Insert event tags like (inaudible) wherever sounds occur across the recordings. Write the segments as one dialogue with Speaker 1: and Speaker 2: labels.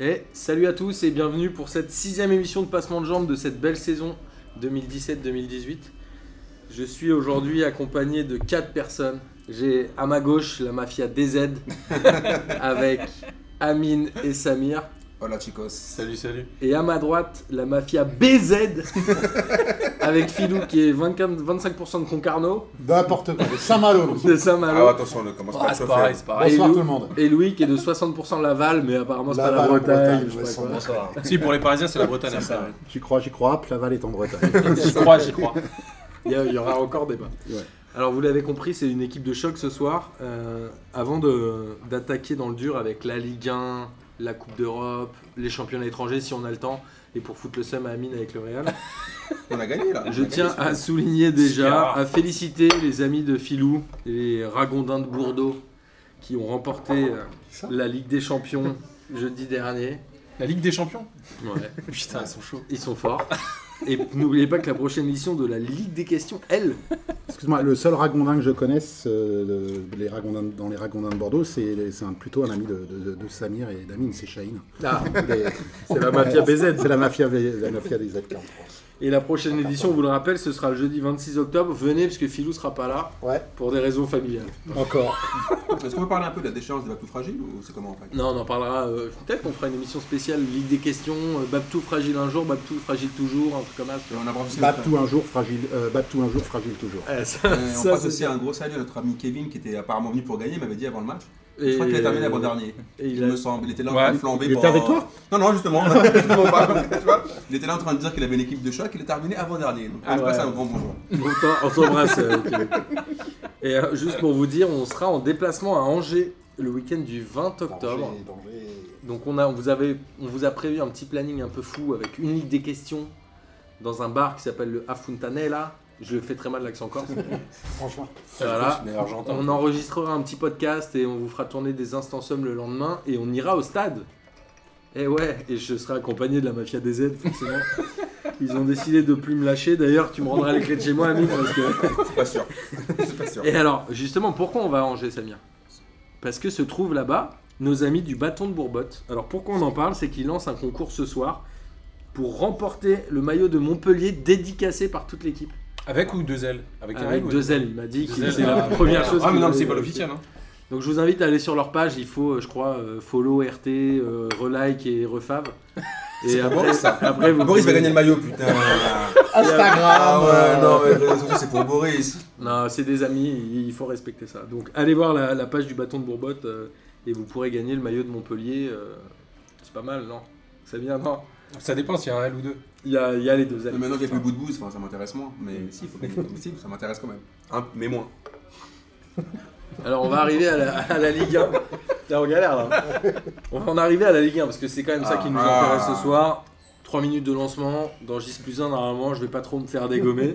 Speaker 1: Et salut à tous et bienvenue pour cette sixième émission de Passement de Jambes de cette belle saison 2017-2018. Je suis aujourd'hui accompagné de quatre personnes. J'ai à ma gauche la mafia
Speaker 2: (laughs)
Speaker 1: DZ avec Amine et Samir.
Speaker 3: Hola chicos.
Speaker 4: Salut, salut.
Speaker 1: Et à ma droite la mafia
Speaker 2: (laughs)
Speaker 1: BZ avec Philou qui est 25 25% de Concarneau,
Speaker 2: N'importe quoi, (laughs) de Saint-Malo.
Speaker 1: de
Speaker 3: Ah ouais,
Speaker 1: Saint-Malo.
Speaker 3: attention, ne commence pas à
Speaker 4: Ah,
Speaker 3: chauffer. hein.
Speaker 4: c'est pareil, c'est pareil.
Speaker 2: Bonsoir
Speaker 1: Et
Speaker 2: tout le monde.
Speaker 1: Et Louis qui est de 60% Laval, mais apparemment c'est pas la
Speaker 2: Laval en
Speaker 1: Bretagne.
Speaker 2: Bretagne,
Speaker 1: je sais
Speaker 2: ouais,
Speaker 1: pas
Speaker 2: sans
Speaker 1: quoi.
Speaker 2: doute.
Speaker 4: Si, pour les Parisiens, c'est la Bretagne. après.
Speaker 2: J'y crois, j'y crois, Plaval est en Bretagne.
Speaker 4: J'y crois, j'y crois.
Speaker 1: Il y, a- il y aura encore débat.
Speaker 2: Ouais.
Speaker 1: Alors vous l'avez compris, c'est une équipe de choc ce soir. Euh, avant de- d'attaquer dans le dur avec la Ligue 1, la Coupe d'Europe, les championnats étrangers si on a le temps, et pour foutre le seum à Amine avec le Real,
Speaker 3: On a gagné là.
Speaker 1: je
Speaker 3: On a
Speaker 1: tiens
Speaker 3: gagné,
Speaker 1: à souligner
Speaker 4: C'est
Speaker 1: déjà,
Speaker 4: rare.
Speaker 1: à féliciter les amis de Filou, les Ragondins de Bourdeau, qui ont remporté euh,
Speaker 2: Ça
Speaker 1: la Ligue des Champions jeudi dernier.
Speaker 4: La Ligue des Champions
Speaker 1: Ouais.
Speaker 4: Putain, ils sont chauds.
Speaker 1: Ils sont forts. Et n'oubliez pas que la prochaine édition de la Ligue des questions, elle,
Speaker 2: (laughs) Excuse-moi, le seul ragondin que je connaisse euh, de- les ragondins, dans les ragondins de Bordeaux, c'est c'est un- plutôt un ami de, de- de Samir et d'Amine, c'est Chahine.
Speaker 1: ah,
Speaker 2: C'est
Speaker 1: la mafia
Speaker 2: BZ. C'est la mafia, V- la mafia des Z43.
Speaker 1: Et la prochaine édition, on vous le rappelle, ce sera le jeudi 26 octobre. Venez, parce que Philou sera pas là,
Speaker 2: Ouais,
Speaker 1: pour des raisons familiales.
Speaker 2: encore.
Speaker 3: c'est bon. Est-ce qu'on peut parler un peu de la déchéance des Bapous fragiles ou c'est comment en fait
Speaker 1: Non, on en parlera. euh, Peut-être qu'on fera une émission spéciale Ligue des questions, euh, Babtou fragile un jour, Babtou fragile toujours, un truc comme ça.
Speaker 3: Et Euh, on a aussi
Speaker 2: Babtou un jour fragile, euh, Babtou un jour fragile toujours.
Speaker 1: Eh, (laughs) ça-
Speaker 3: Et Euh, on
Speaker 1: ça,
Speaker 3: passe
Speaker 1: c'est
Speaker 3: aussi
Speaker 1: sûr.
Speaker 3: un gros salut à notre ami Kevin qui était apparemment venu pour gagner, m'avait dit avant le match.
Speaker 1: Et-
Speaker 3: Je crois qu'il a terminé l'avant-dernier.
Speaker 1: et il
Speaker 3: Il
Speaker 1: a-
Speaker 3: me semble, il était là en
Speaker 4: Ouais.
Speaker 3: train de flamber.
Speaker 2: Il était
Speaker 3: pour-
Speaker 2: avec toi
Speaker 3: Non, non, justement. (laughs) Justement pas. Tu vois, il était là en train de dire qu'il avait une équipe de choc, il est terminé avant-dernier. Donc,
Speaker 1: Ah
Speaker 3: je
Speaker 1: ouais.
Speaker 3: passe un grand bonjour.
Speaker 1: Pourtant, on t'embrasse. euh, Kevin. Et euh, juste pour vous dire, on sera en déplacement à Angers le week-end du 20 octobre.
Speaker 2: Danger, danger.
Speaker 1: Donc on, a, on, vous avait, on vous a prévu un petit planning un peu fou avec une ligue des questions dans un bar qui s'appelle le Afuntanella. Je le fais très mal l'accent corse.
Speaker 2: Franchement.
Speaker 1: Voilà.
Speaker 4: Mais argentin.
Speaker 1: On enregistrera un petit podcast et on vous fera tourner des instantsums le lendemain et on ira au stade. Et ouais, et je serai accompagné de la mafia des Z forcément. Ils ont décidé de plus me lâcher. D'ailleurs, tu me rendras les clés de chez moi, Amine, parce que
Speaker 3: C'est pas sûr. C'est pas sûr.
Speaker 1: et alors, justement, pourquoi on va à Angers, Samir Parce que se trouvent là-bas nos amis du bâton de Bourbotte. Alors, pourquoi on en parle C'est qu'ils lancent un concours ce soir pour remporter le maillot de Montpellier dédicacé par toute l'équipe.
Speaker 4: Avec ou deux ailes Avec, un
Speaker 1: Avec
Speaker 4: L ou-
Speaker 1: Ah, deux ailes, il m'a dit que
Speaker 4: Ah, Deux ailes,
Speaker 1: c'est la
Speaker 4: ah,
Speaker 1: première chose.
Speaker 4: Ah, mais
Speaker 1: qu'il
Speaker 4: non, mais
Speaker 1: avait-
Speaker 4: c'est pas l'officiel. Hein.
Speaker 1: Donc, je vous invite à aller sur leur page. Il faut, euh, je crois, euh, follow, RT, euh, relike et
Speaker 3: (laughs)
Speaker 1: refave. Et
Speaker 3: pas
Speaker 1: après,
Speaker 3: bon, ça.
Speaker 1: après, vous
Speaker 3: Boris va
Speaker 1: pouvez-
Speaker 3: gagner le maillot, putain.
Speaker 2: Instagram.
Speaker 3: Ah ouais, non, mais les réseaux sociaux, c'est pour Boris.
Speaker 1: Non, c'est des amis, il faut respecter ça. Donc allez voir la, la page du bâton de Bourbotte euh, et vous pourrez gagner le maillot de Montpellier. euh, c'est pas mal, non C'est bien, non
Speaker 4: Ça dépend s'il y a un L ou deux.
Speaker 1: Il y a, il y a les deux
Speaker 3: Mais
Speaker 1: amis.
Speaker 3: maintenant qu'il n'y a plus bout de bouse, enfin, ça m'intéresse moins. Mais
Speaker 1: Mm.
Speaker 3: si, faut gagner. Mais si, ça m'intéresse quand même. Un- mais moins.
Speaker 1: Alors on va arriver à la, à la Ligue 1. Là, on galère là. On va en arriver à la Ligue 1 parce que c'est quand même ça qui nous
Speaker 3: Ah.
Speaker 1: intéresse ce soir. 3 minutes de lancement. Dans J plus 1, normalement, je vais pas trop me faire dégommer.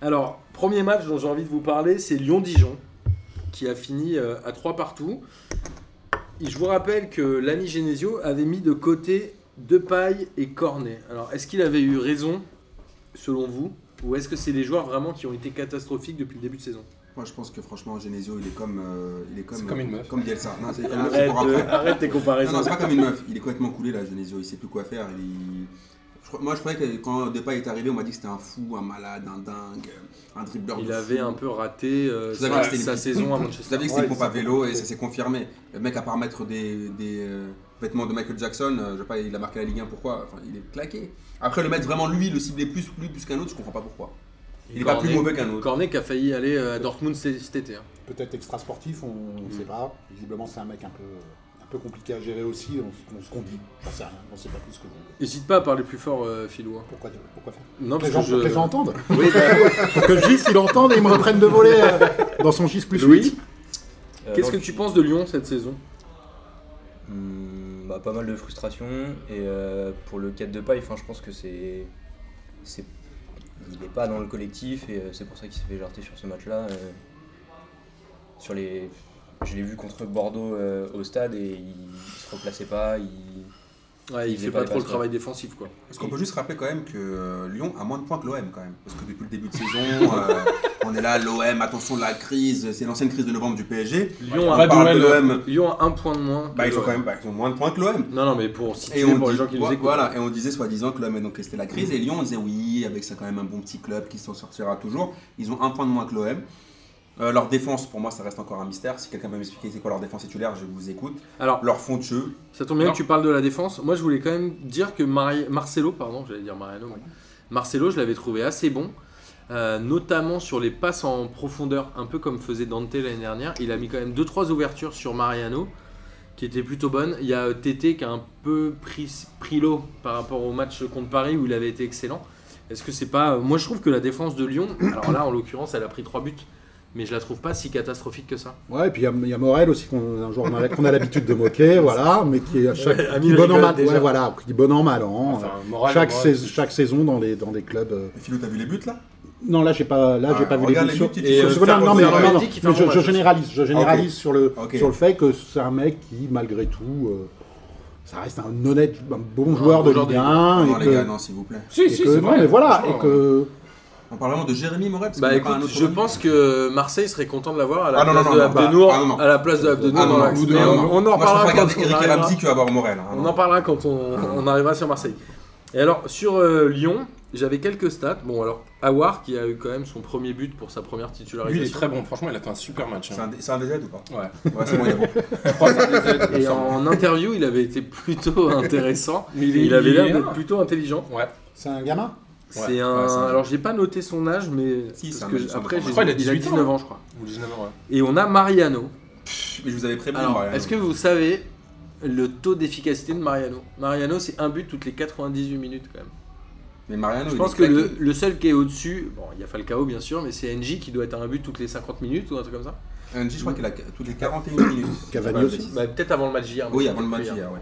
Speaker 1: Alors, premier match dont j'ai envie de vous parler, c'est Lyon-Dijon qui a fini euh, à 3 partout. Et je vous rappelle que l'ami Genesio avait mis de côté Depay et Cornet. Alors, est-ce qu'il avait eu raison, selon vous, ou est-ce que c'est les joueurs vraiment qui ont été catastrophiques depuis le début de saison
Speaker 3: Moi, je pense que franchement, Genesio, il est comme. euh, il est comme,
Speaker 4: C'est comme une meuf.
Speaker 3: Comme Bielsa. Non, c'est non, Ah, c'est
Speaker 1: Arrête,
Speaker 3: pour après.
Speaker 1: de- arrête tes
Speaker 3: Non,
Speaker 1: comparaisons.
Speaker 3: non, c'est pas comme une meuf. Il est complètement coulé là, Genesio. Il sait plus quoi faire. Il- je crois- moi, je croyais que quand Depay est arrivé, on m'a dit que c'était un fou, un malade, un dingue, un dribbleur. de
Speaker 1: Il
Speaker 3: fou.
Speaker 1: avait un peu raté euh,
Speaker 3: Je savais
Speaker 1: sa,
Speaker 3: que c'était une
Speaker 1: sa
Speaker 3: petite-
Speaker 1: saison à
Speaker 3: Je
Speaker 1: Manchester.
Speaker 3: savais que c'était une pompe à vélo et ça s'est confirmé. Le mec, à part mettre des, des, euh, vêtements de Michael Jackson, euh, je sais pas, il a marqué la Ligue 1, pourquoi Enfin, il est claqué. Après, le mettre vraiment lui, le cibler plus, plus, plus qu'un autre, je comprends pas pourquoi. Il est pas
Speaker 1: Cornet-
Speaker 3: plus mauvais qu'un autre.
Speaker 1: Cornet qui a failli aller euh, à Dortmund c- cet été. hein.
Speaker 2: Peut-être extra sportif, on
Speaker 1: Mm.
Speaker 2: ne sait pas. Visiblement, c'est un mec un peu, un peu compliqué à gérer aussi, on, on- ce qu'on dit. J'en sais rien, on ne sait pas plus ce que vous.
Speaker 1: Hésite pas à parler plus fort, euh, Philou. hein.
Speaker 2: Pourquoi, pourquoi faire
Speaker 1: Non,
Speaker 2: Pour que les
Speaker 1: parce
Speaker 2: gens,
Speaker 1: que
Speaker 2: pour que les
Speaker 1: je- (laughs)
Speaker 2: gens entendent.
Speaker 1: Oui, bah,
Speaker 2: Pour que Gis, il entende et il me reprenne de voler euh, dans son Gis plus
Speaker 1: Louis,
Speaker 2: 8.
Speaker 5: Euh,
Speaker 1: Qu'est-ce que tu penses de Lyon cette saison
Speaker 5: Hmm, bah, pas mal de frustration et euh, pour le 4 de paille, enfin je pense que c'est c'est il n'est pas dans le collectif et euh, c'est pour ça qu'il s'est fait jarter sur ce match-là. euh, sur les je l'ai vu contre Bordeaux euh, au stade et il, il se replaçait pas, il,
Speaker 1: Ouais, il,
Speaker 5: Il
Speaker 1: fait
Speaker 5: met
Speaker 1: pas,
Speaker 5: pas les
Speaker 1: trop le
Speaker 5: passes,
Speaker 1: travail défensif, quoi.
Speaker 3: Parce qu'on peut juste rappeler quand même que euh, Lyon a moins de points que l'OM quand même. Parce que depuis le début de saison, euh, on est là, l'OM, attention la crise, c'est l'ancienne crise de novembre du PSG.
Speaker 1: Lyon
Speaker 3: On
Speaker 1: a,
Speaker 4: Pas de
Speaker 3: parle de
Speaker 4: Noël.
Speaker 3: l'OM.
Speaker 1: Lyon a un point de moins. que
Speaker 3: Bah, ils ont
Speaker 1: le-
Speaker 3: quand même bah, ils ont moins de points que l'OM.
Speaker 1: Non, non, mais pour situer
Speaker 3: Et on,
Speaker 1: pour
Speaker 3: dit-
Speaker 1: les gens qui nous
Speaker 3: vo-
Speaker 1: écoutent.
Speaker 3: voilà, et on disait soi-disant que l'OM donc resté la crise. Et Lyon, on disait oui, avec ça quand même un bon petit club qui s'en sortira toujours. Ils ont un point de moins que l'OM. Euh, leur défense, pour moi, ça reste encore un mystère. Si quelqu'un peut m'expliquer c'est quoi leur défense titulaire, je vous écoute.
Speaker 1: Alors,
Speaker 3: Leur fond de jeu,
Speaker 1: Ça tombe bien
Speaker 4: Non.
Speaker 1: que tu parles de la défense. Moi, je voulais quand même dire que Mari- Marcelo, pardon, j'allais dire Mariano, mais Marcelo, je l'avais trouvé assez bon, euh, notamment sur les passes en profondeur, un peu comme faisait Dante l'année dernière. Il a mis quand même 2-3 ouvertures sur Mariano, qui étaient plutôt bonnes. Il y a euh, Tété qui a un peu pris, pris l'eau par rapport au match contre Paris où il avait été excellent. Est-ce que c'est pas. euh, Moi, je trouve que la défense de Lyon, (coughs) alors là, en l'occurrence, elle a pris 3 buts, mais je la trouve pas si catastrophique que ça.
Speaker 2: Ouais, et puis il y a- il y, a Morel aussi, qu'on un joueur qu'on a, qu'on a l'habitude
Speaker 1: (laughs)
Speaker 2: de moquer, voilà, mais qui est à chaque.
Speaker 1: Amine
Speaker 2: qui est bon en
Speaker 1: rigole
Speaker 2: mal,
Speaker 1: déjà.
Speaker 2: ouais, voilà, qui est bon en mal an.
Speaker 4: Enfin,
Speaker 2: euh,
Speaker 4: moral,
Speaker 2: chaque,
Speaker 4: moral.
Speaker 2: saison, chaque saison dans les, dans des clubs. euh.
Speaker 3: Mais Philou, t'as vu les buts là
Speaker 2: Non, là, j'ai pas, là, j'ai
Speaker 3: Ah,
Speaker 2: pas vu les
Speaker 3: regarde
Speaker 2: buts.
Speaker 3: les
Speaker 2: sur-
Speaker 3: buts, il
Speaker 2: sur-
Speaker 3: faut
Speaker 1: euh,
Speaker 2: sur-
Speaker 3: faire-
Speaker 2: non,
Speaker 3: faut
Speaker 2: mais,
Speaker 3: faire
Speaker 2: non,
Speaker 3: un
Speaker 2: non,
Speaker 1: dit qu'il
Speaker 2: mais
Speaker 1: fait un
Speaker 2: je,
Speaker 1: bon
Speaker 2: je
Speaker 1: match.
Speaker 2: généralise, je généralise sur, le,
Speaker 3: Ok.
Speaker 2: sur le fait que c'est un mec qui, malgré tout, euh, ça reste un honnête, un bon
Speaker 1: Un
Speaker 2: joueur
Speaker 1: bon
Speaker 2: de
Speaker 1: joueur de
Speaker 2: Ligue
Speaker 1: Ligue
Speaker 2: 1.
Speaker 3: Non,
Speaker 2: Ah, et
Speaker 3: les
Speaker 2: que-
Speaker 3: gars, non, s'il vous plaît.
Speaker 4: Si,
Speaker 2: et
Speaker 4: si,
Speaker 2: que-
Speaker 4: c'est
Speaker 2: non,
Speaker 4: vrai.
Speaker 2: mais voilà,
Speaker 4: franchement,
Speaker 2: et que.
Speaker 3: On parle vraiment de Jérémy Morel parce
Speaker 1: Bah
Speaker 3: qu'il n'y a pas
Speaker 1: écoute,
Speaker 3: un autre
Speaker 1: je
Speaker 3: nom.
Speaker 1: pense que Marseille serait content de l'avoir à la
Speaker 3: Ah non,
Speaker 1: place
Speaker 3: non,
Speaker 1: de
Speaker 3: non, non,
Speaker 1: Abdenour,
Speaker 3: bah, ah non, non.
Speaker 1: à la place de Abdenour
Speaker 3: Ah
Speaker 1: dans
Speaker 3: non,
Speaker 1: la-
Speaker 3: non, nous deux,
Speaker 1: Mais
Speaker 3: non,
Speaker 1: on,
Speaker 3: non.
Speaker 1: on en
Speaker 3: Moi, je
Speaker 1: reparlera
Speaker 3: préfère
Speaker 1: quand
Speaker 3: regarder
Speaker 1: on
Speaker 3: Eric
Speaker 1: arrivera,
Speaker 3: Ramsey que avoir Morel. hein.
Speaker 1: on en parlera quand on, on arrivera sur Marseille. Et alors sur euh, Lyon, j'avais quelques stats. Bon alors Awar qui a eu quand même son premier but pour sa première
Speaker 4: Lui, il est
Speaker 1: titularisation.
Speaker 4: très bon. Franchement, il a fait un super match.
Speaker 3: C'est
Speaker 4: hein.
Speaker 3: un, dé- c'est un DZ ou pas
Speaker 4: Ouais.
Speaker 3: Ouais, c'est bon,
Speaker 1: (laughs)
Speaker 3: il est bon.
Speaker 4: Je (laughs) crois que c'est un DZ, il me
Speaker 1: Et
Speaker 4: semble.
Speaker 1: en interview, il avait été
Speaker 3: (laughs)
Speaker 1: plutôt intéressant.
Speaker 4: Mais il, est-
Speaker 1: Il avait
Speaker 4: il est
Speaker 1: l'air d'être
Speaker 4: là.
Speaker 1: plutôt intelligent.
Speaker 4: Ouais.
Speaker 2: C'est un gamin
Speaker 1: c'est un...
Speaker 4: ouais, c'est un-
Speaker 1: Alors j'ai pas noté son âge, mais
Speaker 3: Si, c'est
Speaker 1: parce
Speaker 3: un
Speaker 1: que
Speaker 3: mec, c'est un
Speaker 1: après
Speaker 3: mec.
Speaker 1: j'ai-
Speaker 3: Je
Speaker 4: crois qu'il a 18 ans.
Speaker 1: 19 ans, je crois.
Speaker 4: Ou 19 ouais.
Speaker 1: Et on a Mariano.
Speaker 3: Mais je vous avais prévenu.
Speaker 1: Alors,
Speaker 3: Mariano.
Speaker 1: est-ce que vous savez le taux d'efficacité de Mariano Mariano, c'est un but toutes les 98 minutes quand même.
Speaker 3: Mais Mariano,
Speaker 1: Je
Speaker 3: il
Speaker 1: pense
Speaker 3: est
Speaker 1: que le,
Speaker 3: claqué.
Speaker 1: le seul qui est au-dessus, bon, il y a Falcao bien sûr, mais c'est NJ qui doit être à un but toutes les 50 minutes ou un truc comme ça.
Speaker 3: NJ, je crois qu'il a toutes les 41 minutes.
Speaker 2: Cavani
Speaker 3: Ouais,
Speaker 2: aussi.
Speaker 3: mais-
Speaker 1: Bah, hein. peut-être avant le match d'hier. mais
Speaker 3: Oui,
Speaker 1: c'est
Speaker 3: avant le match
Speaker 1: plus
Speaker 3: hier, ouais.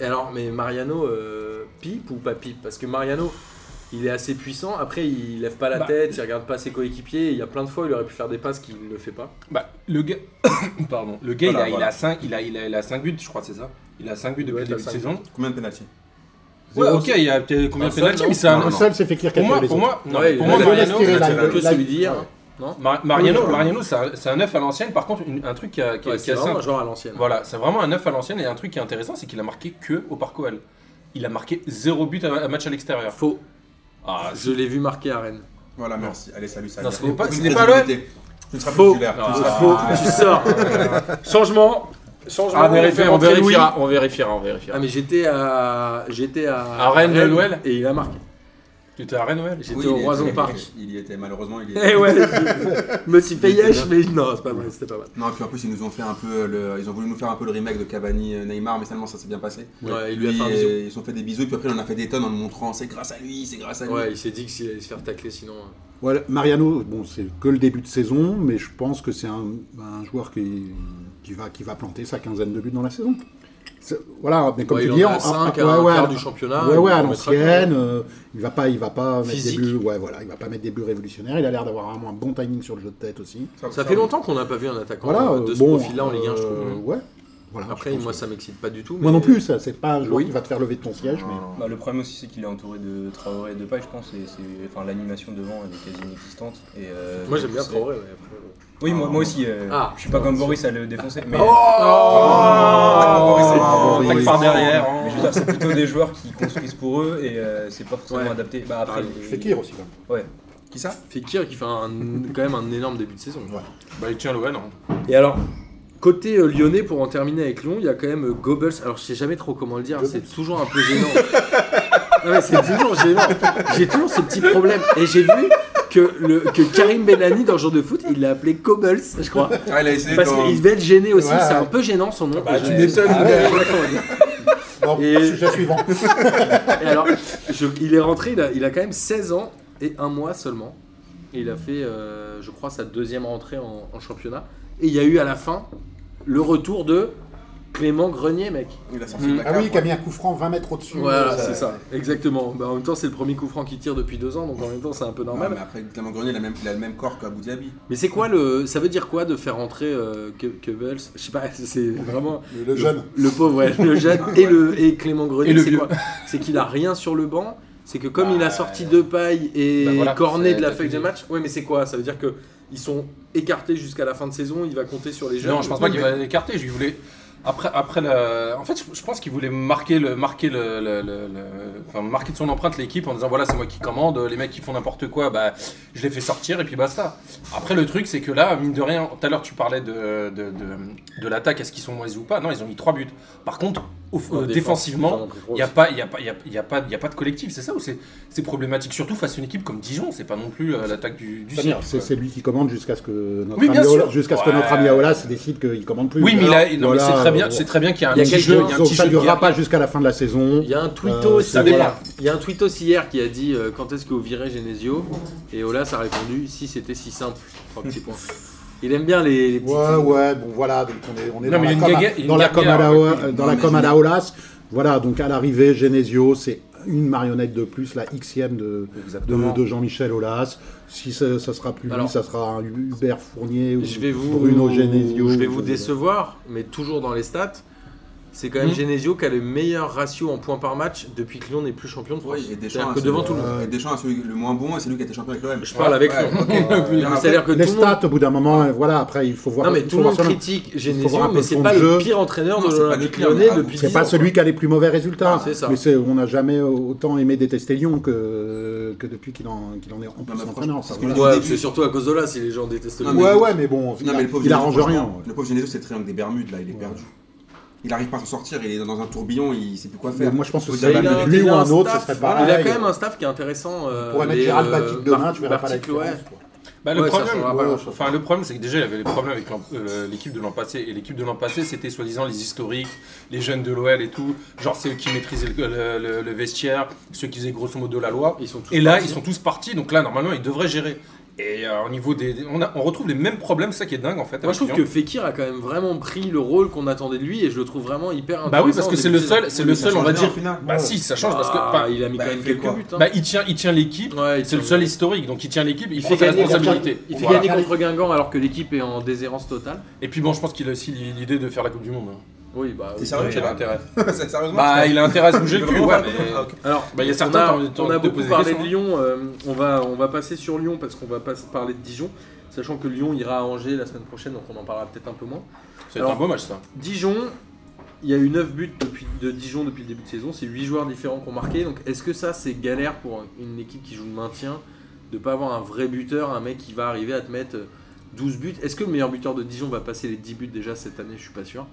Speaker 1: Et alors, mais Mariano, euh, pipe ou pas pipe Parce que Mariano, il est assez puissant. Après, il lève pas la
Speaker 4: Bah.
Speaker 1: tête, il regarde pas ses coéquipiers. Il y a plein de fois, il aurait pu faire des passes qu'il ne fait pas.
Speaker 4: Bah, le gars, (coughs) pardon, le gars,
Speaker 3: Voilà,
Speaker 4: il, a,
Speaker 3: voilà.
Speaker 4: 5, il, a, il, a, il a 5 buts, je crois, c'est ça Il a 5 buts depuis
Speaker 1: Ouais,
Speaker 4: le
Speaker 1: il a
Speaker 4: début de
Speaker 1: cinq
Speaker 4: saison.
Speaker 3: Combien de pénalty
Speaker 4: Ouais, ok, il y a peut-être combien
Speaker 1: Un
Speaker 4: de
Speaker 1: seul,
Speaker 4: pénalty,
Speaker 1: non
Speaker 4: mais c'est un.
Speaker 3: Non,
Speaker 2: Le
Speaker 3: non.
Speaker 2: seul s'est fait kirker
Speaker 4: Pour moi,
Speaker 2: les
Speaker 4: pour
Speaker 2: autres.
Speaker 4: moi, non,
Speaker 1: Ouais,
Speaker 4: pour
Speaker 1: il
Speaker 4: moi
Speaker 1: a-
Speaker 2: Mariano,
Speaker 4: Mariano,
Speaker 2: il a-
Speaker 3: Mariano,
Speaker 1: Que
Speaker 2: il a-
Speaker 1: celui d'hier.
Speaker 2: ouais.
Speaker 1: Non
Speaker 4: Mar- Mariano, Mariano, c'est un- c'est un 9 à l'ancienne. Par contre, une- un truc qui a, qui a-
Speaker 1: Ouais,
Speaker 4: qui
Speaker 1: C'est
Speaker 4: a
Speaker 1: vraiment
Speaker 4: simple.
Speaker 1: un joueur à l'ancienne.
Speaker 4: Voilà, c'est vraiment un 9 à l'ancienne. Et un truc qui est intéressant, c'est qu'il a marqué que au Parc OL. Il a marqué 0 but à, à match à l'extérieur.
Speaker 1: Faux.
Speaker 4: Ah, (laughs) c'est-
Speaker 1: Je l'ai vu marquer à Rennes.
Speaker 3: Voilà, merci. Allez, salut, salut.
Speaker 4: Non, ce n'est pas- ce n'est pas
Speaker 3: Tu ne seras plus
Speaker 1: Faux.
Speaker 3: titulaire.
Speaker 4: Ah.
Speaker 3: Tu ne seras-
Speaker 1: Faux, tu sors. Changement. Changement.
Speaker 4: Ah, on vérifiera, on
Speaker 1: fait rentrer Louis.
Speaker 4: vérifiera, on vérifiera, on vérifiera.
Speaker 1: Ah mais j'étais à j'étais à,
Speaker 4: À Rennes, l'OL.
Speaker 1: et il a marqué.
Speaker 4: Tu t'es à Rennes, Noël
Speaker 1: J'étais
Speaker 3: Oui,
Speaker 1: au
Speaker 3: il est-
Speaker 1: Roison
Speaker 3: il est-
Speaker 1: Park.
Speaker 3: Il y était, malheureusement, il y
Speaker 1: (laughs) Eh
Speaker 3: était.
Speaker 1: ouais, je je me suis fait
Speaker 3: Il était
Speaker 1: yesh,
Speaker 3: là.
Speaker 1: mais non, c'est pas vrai, c'était pas mal.
Speaker 3: Non, et puis en plus, ils nous ont fait un peu euh, le... Ils ont voulu nous faire un peu le remake de Cavani euh, Neymar, mais seulement ça s'est bien passé.
Speaker 1: Ouais, il
Speaker 3: Puis, euh, Ils ont fait des bisous, et puis après, on en a fait des tonnes en nous montrant c'est grâce à lui, c'est grâce à lui.
Speaker 1: Ouais, il s'est dit que s'il allait se faire tacler sinon. hein.
Speaker 2: Ouais, Mariano, bon, c'est que le début de saison, mais je pense que c'est un, un joueur qui, qui, va, qui va planter sa quinzaine de buts dans la saison. C'est- Voilà, mais comme
Speaker 1: Ouais,
Speaker 2: tu
Speaker 1: il
Speaker 2: dis,
Speaker 1: en a
Speaker 2: en-
Speaker 1: cinq
Speaker 2: en-
Speaker 1: à un
Speaker 2: ouais, ouais,
Speaker 1: quart
Speaker 2: à-
Speaker 1: du championnat.
Speaker 2: ouais,
Speaker 1: Ah, il
Speaker 2: ouais, à
Speaker 1: en mettra plein.
Speaker 2: l'ancienne, euh, il va pas, il va pas
Speaker 1: Physique.
Speaker 2: mettre des buts, ouais, voilà, il va pas mettre des buts révolutionnaires. Il a l'air d'avoir vraiment un bon timing sur le jeu de tête aussi.
Speaker 1: Ça fait longtemps qu'on n'a pas vu un attaquant
Speaker 2: Voilà,
Speaker 1: euh, Oh, de
Speaker 2: euh,
Speaker 1: ce
Speaker 2: bon,
Speaker 1: profil-là en Ligue 1, je trouve.
Speaker 2: euh, ouais. Voilà, je
Speaker 1: Après,
Speaker 2: pense
Speaker 1: moi,
Speaker 2: que-
Speaker 1: ça m'excite pas du tout.
Speaker 2: moi
Speaker 1: mais-
Speaker 2: non plus, ça, c'est pas un joueur
Speaker 1: Oui.
Speaker 2: qui va te faire lever de ton siège, mais
Speaker 5: Bah, le problème aussi, c'est qu'il est entouré de Traoré et de Paille, je pense. Et c'est- enfin, l'animation devant, elle est quasi inexistante. Et, euh,
Speaker 1: Moi, j'aime bien
Speaker 5: c'est-
Speaker 1: Traoré. mais après, bon.
Speaker 5: Oui, moi, moi aussi. euh,
Speaker 1: Ah.
Speaker 5: je suis pas comme Boris à le défoncer. Mais,
Speaker 4: Oh
Speaker 3: Boris.
Speaker 4: Tac par derrière. hein.
Speaker 5: mais je veux dire, c'est plutôt des joueurs qui construisent pour eux et euh, c'est pas forcément
Speaker 1: Ouais.
Speaker 5: adapté. Bah, après,
Speaker 1: Ah,
Speaker 5: il-
Speaker 2: Fekir aussi. là.
Speaker 5: Ouais.
Speaker 3: Qui ça
Speaker 1: Fekir qui fait un- quand même un énorme début de saison.
Speaker 4: Bah, il tient l'OL. hein.
Speaker 1: Et alors, côté euh, lyonnais, pour en terminer avec Lyon, il y a quand même euh, Goebbels. Alors, je sais jamais trop comment le dire, hein, c'est toujours un peu gênant. Non, mais c'est toujours gênant. J'ai toujours ce petit problème. Et j'ai vu que, le, que Karim Benani, dans Jour de foot, il l'a appelé Goebbels, je crois.
Speaker 3: Ah, il a essayé
Speaker 1: Parce
Speaker 3: dans-
Speaker 1: qu'il devait être gêné aussi.
Speaker 2: Ouais.
Speaker 1: C'est un peu gênant son nom.
Speaker 4: Bah,
Speaker 1: Et
Speaker 4: tu
Speaker 1: je-
Speaker 4: m'étonnes.
Speaker 1: Ah ouais, je sais pas comment dire.
Speaker 2: Bon,
Speaker 1: Et-
Speaker 2: sujet (laughs) suivant.
Speaker 1: Et alors, je- il est rentré, il a, il a quand même 16 ans et un mois seulement. Et il a fait, euh, je crois, sa deuxième rentrée en, en championnat. Et il y a eu à la fin le retour de Clément Grenier, mec.
Speaker 3: Il a sorti
Speaker 4: Mm.
Speaker 3: de la
Speaker 2: Ah oui,
Speaker 3: cave,
Speaker 2: qui a mis un coup franc 20 mètres au-dessus.
Speaker 1: Voilà,
Speaker 2: Euh,
Speaker 1: c'est ça, exactement. Bah, en même temps, c'est le premier coup franc qu'il tire depuis deux ans, donc en même temps, c'est un peu
Speaker 3: ouais.
Speaker 1: normal.
Speaker 3: Ouais, mais après, Clément Grenier, il a, même, il a le même corps qu'Abu Dhabi.
Speaker 1: Mais c'est quoi le. Ça veut dire quoi de faire rentrer euh, Ke- Goebbels Je sais pas, (laughs) c'est vraiment.
Speaker 2: Le, le jeune.
Speaker 1: Le pauvre, ouais, le
Speaker 4: (laughs)
Speaker 1: jeune et, le, et Clément Grenier,
Speaker 4: Et le
Speaker 1: c'est
Speaker 4: vieux.
Speaker 1: quoi C'est qu'il a rien sur le banc c'est que comme
Speaker 4: Bah,
Speaker 1: il a sorti deux pailles et
Speaker 4: bah voilà,
Speaker 1: cornet
Speaker 4: c'est-
Speaker 1: de la
Speaker 4: t'as
Speaker 1: feuille
Speaker 4: tout
Speaker 1: de
Speaker 4: dit.
Speaker 1: match, ouais mais c'est quoi Ça veut dire que ils sont écartés jusqu'à la fin de saison, il va compter sur les jeunes.
Speaker 4: Non, je pense pas qu'il va l'écarter. Je voulais après après la... en fait, je- je pense qu'il voulait marquer le marquer le, le- le- le- enfin, marquer de son empreinte l'équipe en disant voilà c'est moi qui commande. Les mecs qui font n'importe quoi, bah je les fais sortir et puis basta. Après le truc c'est que là mine de rien, tout à l'heure tu parlais de de, de- de l'attaque est-ce qu'ils sont mauvais ou pas Non, ils ont mis trois buts. Par contre au-
Speaker 1: En défense,
Speaker 4: euh,
Speaker 1: ils en
Speaker 4: défensivement
Speaker 1: ont pris
Speaker 4: il
Speaker 1: trois
Speaker 4: n'y a
Speaker 1: aussi.
Speaker 4: pas, il y a pas, il y a, il y a pas, il y a pas de collectif, c'est ça ou c'est, c'est problématique surtout face à une équipe comme Dijon, c'est pas non plus euh, l'attaque du, du
Speaker 2: C'est-à-dire,
Speaker 4: cirque,
Speaker 2: C'est
Speaker 4: quoi.
Speaker 2: c'est lui qui commande jusqu'à ce que notre
Speaker 4: Oui,
Speaker 2: ami
Speaker 4: bien sûr.
Speaker 2: Aola- jusqu'à ce que
Speaker 4: Ouais.
Speaker 2: notre ami Aola se décide qu'il commande plus.
Speaker 4: Oui, mais, il a- non, mais
Speaker 2: Voilà,
Speaker 4: c'est très bien,
Speaker 2: euh,
Speaker 4: c'est très bien qu'il y a un
Speaker 1: Il y a
Speaker 4: petit
Speaker 1: quelques-
Speaker 4: jeu, il y a un
Speaker 2: Donc
Speaker 4: petit
Speaker 2: ça
Speaker 4: jeu
Speaker 2: ne
Speaker 4: de guerre.
Speaker 2: durera pas jusqu'à la fin de la saison.
Speaker 1: Il y a un tweetos
Speaker 2: Euh, ça
Speaker 1: hier-
Speaker 4: dépend.
Speaker 1: il y a un tweetos hier qui a dit euh, quand est-ce que vous virez Genesio et Olas a répondu si c'était si simple. Trois petits points. Il aime bien les, les petites-
Speaker 2: Ouais, ouais, bon voilà, donc on est, on est
Speaker 4: Non,
Speaker 2: dans
Speaker 4: mais
Speaker 2: la
Speaker 4: une
Speaker 2: com à-
Speaker 4: gaga- une
Speaker 2: dans la
Speaker 4: gaga-
Speaker 2: com à la
Speaker 4: oui,
Speaker 2: Oa- E, dans
Speaker 3: non,
Speaker 2: la
Speaker 3: mais
Speaker 2: com à
Speaker 3: une-
Speaker 2: la Olas. Voilà, donc à l'arrivée, Genesio, c'est une marionnette de plus, la xième de, de,
Speaker 3: Exactement.
Speaker 2: de Jean-Michel Olas. Si ça, ça sera plus
Speaker 1: Alors,
Speaker 2: lui, ça sera un Hubert Fournier ou
Speaker 1: Je vais vous,
Speaker 2: Bruno Genesio. euh,
Speaker 1: je vais vous
Speaker 2: sais pas.
Speaker 1: décevoir, mais toujours dans les stats, c'est quand même
Speaker 3: Hmm.
Speaker 4: Mhm.
Speaker 1: Genesio qui a le meilleur ratio en points par match depuis que Lyon n'est plus champion de France.
Speaker 3: Oui, et
Speaker 1: C'est-à-dire
Speaker 3: Deschamps,
Speaker 1: que
Speaker 3: c'est
Speaker 1: devant
Speaker 3: le-
Speaker 1: tout le monde.
Speaker 3: et Deschamps est celui le moins bon et c'est lui qui a été champion avec l'OM.
Speaker 1: Je parle avec
Speaker 3: Ouais,
Speaker 1: Lyon. (laughs)
Speaker 3: ok.
Speaker 1: C'est-à-dire que
Speaker 2: Les
Speaker 1: tout le monde,
Speaker 2: stats, au bout d'un moment, euh, voilà, après, il faut voir.
Speaker 1: non, mais
Speaker 2: il
Speaker 1: tout
Speaker 2: faut
Speaker 1: le
Speaker 2: voir
Speaker 1: monde
Speaker 2: ça.
Speaker 1: critique
Speaker 2: voir un
Speaker 1: Genesio,
Speaker 2: peu
Speaker 1: mais c'est
Speaker 2: son
Speaker 1: pas
Speaker 2: jeu.
Speaker 1: le pire entraîneur
Speaker 3: Non,
Speaker 1: de
Speaker 3: c'est pas
Speaker 1: l'Olympique
Speaker 3: le pire,
Speaker 1: lyonnais
Speaker 3: mais
Speaker 1: depuis 10
Speaker 2: C'est pas
Speaker 1: ans.
Speaker 2: celui qui a les plus mauvais résultats. hein.
Speaker 1: Ah, c'est ça.
Speaker 2: Mais c'est- on n'a jamais autant aimé détester Lyon que, que depuis qu'il en, qu'il en est en plus
Speaker 3: mais franchement,
Speaker 2: entraîneur.
Speaker 3: parce
Speaker 2: ça,
Speaker 3: que
Speaker 2: voilà.
Speaker 3: le
Speaker 1: Ouais,
Speaker 3: début-
Speaker 1: c'est surtout à cause de là si les gens détestent
Speaker 3: Non,
Speaker 1: Lyon.
Speaker 3: mais-
Speaker 2: Ouais, ouais, mais bon,
Speaker 3: Non,
Speaker 2: il,
Speaker 3: mais le pauvre
Speaker 2: il
Speaker 3: Genesio,
Speaker 2: arrange
Speaker 3: franchement,
Speaker 2: rien. ouais.
Speaker 3: Le pauvre Genesio, c'est le triangle des Bermudes, là, il est perdu. Il arrive pas à s'en sortir, il est dans un tourbillon, il sait plus quoi
Speaker 2: Mais
Speaker 3: faire.
Speaker 2: moi, je pense que
Speaker 3: Faut
Speaker 2: ce
Speaker 3: dire
Speaker 2: serait
Speaker 3: la
Speaker 1: a-
Speaker 3: vérité.
Speaker 2: lui
Speaker 1: il
Speaker 2: ou
Speaker 1: a
Speaker 2: un autre, ce
Speaker 1: staff-
Speaker 2: serait
Speaker 1: voilà,
Speaker 2: pareil.
Speaker 1: Il a quand même un staff qui est intéressant.
Speaker 2: On
Speaker 1: euh,
Speaker 2: pourrait mettre
Speaker 1: les,
Speaker 2: Gérald
Speaker 1: euh,
Speaker 2: Batic demain,
Speaker 1: Mar-
Speaker 2: tu verras pas la
Speaker 1: Bartic, ouais.
Speaker 2: différence. quoi.
Speaker 4: Bah, le
Speaker 1: Ouais, ça
Speaker 4: problème,
Speaker 1: changera pas
Speaker 4: ouais,
Speaker 2: grand-chose.
Speaker 4: enfin, le problème, c'est que déjà, il avait les problèmes avec l'an- euh, l'équipe de l'an passé. Et l'équipe de l'an passé, c'était soi-disant les historiques, les jeunes de l'OL et tout. Genre, c'est eux qui maîtrisaient le, le- le- le vestiaire, ceux qui faisaient grosso modo la loi.
Speaker 1: Ils sont tous
Speaker 4: Et là,
Speaker 1: partis.
Speaker 4: ils sont tous partis. Donc là, normalement, ils devraient gérer. Et euh, au niveau des. des- On, a- on retrouve les mêmes problèmes, c'est ça qui est dingue en fait.
Speaker 1: Moi,
Speaker 4: avec
Speaker 1: je trouve
Speaker 4: Lyon.
Speaker 1: que Fekir a quand même vraiment pris le rôle qu'on attendait de lui et je le trouve vraiment hyper intéressant.
Speaker 4: Bah oui, parce que c'est le
Speaker 1: début de
Speaker 4: seul,
Speaker 1: saison.
Speaker 4: c'est le
Speaker 3: Ça
Speaker 4: seul, on
Speaker 3: change
Speaker 4: va
Speaker 3: rien,
Speaker 4: dire.
Speaker 3: au final.
Speaker 4: Bah si, ça change parce que.
Speaker 1: Ah,
Speaker 4: bah,
Speaker 1: il a mis
Speaker 3: bah,
Speaker 1: quand
Speaker 3: il
Speaker 1: même
Speaker 3: fait
Speaker 1: quelques
Speaker 3: quoi
Speaker 1: buts. hein.
Speaker 4: bah, il tient, il tient l'équipe.
Speaker 1: Ouais, il
Speaker 4: C'est le
Speaker 1: tient-
Speaker 4: seul historique, donc il tient l'équipe, il,
Speaker 1: Il
Speaker 4: prend
Speaker 1: fait
Speaker 4: ses
Speaker 1: gagner,
Speaker 4: responsabilités.
Speaker 1: il fait
Speaker 4: Voilà.
Speaker 1: gagner contre Guingamp alors que l'équipe est en déshérence totale.
Speaker 4: Et puis bon, je pense qu'il a aussi l'idée de faire la Coupe du Monde. hein.
Speaker 1: Oui, bah.
Speaker 3: C'est
Speaker 1: oui.
Speaker 3: sérieux,
Speaker 4: Donc, il a
Speaker 3: là
Speaker 4: intérêt.
Speaker 3: (laughs) C'est- Sérieusement
Speaker 4: Bah, il a intérêt à se bouger
Speaker 3: j'ai le
Speaker 4: le
Speaker 3: Ah,
Speaker 4: cul, ouais, mais-
Speaker 1: euh, Alors,
Speaker 4: Bah, il y a
Speaker 1: on
Speaker 4: certains
Speaker 1: a,
Speaker 4: qui ont- qui ont
Speaker 1: on a
Speaker 4: de
Speaker 1: beaucoup
Speaker 4: poser des
Speaker 1: parlé de
Speaker 4: questions, hein.
Speaker 1: Lyon. euh, on, va, on va passer sur Lyon parce qu'on va pas parler de Dijon. Sachant que Lyon ira à Angers la semaine prochaine, donc on en parlera peut-être un peu moins.
Speaker 4: C'est
Speaker 1: Alors-
Speaker 4: un beau match ça.
Speaker 1: Dijon, il y a eu 9 buts depuis, de Dijon depuis le début de saison. C'est 8 joueurs différents qui ont marqué. Donc, est-ce que ça, c'est galère pour une équipe qui joue le maintien de pas avoir un vrai buteur, un mec qui va arriver à te mettre euh, 12 buts Est-ce que le meilleur buteur de Dijon va passer les 10 buts déjà cette année Je suis pas sûr.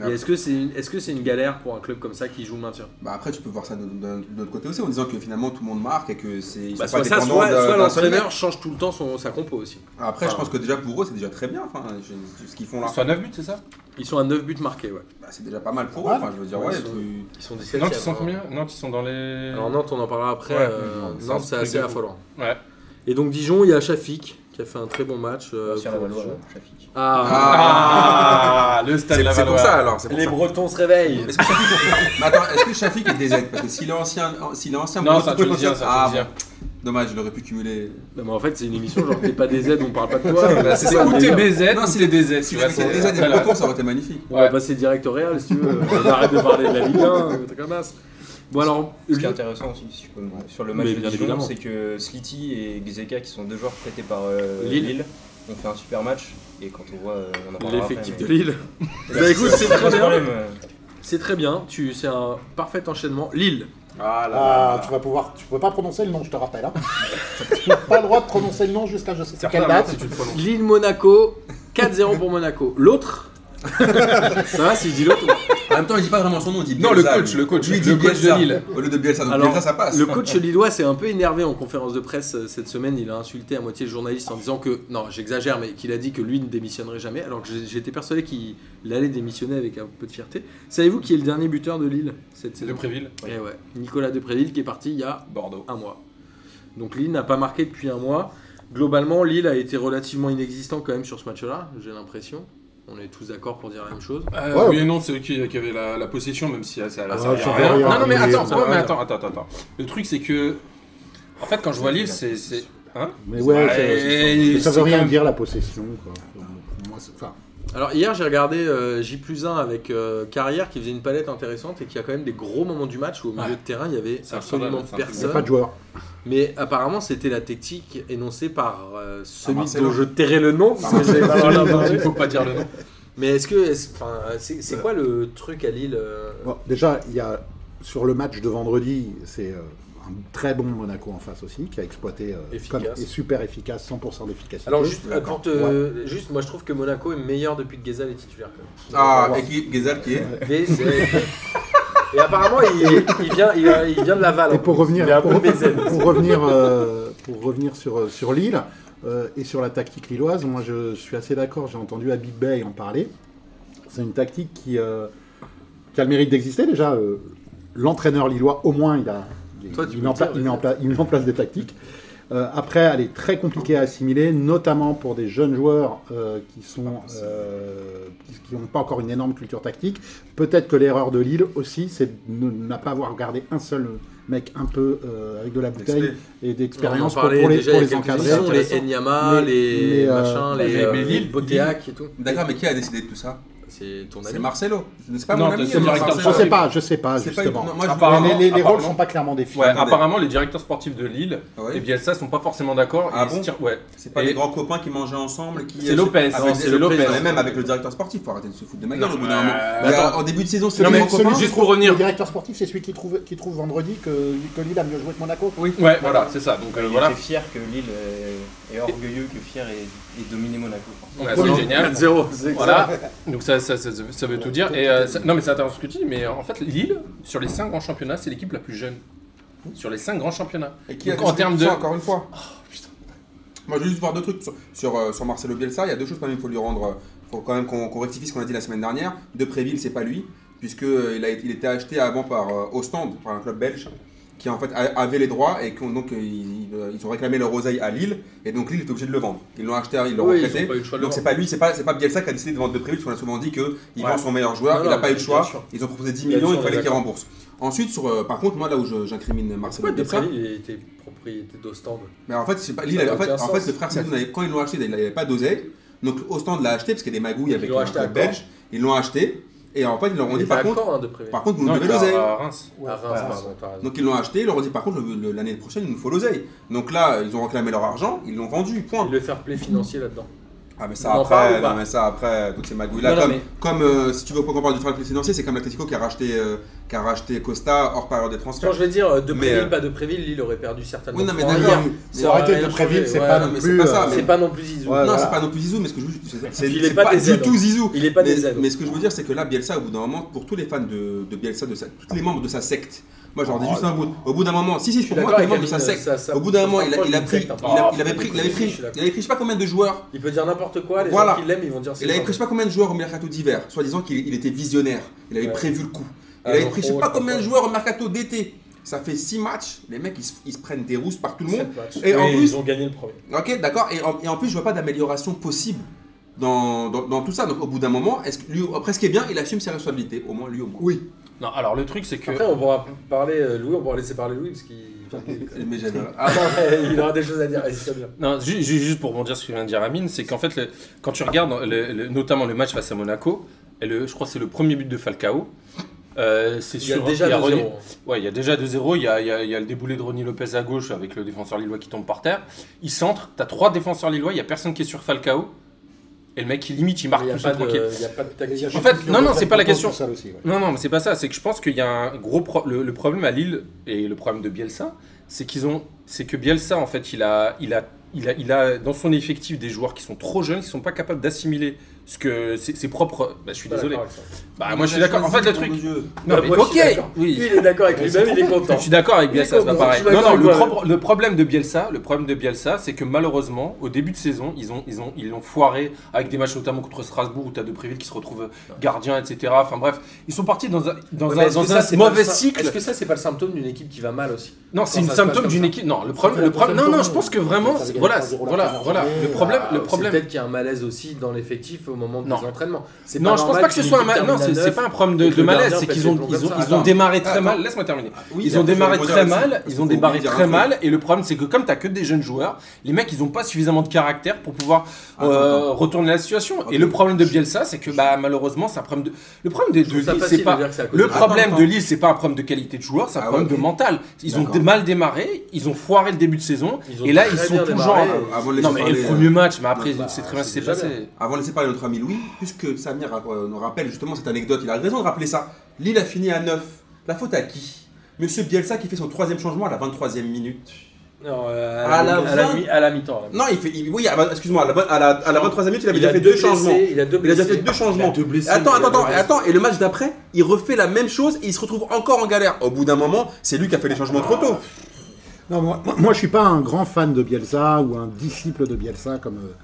Speaker 4: Ah.
Speaker 1: Et Est-ce que c'est une, est-ce que c'est une galère pour un club comme ça qui joue le maintien
Speaker 3: Bah après, tu peux voir ça de, de- de l'autre côté aussi en disant que finalement tout le monde marque et que c'est. ils
Speaker 1: Bah,
Speaker 3: sont pas
Speaker 1: soit ça,
Speaker 3: dépendants
Speaker 1: soit,
Speaker 3: d'un-
Speaker 1: soit
Speaker 3: d'un seul
Speaker 1: l'entraîneur change tout le temps son, sa compo aussi.
Speaker 3: mec. Après, je pense que déjà pour eux, c'est déjà très bien. Enfin, je- ce qu'ils font là,
Speaker 4: Soit 9 buts, c'est ça
Speaker 1: Ils sont à 9 buts marqués, ouais.
Speaker 3: bah, c'est déjà pas mal pour eux.
Speaker 2: Ouais.
Speaker 3: Enfin, je veux dire,
Speaker 1: Ouais,
Speaker 3: ouais,
Speaker 1: ils sont-
Speaker 3: tu-
Speaker 1: Ils sont
Speaker 4: Non, ils sont combien Non, ils sont dans les.
Speaker 1: euh, Alors Nantes, on en parlera après.
Speaker 4: Ouais,
Speaker 1: euh,
Speaker 4: c'est un
Speaker 1: Nantes, c'est
Speaker 4: truc
Speaker 1: assez
Speaker 4: de fou.
Speaker 1: affolant.
Speaker 4: Ouais.
Speaker 1: Et donc Dijon, il y a Shafik qui a fait un très bon match. euh,
Speaker 5: Sur la
Speaker 1: pour
Speaker 5: Valois,
Speaker 1: Dijon.
Speaker 5: là, Shafik.
Speaker 1: Ah,
Speaker 4: Ah, le stade
Speaker 3: C'est
Speaker 4: la
Speaker 3: c'est pour ça alors, c'est pour
Speaker 1: Les
Speaker 3: ça.
Speaker 1: Bretons se réveillent.
Speaker 3: Est-ce que Shafik- Mais Attends, est-ce que Shafik est des aides Parce que s'il est ancien. S'il est ancien
Speaker 4: Non,
Speaker 3: pour-
Speaker 4: c'est un Tunisien, c'est un
Speaker 3: Ah,
Speaker 4: Tunisien.
Speaker 3: bon. Dommage, il aurait pu cumuler.
Speaker 1: Non, mais en fait, c'est une émission genre t'es pas des Z, on parle pas de (laughs) toi.
Speaker 3: Bah, c'est ça,
Speaker 1: on
Speaker 3: ou
Speaker 1: est-
Speaker 4: T'es BZ,
Speaker 3: Non,
Speaker 4: non,
Speaker 3: si
Speaker 4: c'est des BZ, tu
Speaker 3: S'il
Speaker 4: vois.
Speaker 3: avait été des aides et
Speaker 4: voilà.
Speaker 3: breton, ça aurait été magnifique.
Speaker 1: On va passer bah, direct au Real si tu veux. On arrête de parler de la Ligue (laughs) 1, des trucs comme ça. Bon alors,
Speaker 5: Ce qui est
Speaker 1: Lyon-
Speaker 5: intéressant aussi, si je peux me- sur le match
Speaker 1: Mais
Speaker 5: de
Speaker 1: bien
Speaker 5: Dijon,
Speaker 1: évidemment.
Speaker 5: c'est que Slity et Gzeka, qui sont deux joueurs prêtés par euh,
Speaker 1: Lille.
Speaker 5: Lille. ont fait un super match. Et quand on voit, euh, on en parlera
Speaker 1: l'effectif de
Speaker 5: après,
Speaker 1: Lille.
Speaker 5: mais-
Speaker 1: Bah, écoute, c'est (laughs)
Speaker 5: pas
Speaker 1: très
Speaker 5: ce
Speaker 1: bien.
Speaker 5: problème, euh,
Speaker 1: C'est très bien. Tu, c'est un parfait enchaînement. Lille.
Speaker 3: Ah
Speaker 2: Ah, tu vas pouvoir, tu peux pas prononcer le nom, je te rappelle. hein. (laughs) tu n'as pas le droit de prononcer le nom jusqu'à je sais pas quelle date.
Speaker 1: Lille Monaco. 4-0 pour Monaco. L'autre. (laughs) ça va si je dis l'autre
Speaker 3: En même temps, il dit pas vraiment son nom, il dit
Speaker 4: Non, le
Speaker 3: Bielsa,
Speaker 4: coach,
Speaker 3: lui.
Speaker 4: le coach,
Speaker 3: Lui, il
Speaker 4: le
Speaker 3: dit
Speaker 4: coach de
Speaker 3: Bielsa.
Speaker 4: Lille.
Speaker 3: Au lieu de Bielsa, donc
Speaker 1: Alors,
Speaker 3: Bielsa, ça passe.
Speaker 1: Le coach lillois s'est un peu énervé en conférence de presse euh, cette semaine. Il a insulté à moitié le journaliste en disant que, non, j'exagère, mais qu'il a dit que lui ne démissionnerait jamais, alors que j'ai- j'étais persuadé qu'il allait démissionner avec un peu de fierté. Savez-vous qui est le dernier buteur de Lille cette
Speaker 4: C'est de
Speaker 1: saison
Speaker 4: Préville.
Speaker 1: Eh ouais, Nicolas Depréville qui est parti il y a
Speaker 4: Bordeaux.
Speaker 1: un mois. Donc Lille n'a pas marqué depuis un mois. Globalement, Lille a été relativement inexistant quand même sur ce match-là, j'ai l'impression. On est tous d'accord pour dire la même chose.
Speaker 4: Euh,
Speaker 2: Ouais.
Speaker 4: Oui et non, c'est eux qui, qui avaient la, la possession, même si euh, ça, ça
Speaker 2: Ah,
Speaker 4: servait
Speaker 2: ça
Speaker 4: à
Speaker 2: veut
Speaker 4: rien.
Speaker 2: rien
Speaker 4: Non, non, mais
Speaker 2: dire,
Speaker 4: attends,
Speaker 1: ça
Speaker 4: ouais,
Speaker 1: veut
Speaker 4: mais
Speaker 1: rien
Speaker 4: attends, attends, attends. Le truc, c'est que. En fait, quand je vois Lille, c'est. c'est- Hein
Speaker 2: Mais ouais,
Speaker 4: Bah,
Speaker 2: ça-
Speaker 4: et-
Speaker 2: ça,
Speaker 4: c'est
Speaker 2: veut rien
Speaker 4: quand même-
Speaker 2: dire la possession. Quoi. Enfin, pour moi, c'est- enfin,
Speaker 1: Alors hier j'ai regardé euh, J plus 1 avec euh, Carrière qui faisait une palette intéressante et qui a quand même des gros moments du match où au milieu
Speaker 4: Ouais.
Speaker 1: de terrain il y avait
Speaker 4: C'est
Speaker 1: absolument
Speaker 4: incroyable,
Speaker 2: il
Speaker 4: c'est
Speaker 2: n'y a
Speaker 1: personne.
Speaker 2: pas de joueur.
Speaker 1: Mais apparemment c'était la tactique énoncée par euh,
Speaker 4: Ah,
Speaker 1: celui
Speaker 3: Marcelo.
Speaker 1: dont je tairai le nom. parce que j'ai pas
Speaker 4: Celui
Speaker 1: parlé.
Speaker 4: dont il faut pas dire le nom.
Speaker 1: Mais est-ce que est-ce- enfin, c'est c'est quoi le truc à Lille euh,
Speaker 2: Bon, déjà, il y a sur le match de vendredi, c'est euh, un très bon Monaco en face aussi, qui a exploité euh,
Speaker 1: Efficace.
Speaker 2: est super efficace, 100% d'efficacité.
Speaker 1: Alors juste euh,
Speaker 3: d'accord.
Speaker 1: quand, euh, juste moi je trouve que Monaco est meilleur depuis que Gazal est titulaire. quand même.
Speaker 3: Ah, équipe Gezal qui est.
Speaker 1: (laughs) Guézel. Et apparemment il, il vient il, il vient de Laval.
Speaker 2: Et pour revenir,
Speaker 1: Mais un
Speaker 2: pour,
Speaker 1: peu Guézel.
Speaker 2: pour revenir, euh, pour revenir sur, sur Lille euh, et sur la tactique lilloise, moi je, je suis assez d'accord, j'ai entendu Habib Bey en parler. C'est une tactique qui, euh, qui a le mérite d'exister déjà. euh, L'entraîneur lillois, au moins, il, a, il,
Speaker 1: Toi, tu
Speaker 2: il
Speaker 1: peux
Speaker 2: en,
Speaker 1: le dire,
Speaker 2: pla- il met en pla- il met en place des tactiques. Euh, après, elle est très compliquée à assimiler, notamment pour des jeunes joueurs euh, qui sont euh, qui- qui n'ont pas encore une énorme culture tactique. Peut-être que l'erreur de Lille aussi, c'est de ne ne pas avoir regardé un seul mec un peu euh, avec de la bouteille
Speaker 3: Expert.
Speaker 2: et
Speaker 1: On en
Speaker 2: d'expérience pour,
Speaker 1: parlait
Speaker 2: pour les,
Speaker 1: déjà
Speaker 2: pour
Speaker 1: il y a
Speaker 2: les
Speaker 1: quelques
Speaker 2: encadrer.
Speaker 1: émissions, les
Speaker 2: Intéressant.
Speaker 1: Enyama,
Speaker 2: Mais-
Speaker 1: les
Speaker 2: mais, euh,
Speaker 1: machins, les
Speaker 4: mais-
Speaker 1: euh,
Speaker 4: mais Lille-
Speaker 1: Botéac et tout.
Speaker 3: D'accord, mais qui a décidé de tout ça
Speaker 1: C'est ton
Speaker 3: C'est
Speaker 1: ami.
Speaker 3: Marcelo. C'est pas
Speaker 4: Non,
Speaker 3: mon ami. euh,
Speaker 4: c'est le
Speaker 3: Marcelo.
Speaker 4: directeur
Speaker 2: Je sais pas, je sais pas
Speaker 3: C'est pas
Speaker 2: justement.
Speaker 3: une- Moi, je-
Speaker 4: Apparemment.
Speaker 2: Mais les, les rôles
Speaker 4: apparemment.
Speaker 2: sont Ah, pas clairement définis.
Speaker 4: Ouais,
Speaker 3: attendez.
Speaker 4: apparemment, les directeurs sportifs de Lille
Speaker 3: Ah Ouais.
Speaker 4: et Bielsa sont pas forcément d'accord.
Speaker 3: Ah
Speaker 4: et ils se
Speaker 3: bon
Speaker 4: tirent- Ouais.
Speaker 3: C'est pas
Speaker 4: Et-
Speaker 3: les grands copains qui mangeaient ensemble qui. euh,
Speaker 4: C'est Lopez,
Speaker 3: Avec-
Speaker 4: non, c'est Lopez.
Speaker 3: Et même avec le directeur sportif, faut arrêter de se foutre de ma gueule
Speaker 4: Non,
Speaker 3: au bout
Speaker 4: euh,
Speaker 3: d'un moment.
Speaker 4: mais
Speaker 3: Mais en début de saison, c'est
Speaker 4: Non,
Speaker 3: les
Speaker 4: mais
Speaker 3: grands
Speaker 4: celui-
Speaker 3: copains.
Speaker 4: juste pour revenir.
Speaker 2: Le directeur sportif, c'est celui qui trouve, qui trouve vendredi que, que Lille a mieux joué que Monaco.
Speaker 4: Ouais, voilà, c'est ça. Donc euh,
Speaker 5: Il
Speaker 4: voilà.
Speaker 5: était fier que Lille euh, est orgueilleux que fier et, et dominé Monaco. je pense.
Speaker 4: Ouais, c'est génial.
Speaker 1: 4-0, (laughs) c'est
Speaker 4: Voilà, donc ça, ça, ça- ça veut tout dire. Et, euh, ça- non, mais c'est intéressant ce que tu dis, mais euh, en fait, Lille, sur les 5 grands championnats, c'est l'équipe la plus jeune. Sur les 5 grands championnats.
Speaker 3: Et qui a
Speaker 4: Donc, en
Speaker 3: touché
Speaker 4: termes de. Oh,
Speaker 3: ça, encore une fois. Moi, je veux juste voir deux trucs sur, sur, euh, sur Marcelo Bielsa. Il y a deux choses quand même, il faut lui rendre. euh, faut quand même qu'on qu'on rectifie ce qu'on a dit la semaine dernière. De Préville, c'est pas lui, puisque euh, il a été- il était acheté avant par euh, Ostende, par un club belge, qui en fait a- avait les droits et qu'on- donc euh, ils, ils, euh, ils ont réclamé leur oseille à Lille, et donc Lille est obligé de le vendre. Ils l'ont acheté, à- ils l'ont
Speaker 1: Oui, ils
Speaker 3: recruté.
Speaker 1: ont pas eu le choix de le
Speaker 3: Donc c'est pas lui, c'est pas c'est pas Bielsa qui a décidé de vendre De Préville, parce qu'on a souvent dit que il
Speaker 1: Ouais.
Speaker 3: vend son meilleur joueur,
Speaker 1: Non,
Speaker 3: il
Speaker 1: non,
Speaker 3: a pas eu le
Speaker 1: bien
Speaker 3: choix.
Speaker 1: sûr.
Speaker 3: Ils ont proposé 10
Speaker 1: Bien
Speaker 3: millions,
Speaker 1: sûr,
Speaker 3: il
Speaker 1: on
Speaker 3: fallait
Speaker 1: est
Speaker 3: qu'il
Speaker 1: d'accord.
Speaker 3: rembourse. Ensuite, sur, euh, par contre, moi là où je- j'incrimine Marcelo
Speaker 1: Pourquoi
Speaker 3: Bielsa,
Speaker 1: Depré, il était propriété d'Ostende
Speaker 3: mais en fait, c'est pas, Lille,
Speaker 1: Ça
Speaker 3: en fait,
Speaker 1: n'a aucun
Speaker 3: en fait,
Speaker 1: sens.
Speaker 3: le frère Sadoun, avait- quand ils l'ont acheté, il n'avait pas d'oseille. Donc, Ostende l'a acheté parce qu'il y a des magouilles
Speaker 1: Ils
Speaker 3: avec
Speaker 1: l'ont
Speaker 3: un
Speaker 1: acheté à
Speaker 3: club
Speaker 1: Caen.
Speaker 3: belge. Ils l'ont acheté. Et en fait, ils leur ont
Speaker 1: On
Speaker 3: dit,
Speaker 1: est
Speaker 3: par contre,
Speaker 1: d'accord, hein, Depré.
Speaker 3: par contre, vous nous
Speaker 4: Non,
Speaker 3: devez
Speaker 4: il est à-
Speaker 3: l'oseille.
Speaker 4: à Reims.
Speaker 1: à Ah, Reims, pardon, t'as raison.
Speaker 3: Donc, ils l'ont acheté. Ils leur ont dit, par contre, le- le- l'année prochaine, il nous faut l'oseille. Donc là, ils ont réclamé leur argent. Ils l'ont vendu.
Speaker 1: Et
Speaker 3: Point.
Speaker 1: le fair play financier là-dedans.
Speaker 3: Ah, mais ça
Speaker 1: On en parle
Speaker 3: après,
Speaker 1: ou pas
Speaker 3: non, mais ça après, toutes ces magouilles-là.
Speaker 1: Non, non,
Speaker 3: Comme,
Speaker 1: mais-
Speaker 3: comme, euh, si tu veux qu'on parle du fair play financier, c'est comme l'Atletico qui a racheté, euh, qui a racheté Costa hors période des
Speaker 1: Quand
Speaker 3: transferts.
Speaker 1: je vais dire de
Speaker 3: Mais,
Speaker 1: Préville,
Speaker 3: euh,
Speaker 1: pas de Préville, Lille aurait perdu certainement.
Speaker 3: Oui, non, mais
Speaker 1: Enfin,
Speaker 3: d'accord.
Speaker 1: hier,
Speaker 3: mais-
Speaker 1: ça aurait
Speaker 2: Arrêtez
Speaker 1: rien
Speaker 2: de Préville,
Speaker 1: changé,
Speaker 2: c'est
Speaker 1: ouais,
Speaker 2: pas
Speaker 1: non,
Speaker 2: non
Speaker 3: mais
Speaker 2: plus.
Speaker 3: c'est pas ça,
Speaker 2: euh,
Speaker 3: mais-
Speaker 1: C'est pas non plus Zizou.
Speaker 2: Ouais,
Speaker 3: non,
Speaker 2: voilà.
Speaker 3: c'est pas non plus Zizou, mais ce que je veux c'est- c'est
Speaker 1: Il est
Speaker 3: c'est
Speaker 1: pas
Speaker 3: pas,
Speaker 1: des
Speaker 3: du
Speaker 1: ailes,
Speaker 3: tout
Speaker 1: hein.
Speaker 3: Zizou.
Speaker 1: Il est pas
Speaker 3: mais,
Speaker 1: des ailes.
Speaker 3: mais ce que je veux dire, c'est que là, Bielsa, au bout d'un moment, pour tous les fans de, de Bielsa, de sa- tous les membres de sa secte, moi, je leur dis juste un bout. Au bout d'un moment, si, si,
Speaker 1: suis
Speaker 3: pour moi,
Speaker 1: Ah, d'accord avec
Speaker 3: tous les membres de sa
Speaker 1: Amine,
Speaker 3: secte,
Speaker 1: ça- ça-
Speaker 3: au bout d'un
Speaker 1: ça
Speaker 3: moment, il a, il a
Speaker 1: s'approche
Speaker 3: pris,
Speaker 1: d'une secte,
Speaker 3: il, a,
Speaker 1: hein.
Speaker 3: il avait pris, il avait
Speaker 1: Je
Speaker 3: pris,
Speaker 1: suis d'accord.
Speaker 3: il avait pris, je sais pas combien de joueurs.
Speaker 1: Il peut dire n'importe quoi, les
Speaker 3: Voilà.
Speaker 1: gens qui l'aiment, ils vont dire c'est
Speaker 3: Il avait
Speaker 1: gentil.
Speaker 3: pris, je sais pas combien de joueurs au mercato d'hiver, soi-disant qu'il il était visionnaire. Il avait
Speaker 1: Ouais.
Speaker 3: prévu le coup. Il
Speaker 1: Ah
Speaker 3: avait
Speaker 1: non,
Speaker 3: pris, je
Speaker 1: trop,
Speaker 3: sais pas
Speaker 1: trop,
Speaker 3: combien de
Speaker 1: trop.
Speaker 3: joueurs au mercato d'été. Ça fait 6 matchs, les mecs, ils se- ils se prennent des rousses par tout le monde.
Speaker 1: Sept matchs.
Speaker 3: Et en
Speaker 1: Oui,
Speaker 3: plus-
Speaker 1: ils ont gagné le premier.
Speaker 3: Ok, d'accord. Et, en- et en plus, je vois pas d'amélioration possible dans, dans, dans tout ça. Donc, au bout d'un moment, est-ce que lui, après, ce qui est bien, il assume ses responsabilités. Au moins, lui, au moins.
Speaker 2: Oui,
Speaker 4: Non, alors le truc, c'est que.
Speaker 1: Après, on pourra parler euh, Louis, on pourra laisser parler Louis parce qu'il vient de-
Speaker 3: Mais j'aime.
Speaker 1: Ah, non, il aura des choses à dire. Allez, c'est bien.
Speaker 4: Non, ju- ju- juste pour rebondir sur ce que vient de dire Amine, c'est qu'en fait, le- quand tu regardes le- le- notamment le match face à Monaco, et le, je crois que c'est le premier but de Falcao, euh, c'est
Speaker 1: Il y a
Speaker 4: sûr.
Speaker 1: déjà
Speaker 4: il y a Ronnie-
Speaker 1: 2-0.
Speaker 4: Ouais, il y a déjà 2-0, il y a, il y a- il y a le déboulé de Ronnie Lopez à gauche avec le défenseur lillois qui tombe par terre. Il centre, t'as trois défenseurs lillois, il y a personne qui est sur Falcao. Et le mec, il limite, il marque
Speaker 1: Il n'y a
Speaker 4: tout
Speaker 1: pas
Speaker 4: seul tranquille.
Speaker 1: de- il y a pas de tactique.
Speaker 4: En fait, non, non, c'est pas la question.
Speaker 2: Tout seul aussi, ouais.
Speaker 4: Non, non, mais c'est pas ça. C'est que je pense qu'il y a un gros pro- le, le problème à Lille et le problème de Bielsa, c'est qu'ils ont, c'est que Bielsa en fait, il a, il a, il a, il a dans son effectif des joueurs qui sont trop jeunes, qui sont pas capables d'assimiler ce que ses, ses propres. Bah, je suis désolé. Bah, moi, je suis d'accord. En fait, le truc. Non, mais ok.
Speaker 1: Lui,
Speaker 4: Oui.
Speaker 1: il est d'accord avec lui-même, il est content.
Speaker 4: Je suis d'accord avec
Speaker 1: Il est
Speaker 4: Bielsa, c'est pas
Speaker 1: content,
Speaker 4: pareil.
Speaker 1: je suis
Speaker 4: Non,
Speaker 1: d'accord
Speaker 4: non, le,
Speaker 1: avec toi,
Speaker 4: pro- le problème de Bielsa, le problème de Bielsa, c'est que malheureusement, au début de saison, ils ont, ils ont, ils l'ont foiré avec des matchs notamment contre Strasbourg où t'as de Préville qui se retrouve euh, gardien, etc. Enfin bref, ils sont partis dans un, dans
Speaker 1: Ouais,
Speaker 4: un,
Speaker 1: mais est-ce
Speaker 4: dans
Speaker 1: que
Speaker 4: un
Speaker 1: ça, c'est pas
Speaker 4: mauvais
Speaker 1: le sy-
Speaker 4: cycle.
Speaker 1: Est-ce que ça, c'est pas le symptôme d'une équipe qui va mal aussi
Speaker 4: Non,
Speaker 1: Quand
Speaker 4: c'est une
Speaker 1: ça se passe
Speaker 4: symptôme
Speaker 1: comme
Speaker 4: d'une
Speaker 1: ça.
Speaker 4: équipe. Non, le problème,
Speaker 2: la
Speaker 4: le
Speaker 2: troisième
Speaker 4: problème. Non, non,
Speaker 2: journée,
Speaker 4: je pense que
Speaker 2: ça
Speaker 4: vraiment,
Speaker 2: faisait gagner
Speaker 4: voilà,
Speaker 2: 3-0 la
Speaker 4: voilà,
Speaker 2: première
Speaker 4: voilà.
Speaker 2: journée,
Speaker 4: Le problème,
Speaker 1: Ah,
Speaker 4: le
Speaker 1: c'est
Speaker 4: problème.
Speaker 1: Peut-être qu'il y a un malaise aussi dans l'effectif au moment
Speaker 4: Non.
Speaker 1: des entraînements. C'est
Speaker 4: Non, je pense
Speaker 1: normal
Speaker 4: pas que ce soit un
Speaker 1: l'équipe
Speaker 4: ma- non,
Speaker 1: termine à
Speaker 4: c'est c'est
Speaker 1: neuf.
Speaker 4: pas un problème de,
Speaker 1: et
Speaker 4: de
Speaker 1: que le
Speaker 4: malaise,
Speaker 1: gardien
Speaker 4: c'est
Speaker 1: pète
Speaker 4: qu'ils
Speaker 1: les
Speaker 4: ont,
Speaker 1: plombs
Speaker 4: ils
Speaker 1: comme
Speaker 4: ont,
Speaker 1: ça.
Speaker 4: ils ont
Speaker 3: Attends.
Speaker 4: démarré très
Speaker 3: Attends.
Speaker 4: mal. Laisse-moi terminer.
Speaker 3: Ah Oui,
Speaker 4: Ils ont
Speaker 3: après,
Speaker 4: démarré
Speaker 3: faut
Speaker 4: très
Speaker 3: dire aussi,
Speaker 4: mal,
Speaker 3: parce
Speaker 4: ils
Speaker 3: qu'il
Speaker 4: ont
Speaker 3: faut
Speaker 4: démarré
Speaker 3: dire un
Speaker 4: très
Speaker 3: truc.
Speaker 4: mal, et le problème c'est que comme t'as que des jeunes joueurs, les mecs ils ont pas suffisamment de caractère pour pouvoir
Speaker 3: Attends,
Speaker 4: euh,
Speaker 3: attends.
Speaker 4: retourner la situation. Et le problème de Bielsa c'est que bah malheureusement c'est un problème de le problème des
Speaker 1: Je
Speaker 4: de
Speaker 1: trouve ça
Speaker 4: Lille,
Speaker 1: facile
Speaker 4: c'est
Speaker 1: de
Speaker 4: pas
Speaker 1: dire que c'est à cause
Speaker 4: le
Speaker 1: de-
Speaker 4: problème
Speaker 3: Attends,
Speaker 4: de
Speaker 3: attends.
Speaker 4: Lille c'est pas un problème de qualité de joueur, c'est un
Speaker 3: Ah ouais,
Speaker 4: problème de
Speaker 3: ok.
Speaker 4: mental. Ils ont
Speaker 3: D'accord.
Speaker 4: dé- mal démarré, ils ont foiré le début de saison,
Speaker 1: Ils ont
Speaker 4: et là
Speaker 1: très
Speaker 4: ils sont
Speaker 1: bien
Speaker 4: toujours
Speaker 1: démarré.
Speaker 4: en-
Speaker 3: Avant de laisser
Speaker 4: non mais et
Speaker 3: parler,
Speaker 4: le
Speaker 3: euh,
Speaker 4: premier match, mais après
Speaker 1: bah,
Speaker 4: c'est très bien ce qui
Speaker 1: c'est
Speaker 4: s'est
Speaker 1: déjà
Speaker 4: passé.
Speaker 3: Avant de laisser parler notre ami Louis, puisque Samir euh, nous rappelle justement cette anecdote, il a raison de rappeler ça. Lille a fini à 9. La faute à qui Monsieur Bielsa qui fait son troisième changement à la 23e minute.
Speaker 1: Non, euh,
Speaker 3: À la
Speaker 1: à la
Speaker 3: vingt-
Speaker 1: mi- à la mi-temps. à la mi-temps.
Speaker 3: Non, il fait. il- oui, à la- excuse-moi, à la, à la, à la 23e minute, il avait
Speaker 1: Il
Speaker 3: déjà
Speaker 1: a
Speaker 3: fait
Speaker 1: deux
Speaker 3: deux changements.
Speaker 1: blessés, il a deux
Speaker 3: Il a déjà
Speaker 1: blessés.
Speaker 3: fait deux changements.
Speaker 1: deux blessés,
Speaker 3: attends,
Speaker 1: mais il a
Speaker 3: attends, attends,
Speaker 1: deux
Speaker 3: et attends, et le match d'après, il refait la même chose et il se retrouve encore en galère. Au bout d'un moment, c'est lui qui a fait les changements trop tôt.
Speaker 2: Non, moi, moi, moi, je suis pas un grand fan de Bielsa ou un disciple de Bielsa comme, euh,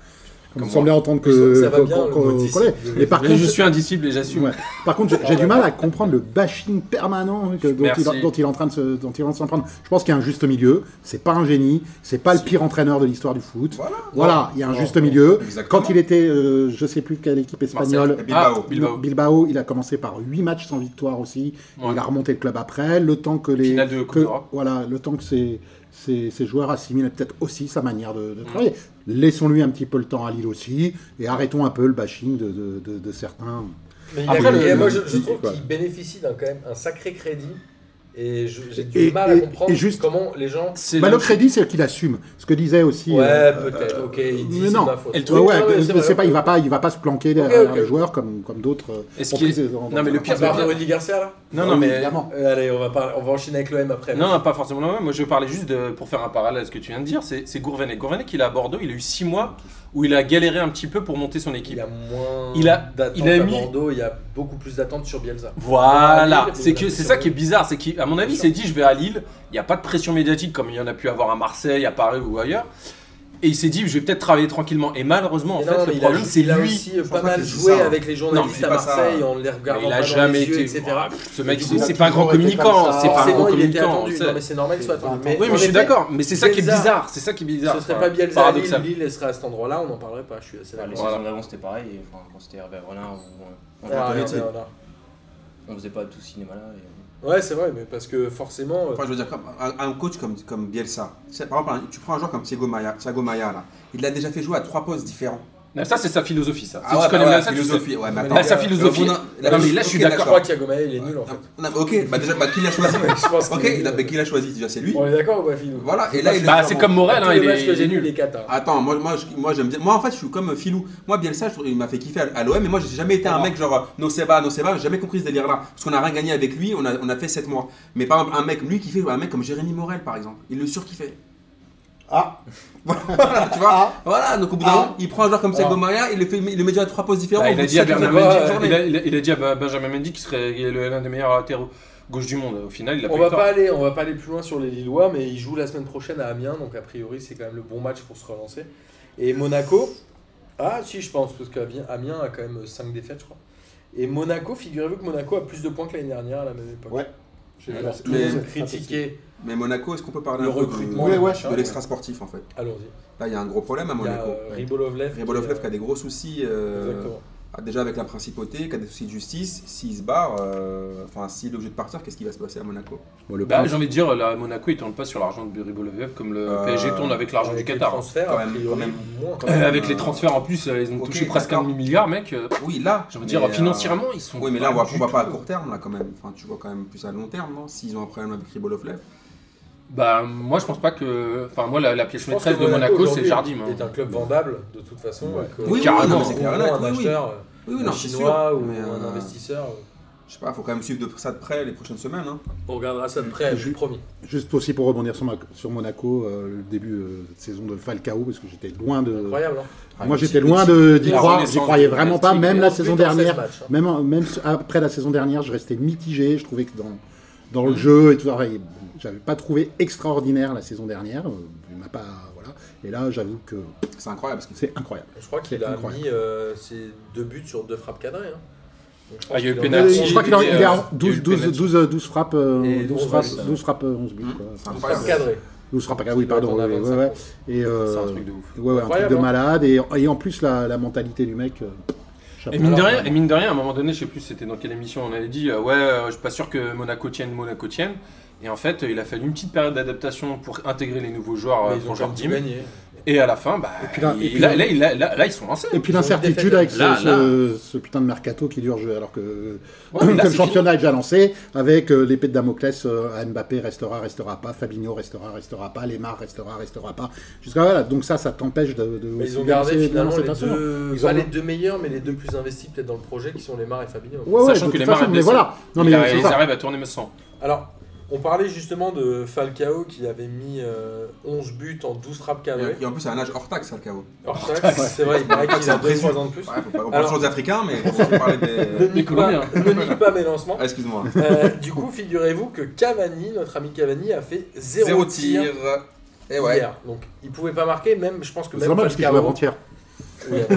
Speaker 2: comme, il semblait entendre que
Speaker 1: Ça va bien,
Speaker 2: qu'on-
Speaker 1: le
Speaker 2: qu'on-
Speaker 1: mot
Speaker 2: qu'on
Speaker 1: disciple.
Speaker 2: l'est. Mais par
Speaker 4: Mais
Speaker 2: contre,
Speaker 4: je suis indicible et j'assume.
Speaker 2: ouais. Par contre, j'ai- j'ai du mal à comprendre le bashing permanent que- dont,
Speaker 4: Merci.
Speaker 2: il, dont il est en train de se- dont il est en train de s'en prendre. Je pense qu'il y a un juste milieu. C'est pas un génie. C'est pas le pire entraîneur de l'histoire du foot.
Speaker 3: Voilà.
Speaker 2: Voilà, il y a un juste milieu.
Speaker 3: Exactement.
Speaker 2: Quand il était, euh, je sais plus quelle équipe espagnole,
Speaker 3: Marseille. Bilbao.
Speaker 4: Ah, Bilbao.
Speaker 2: Bilbao, il a commencé par 8 matchs sans victoire aussi.
Speaker 4: Ouais.
Speaker 2: Il a remonté le club après. Le temps que les.
Speaker 4: Finale de Coupe
Speaker 2: que-
Speaker 4: d'Europe.
Speaker 2: Voilà, le temps que ces, ces, ces joueurs assimilent peut-être aussi sa manière de,
Speaker 4: Mmh.
Speaker 2: de travailler. Laissons-lui un petit peu le temps à Lille aussi et arrêtons un peu le bashing de, de- de- de certains.
Speaker 1: Mais il
Speaker 4: Après,
Speaker 1: a-
Speaker 4: le-
Speaker 1: et moi, je, je
Speaker 2: le-
Speaker 1: trouve
Speaker 2: quoi.
Speaker 1: qu'il bénéficie d'un quand même un sacré crédit. Et je- j'ai du
Speaker 2: Et-
Speaker 1: mal à
Speaker 2: et-
Speaker 1: comprendre
Speaker 2: et juste-
Speaker 1: comment les gens.
Speaker 4: C'est
Speaker 2: Bah,
Speaker 4: la-
Speaker 2: le crédit, c'est qu'il assume. Ce que disait aussi.
Speaker 1: Ouais,
Speaker 2: euh,
Speaker 1: peut-être. ok, il dit
Speaker 2: mais
Speaker 1: c'est
Speaker 2: non.
Speaker 1: ma faute.
Speaker 4: Et
Speaker 2: Ouais,
Speaker 4: le truc,
Speaker 2: ouais,
Speaker 1: ouais, c'est
Speaker 2: mais c'est
Speaker 1: vrai.
Speaker 2: pas, il va pas, il va pas se planquer derrière
Speaker 1: ok.
Speaker 2: les joueurs comme, comme d'autres. euh,
Speaker 4: Est-ce
Speaker 2: ont
Speaker 4: qu'il-
Speaker 2: pris des-
Speaker 4: Non, mais le
Speaker 1: On
Speaker 4: pire,
Speaker 1: parle de Rudy Garcia là
Speaker 4: Non, non, mais
Speaker 2: Évidemment.
Speaker 1: Euh, Allez, on va, parler- on va enchaîner avec l'OM après.
Speaker 4: Non, non, pas forcément la même. Moi, je parlais juste de, pour faire un parallèle à ce que tu viens de dire. C'est c'est Gourvenet. Gourvenet, il est à Bordeaux. Il a eu six mois où il a galéré un petit peu pour monter son
Speaker 1: Il
Speaker 4: équipe.
Speaker 1: a moins
Speaker 4: Il a-
Speaker 1: d'attentes
Speaker 4: il a
Speaker 1: à
Speaker 4: mis-
Speaker 1: Bordeaux, il y a beaucoup plus d'attentes sur Bielsa.
Speaker 4: Voilà,
Speaker 1: Ah,
Speaker 4: c'est
Speaker 1: il
Speaker 4: que
Speaker 1: a
Speaker 4: c'est
Speaker 1: mis
Speaker 4: ça
Speaker 1: sur-
Speaker 4: qui est bizarre, c'est qu'à mon avis, il
Speaker 1: sûr.
Speaker 4: s'est dit je vais à Lille, il n'y a pas de pression médiatique comme il y en a pu avoir à Marseille, à Paris ou ailleurs. Et il s'est dit je vais peut-être travailler tranquillement. Et malheureusement, en
Speaker 1: Mais
Speaker 4: fait,
Speaker 1: non, mais
Speaker 4: le
Speaker 1: il a-
Speaker 4: problème c'est
Speaker 1: Il a
Speaker 4: lui.
Speaker 1: aussi euh, pas
Speaker 3: pas
Speaker 1: mal
Speaker 3: que c'est
Speaker 1: joué
Speaker 3: ça.
Speaker 1: avec les journalistes
Speaker 3: Non,
Speaker 1: à
Speaker 3: mais c'est pas
Speaker 1: Marseille
Speaker 3: ça.
Speaker 1: en les
Speaker 4: Mais
Speaker 1: regardant
Speaker 4: Il
Speaker 1: pas
Speaker 4: a
Speaker 1: dans
Speaker 4: jamais
Speaker 1: les yeux,
Speaker 4: été. Ah,
Speaker 1: etc.
Speaker 4: Ouah, Ce mec,
Speaker 2: du
Speaker 4: c'est
Speaker 2: coup,
Speaker 4: c'est
Speaker 2: il a
Speaker 4: pas un
Speaker 2: toujours
Speaker 4: grand
Speaker 2: été comme
Speaker 4: communicant.
Speaker 2: ça.
Speaker 4: C'est pas un
Speaker 1: Forcément,
Speaker 4: grand
Speaker 1: il était
Speaker 4: communicant.
Speaker 1: attendu.
Speaker 4: c'est-
Speaker 1: Non, mais c'est normal qu'il soit attendu.
Speaker 2: Oui,
Speaker 4: Oui,
Speaker 1: en
Speaker 4: mais je suis
Speaker 1: effet,
Speaker 4: d'accord. Mais c'est ça qui est
Speaker 1: Bielsa,
Speaker 4: bizarre. C'est ça qui est bizarre.
Speaker 1: Ce serait
Speaker 4: Enfin,
Speaker 1: pas Bielsa à Lille,
Speaker 4: paradoxal.
Speaker 1: Lille, elle serait à cet endroit-là, on n'en parlerait pas, je suis assez
Speaker 5: les
Speaker 1: d'accord.
Speaker 4: Voilà.
Speaker 5: saisons d'avant, c'était pareil. et, enfin, quand c'était Hervé Renard, on, on-
Speaker 1: Ah,
Speaker 3: Antonetti.
Speaker 1: ouais, ouais, ouais.
Speaker 5: on faisait pas tout cinéma là. et-
Speaker 1: Ouais, c'est vrai, mais parce que forcément, euh,
Speaker 3: Enfin, je veux dire, comme un, un coach comme, comme Bielsa, tu sais, par exemple, un- tu prends un joueur comme Thiago Maia, Thiago Maia là, il l'a déjà fait jouer à trois postes différts.
Speaker 4: Mais Ça, c'est sa philosophie, ça. Si
Speaker 3: ouais,
Speaker 4: tu connais
Speaker 3: bah
Speaker 4: bien
Speaker 3: ouais,
Speaker 4: ça, tu sais.
Speaker 3: philosophie. Ouais, mais
Speaker 1: Mais
Speaker 3: attends.
Speaker 4: Bah, sa philosophie.
Speaker 3: Mais au bout d'un-
Speaker 4: Non, mais là, je suis
Speaker 3: ok,
Speaker 1: je
Speaker 4: d'accord.
Speaker 1: crois que Thiago Maé, il est nul en fait. (laughs)
Speaker 3: Non, mais ok, bah déjà, bah, qui l'a choisi
Speaker 1: Je pense qu'il est
Speaker 3: Ok,
Speaker 1: nul.
Speaker 3: bah, mais qui l'a choisi déjà C'est lui.
Speaker 1: On est d'accord ou pas, Philou
Speaker 3: Voilà, et là, il
Speaker 4: Bah,
Speaker 3: a
Speaker 4: c'est
Speaker 3: clairement-
Speaker 4: comme Morel,
Speaker 1: Tous
Speaker 4: hein,
Speaker 1: les
Speaker 4: il
Speaker 1: matchs
Speaker 4: est
Speaker 1: que
Speaker 4: il
Speaker 1: j'ai
Speaker 4: est
Speaker 1: vus,
Speaker 4: nul.
Speaker 1: les Qatar.
Speaker 3: Attends, moi, moi, je- moi j'aime bien. Moi en fait, je suis comme Filou. Moi, Bielsa, je trouve- il m'a fait kiffer à à l'OM, mais moi, j'ai jamais été un mec genre Noceba, Noceba, j'ai jamais compris ce délire-là. Parce qu'on a rien gagné avec lui, on a, on a fait 7 mois. Mais par exemple, un mec, lui, qui fait un mec comme Jérémy Morel, par exemple, il le surkiffait.
Speaker 2: Ah,
Speaker 3: (laughs) voilà, tu vois Voilà, donc au bout d'un
Speaker 2: Ah.
Speaker 3: moment, il prend un joueur comme Thiago
Speaker 2: Ah.
Speaker 3: Maia, il le, fait, il le met déjà à 3 postes différents.
Speaker 4: Bah,
Speaker 3: au
Speaker 4: il,
Speaker 3: bout
Speaker 4: a
Speaker 3: de
Speaker 4: dit à
Speaker 3: sept
Speaker 4: Benjamin
Speaker 3: journées.
Speaker 1: Bernard-
Speaker 4: Mendy, il, a, il a- il a dit à Benjamin Mendy qu'il serait le- l'un des meilleurs latéraux gauche du monde. Au final, il a
Speaker 1: On
Speaker 4: pas eu
Speaker 1: va
Speaker 4: tort.
Speaker 1: pas aller, on va pas aller plus loin sur les Lillois, mais ils jouent la semaine prochaine à Amiens, donc a priori c'est quand même le bon match pour se relancer. Et Monaco, ah si je pense, parce qu'Amiens a quand même 5 défaites, je crois. Et Monaco, figurez-vous que Monaco a plus de points que l'année dernière à la même époque.
Speaker 2: Ouais.
Speaker 1: J'ai
Speaker 2: Ouais,
Speaker 1: alors
Speaker 2: c'est-
Speaker 1: tout
Speaker 3: mais-
Speaker 1: le monde critiquer.
Speaker 3: Mais Monaco, est-ce qu'on peut parler
Speaker 1: Le
Speaker 3: un peu de-
Speaker 1: recrutement,
Speaker 2: Ouais,
Speaker 3: de,
Speaker 2: ouais.
Speaker 1: machin.
Speaker 3: l'extra sportif en fait
Speaker 1: Allons-y.
Speaker 3: Là, il y a un gros problème à
Speaker 1: Il y a
Speaker 3: Monaco.
Speaker 1: euh, Ribolovlev. qui
Speaker 3: Ribolovlev
Speaker 1: est,
Speaker 3: qui a des gros soucis. euh,
Speaker 1: Exactement.
Speaker 3: Ah, Déjà avec la principauté, qui a des soucis de justice, s'il se barre, euh, enfin s'il est obligé de partir, qu'est-ce qui va se passer à Monaco
Speaker 2: bon, le
Speaker 4: Bah,
Speaker 2: prince-
Speaker 4: J'ai envie de dire, là, Monaco, il tourne pas sur l'argent de Riboloviev comme le
Speaker 3: Euh,
Speaker 4: PSG tourne avec l'argent du
Speaker 1: Avec les
Speaker 4: Qatar. hein.
Speaker 1: transferts,
Speaker 3: Quand
Speaker 1: a
Speaker 3: même,
Speaker 1: priori,
Speaker 3: quand même.
Speaker 4: (laughs)
Speaker 1: moins, quand
Speaker 4: Euh,
Speaker 1: même.
Speaker 4: avec
Speaker 3: Euh,
Speaker 4: les transferts en plus, euh, ils ont
Speaker 3: ok,
Speaker 4: touché presque un
Speaker 3: d'accord.
Speaker 4: demi-milliard, mec. euh,
Speaker 3: Oui, là.
Speaker 4: J'ai envie de dire,
Speaker 3: mais, euh,
Speaker 4: financièrement, ils sont.
Speaker 3: Oui, mais là, on va,
Speaker 4: pas
Speaker 3: on
Speaker 4: du
Speaker 3: va pas à
Speaker 4: tout.
Speaker 3: court terme, là, quand même. Enfin, tu vois quand même plus à long terme, non S'ils ont un problème avec Ribolovlev.
Speaker 4: Bah, moi, je pense pas que. Enfin, moi, la, la pièce
Speaker 1: Je pense que
Speaker 4: maîtresse de Monaco, c'est
Speaker 1: aujourd'hui,
Speaker 4: Jardim. hein.
Speaker 1: est un club vendable de toute façon.
Speaker 2: Ouais.
Speaker 1: que-
Speaker 3: Oui, oui,
Speaker 4: Carrément.
Speaker 3: non, mais c'est clair et net,
Speaker 1: Un
Speaker 3: oui, oui.
Speaker 1: acheteur, euh,
Speaker 3: Oui, oui,
Speaker 1: un
Speaker 3: non, je suis sûr.
Speaker 1: chinois ou
Speaker 3: mais,
Speaker 1: un
Speaker 3: euh,
Speaker 1: investisseur.
Speaker 3: Je sais pas, faut quand même suivre de ça de près les prochaines semaines. Hein.
Speaker 1: On regardera ça de près, je
Speaker 2: je-
Speaker 1: suis promis.
Speaker 2: Juste aussi pour rebondir sur, Ma- sur Monaco, euh, le début euh, de saison de Falcao, parce que j'étais loin de.
Speaker 1: Incroyable. Hein.
Speaker 2: Moi
Speaker 3: Petit-
Speaker 2: j'étais
Speaker 3: petit-
Speaker 2: loin de- d'y
Speaker 4: la
Speaker 2: croire, j'y
Speaker 4: renaissance
Speaker 2: croyais
Speaker 4: du
Speaker 2: Euh, vraiment pas,
Speaker 4: plastique.
Speaker 2: même la
Speaker 1: Onze
Speaker 2: saison
Speaker 1: buts en seize
Speaker 2: dernière.
Speaker 1: matchs, hein.
Speaker 2: Même, même après la saison dernière, je restais mitigé. Je trouvais que dans, dans le jeu et tout, pareil, j'avais pas trouvé extraordinaire la saison dernière. euh, Il m'a pas, voilà. Et là, j'avoue que
Speaker 3: C'est incroyable parce que
Speaker 2: c'est incroyable.
Speaker 1: Je crois qu'il
Speaker 2: C'est
Speaker 1: a
Speaker 2: incroyable.
Speaker 1: mis euh, ses deux buts sur deux frappes cadrées. hein. Donc, je pense
Speaker 4: Ah, il y a eu
Speaker 1: qu'il en
Speaker 4: pénalty.
Speaker 1: onze
Speaker 2: je crois qu'il a,
Speaker 4: il y a
Speaker 2: il a
Speaker 4: eu
Speaker 2: 12, 12,
Speaker 4: penalty.
Speaker 2: 12, euh, 12 frappes, euh,
Speaker 1: Et
Speaker 2: 12
Speaker 1: onze
Speaker 2: frappes,
Speaker 1: buts, ça.
Speaker 2: 12 frappes, euh, 11 buts.
Speaker 3: Mmh.
Speaker 2: quoi.
Speaker 3: C'est
Speaker 2: Enfin,
Speaker 1: frappes
Speaker 3: incroyable.
Speaker 1: cadrées.
Speaker 2: 12 frappes, ah oui, pardon.
Speaker 1: On a
Speaker 2: ouais, ouais,
Speaker 1: 25.
Speaker 2: ouais. Et,
Speaker 4: C'est un
Speaker 2: euh,
Speaker 4: truc de ouf.
Speaker 2: ouais, ouais, un truc
Speaker 1: Incroyable,
Speaker 2: de
Speaker 1: hein.
Speaker 2: malade. Et, et en plus, la, la mentalité du mec. euh, chapeau.
Speaker 4: Et mine, de
Speaker 2: Alors,
Speaker 4: rien, et mine de rien, à un moment donné, je sais plus c'était dans quelle émission, on avait dit euh, Ouais, euh, je suis pas sûr que Monaco tienne, Monaco tienne. Et en fait, euh, il a fallu une petite période d'adaptation pour intégrer les nouveaux joueurs euh,
Speaker 1: ils ont
Speaker 4: pour
Speaker 1: quand
Speaker 4: leur
Speaker 1: même
Speaker 4: team.
Speaker 1: gagné.
Speaker 4: Et à la fin, bah,
Speaker 2: Et puis là-
Speaker 4: il-
Speaker 2: et puis
Speaker 4: là,
Speaker 2: là-
Speaker 4: là, il- là- là- là, ils sont lancés.
Speaker 2: Et puis
Speaker 1: Ils ont
Speaker 2: l'incertitude
Speaker 1: une
Speaker 2: avec
Speaker 4: défaite.
Speaker 2: ce,
Speaker 4: Là,
Speaker 2: ce- ce putain de mercato qui dure, je- alors que
Speaker 4: Ouais, mais
Speaker 2: comme
Speaker 4: là,
Speaker 2: le
Speaker 4: c'est
Speaker 2: championnat est déjà lancé, avec euh, l'épée de Damoclès, euh, à Mbappé restera, restera pas, Fabinho restera, restera pas, Lemar restera, restera pas. Jusqu'à voilà, donc ça, ça t'empêche de, de
Speaker 1: Mais ils
Speaker 2: aussi
Speaker 1: ont
Speaker 2: de
Speaker 1: gardé
Speaker 2: lancer- de
Speaker 1: finalement
Speaker 2: lancer
Speaker 1: les
Speaker 2: ta saison.
Speaker 1: deux,
Speaker 2: Ils
Speaker 1: pas
Speaker 2: ont-
Speaker 1: les deux meilleurs, mais les deux plus investis peut-être dans le projet, qui sont Lemar et Fabinho.
Speaker 2: Ouais, ouais,
Speaker 4: Sachant
Speaker 2: de
Speaker 4: que
Speaker 2: toute
Speaker 4: Lemar
Speaker 2: façon,
Speaker 4: est
Speaker 2: mais
Speaker 4: blessé.
Speaker 2: voilà. Non
Speaker 4: Ils
Speaker 2: mais
Speaker 4: arri-
Speaker 2: c'est
Speaker 4: ils
Speaker 2: ça.
Speaker 4: arrivent à tourner me sang.
Speaker 1: Alors, on parlait justement de Falcao qui avait mis euh, 11 buts en 12 trappes cadrées.
Speaker 3: Et en plus, c'est un âge hors taxe, ça, le chaos.
Speaker 1: Hors taxe, c'est vrai, il
Speaker 4: (laughs)
Speaker 1: paraît qu'il
Speaker 3: C'est
Speaker 1: a
Speaker 3: un précieux.
Speaker 1: 2-3 ans de plus.
Speaker 3: Ouais, faut pas- on parle
Speaker 1: Alors-
Speaker 3: toujours des Africains, mais on va parler
Speaker 1: Ne (laughs)
Speaker 3: des.
Speaker 1: nique pas,
Speaker 4: Colombien.
Speaker 1: ne nique pas mes lancements.
Speaker 3: Ah, excuse-moi.
Speaker 1: Euh, du coup, figurez-vous que Cavani, notre ami Cavani, a fait 0,
Speaker 3: Zéro
Speaker 1: tir,
Speaker 3: tir. Et ouais.
Speaker 1: hier. Donc, il pouvait pas marquer, même, je pense que
Speaker 2: C'est
Speaker 1: même
Speaker 2: normal parce qu'ils jouent
Speaker 1: Falcao...
Speaker 2: avant-hier.
Speaker 1: (laughs) Oui, euh,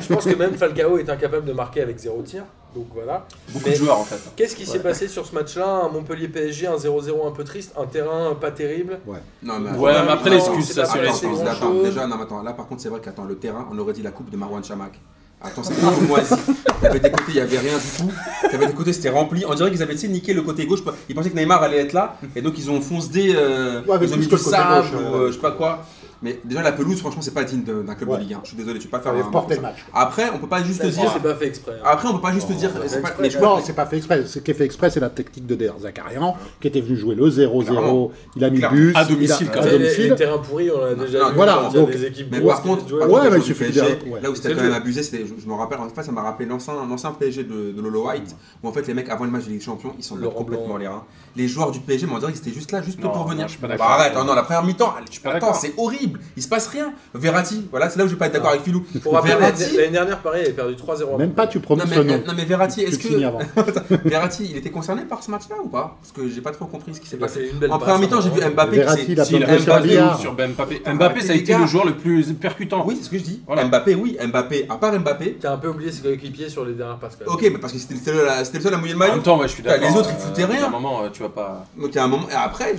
Speaker 1: je pense que même Falcao est incapable de marquer avec 0 tir. Donc voilà.
Speaker 4: Beaucoup
Speaker 1: Mais-
Speaker 4: de joueurs en fait.
Speaker 1: Qu'est-ce qui s'est passé sur ce match-là Un Montpellier-PSG, un 0-0 un peu triste, un terrain pas terrible.
Speaker 3: Non,
Speaker 4: Ouais, mais après, l'excuse,
Speaker 1: c'est
Speaker 4: ça,
Speaker 1: pas
Speaker 4: c'est
Speaker 1: mal,
Speaker 3: Attends,
Speaker 4: l'excuse.
Speaker 1: grand
Speaker 3: attends, attends,
Speaker 1: chose.
Speaker 3: déjà, non, mais attends, là par contre, c'est vrai qu'attends, le terrain, on aurait dit la coupe de Marwan Chamak. Attends, c'est tout moisi. T'avais des côtés, il n'y avait rien du tout. T'avais des côtés, c'était rempli. On dirait qu'ils avaient, tu sais, niqué le côté gauche. Ils pensaient que Neymar allait être là. Et donc, ils ont foncé. Euh,
Speaker 2: Ouais, avec
Speaker 3: ils ont
Speaker 2: plus
Speaker 3: mis du
Speaker 2: que le côté
Speaker 3: sable
Speaker 2: gauche,
Speaker 3: ou
Speaker 2: ouais.
Speaker 3: euh, je sais pas quoi. Mais déjà, la pelouse, franchement, c'est pas digne de- d'un club
Speaker 2: Ouais.
Speaker 3: de Ligue 1. Je suis désolé, tu peux pas faire
Speaker 2: Ils
Speaker 3: un-
Speaker 2: reportaient le match.
Speaker 3: Après, on peut pas juste
Speaker 1: Là,
Speaker 3: dire. Ah,
Speaker 1: C'est pas fait exprès. hein.
Speaker 3: Après, on peut pas juste
Speaker 1: Oh,
Speaker 3: dire.
Speaker 1: c'est
Speaker 3: c'est pas-
Speaker 1: exprès.
Speaker 3: mais je
Speaker 2: Non,
Speaker 3: pense-
Speaker 2: c'est pas fait exprès. Ce qui est fait exprès, c'est la technique de Der Zakarian, qui était venu jouer le 0-0.
Speaker 3: Clairement.
Speaker 2: Il a mis le
Speaker 3: Clairement.
Speaker 2: but. il
Speaker 4: À
Speaker 2: a-
Speaker 4: domicile, quand
Speaker 2: à
Speaker 1: Tu sais, les, les
Speaker 2: domicile.
Speaker 1: terrains pourris, on l'a déjà
Speaker 3: non,
Speaker 1: vu.
Speaker 2: voilà,
Speaker 1: il y a
Speaker 2: donc-
Speaker 1: des équipes
Speaker 3: Mais
Speaker 1: grosses
Speaker 3: par
Speaker 1: qui
Speaker 3: contre,
Speaker 1: jouent.
Speaker 3: par
Speaker 2: Ouais,
Speaker 3: contre,
Speaker 2: mais
Speaker 3: au
Speaker 2: il suffit
Speaker 3: PSG,
Speaker 2: de- ouais.
Speaker 3: là où c'était
Speaker 1: C'est
Speaker 3: quand
Speaker 1: le
Speaker 3: même
Speaker 1: jeu.
Speaker 3: abusé, c'était, je, je me rappelle, en fait, ça m'a rappelé l'ancien, l'ancien PSG de, de Lolo White, où en fait les mecs avant le match de Ligue des Champions, ils s'en battent
Speaker 1: Laurent
Speaker 3: complètement
Speaker 1: Blanc.
Speaker 3: les reins. Les joueurs du PSG, mais on dirait qu'ils étaient juste là, juste
Speaker 4: Non,
Speaker 3: pour venir.
Speaker 4: non, je suis pas
Speaker 3: Bah,
Speaker 4: d'accord.
Speaker 3: arrête, non, non, la première mi-temps, elle- je suis
Speaker 4: pas
Speaker 3: pas d'accord,
Speaker 4: d'accord.
Speaker 3: c'est horrible, il se passe rien. Verratti, voilà, c'est là où je vais pas être d'accord
Speaker 4: Ah.
Speaker 3: avec Philou.
Speaker 1: Pour rappeler,
Speaker 3: Verratti,
Speaker 1: l'année dernière, Paris avait perdu 3-0.
Speaker 2: Même pas, tu
Speaker 3: non
Speaker 2: prononces
Speaker 3: mais,
Speaker 2: le nom.
Speaker 3: non, mais Verratti,
Speaker 2: Tu- tu
Speaker 3: est-ce
Speaker 2: le signes
Speaker 3: que
Speaker 2: avant.
Speaker 3: (laughs) Verratti, il était concerné par ce match-là ou pas Parce que j'ai pas trop compris ce qui s'est
Speaker 1: Bah,
Speaker 3: passé.
Speaker 1: c'est une belle
Speaker 3: En première
Speaker 1: passe,
Speaker 3: mi-temps, j'ai vu
Speaker 1: hein.
Speaker 3: Mbappé
Speaker 2: Verratti,
Speaker 3: qui s'est-
Speaker 2: il a
Speaker 4: Si,
Speaker 2: planté sur un
Speaker 4: Mbappé
Speaker 2: billard.
Speaker 4: ou sur Mbappé.
Speaker 3: Ah,
Speaker 4: Mbappé, ça a
Speaker 3: les
Speaker 4: été
Speaker 3: gars.
Speaker 4: le joueur le plus percutant.
Speaker 3: Oui, c'est ce que je dis.
Speaker 4: Voilà.
Speaker 3: Mbappé, oui, Mbappé, à part Mbappé,
Speaker 1: T'as un peu oublié ses coéquipiers sur les dernières passes. quand même.
Speaker 4: Euh.
Speaker 3: ok, mais parce que c'était le seul à- c'était le seul à mouiller le
Speaker 4: En
Speaker 3: maillot.
Speaker 4: même temps, ouais, je suis
Speaker 3: Putain,
Speaker 4: d'accord.
Speaker 3: bah, les autres, ils
Speaker 4: euh,
Speaker 3: foutaient
Speaker 4: au bout d'un
Speaker 3: rien.
Speaker 4: moment, euh, tu vas pas.
Speaker 3: Donc à un moment, et après,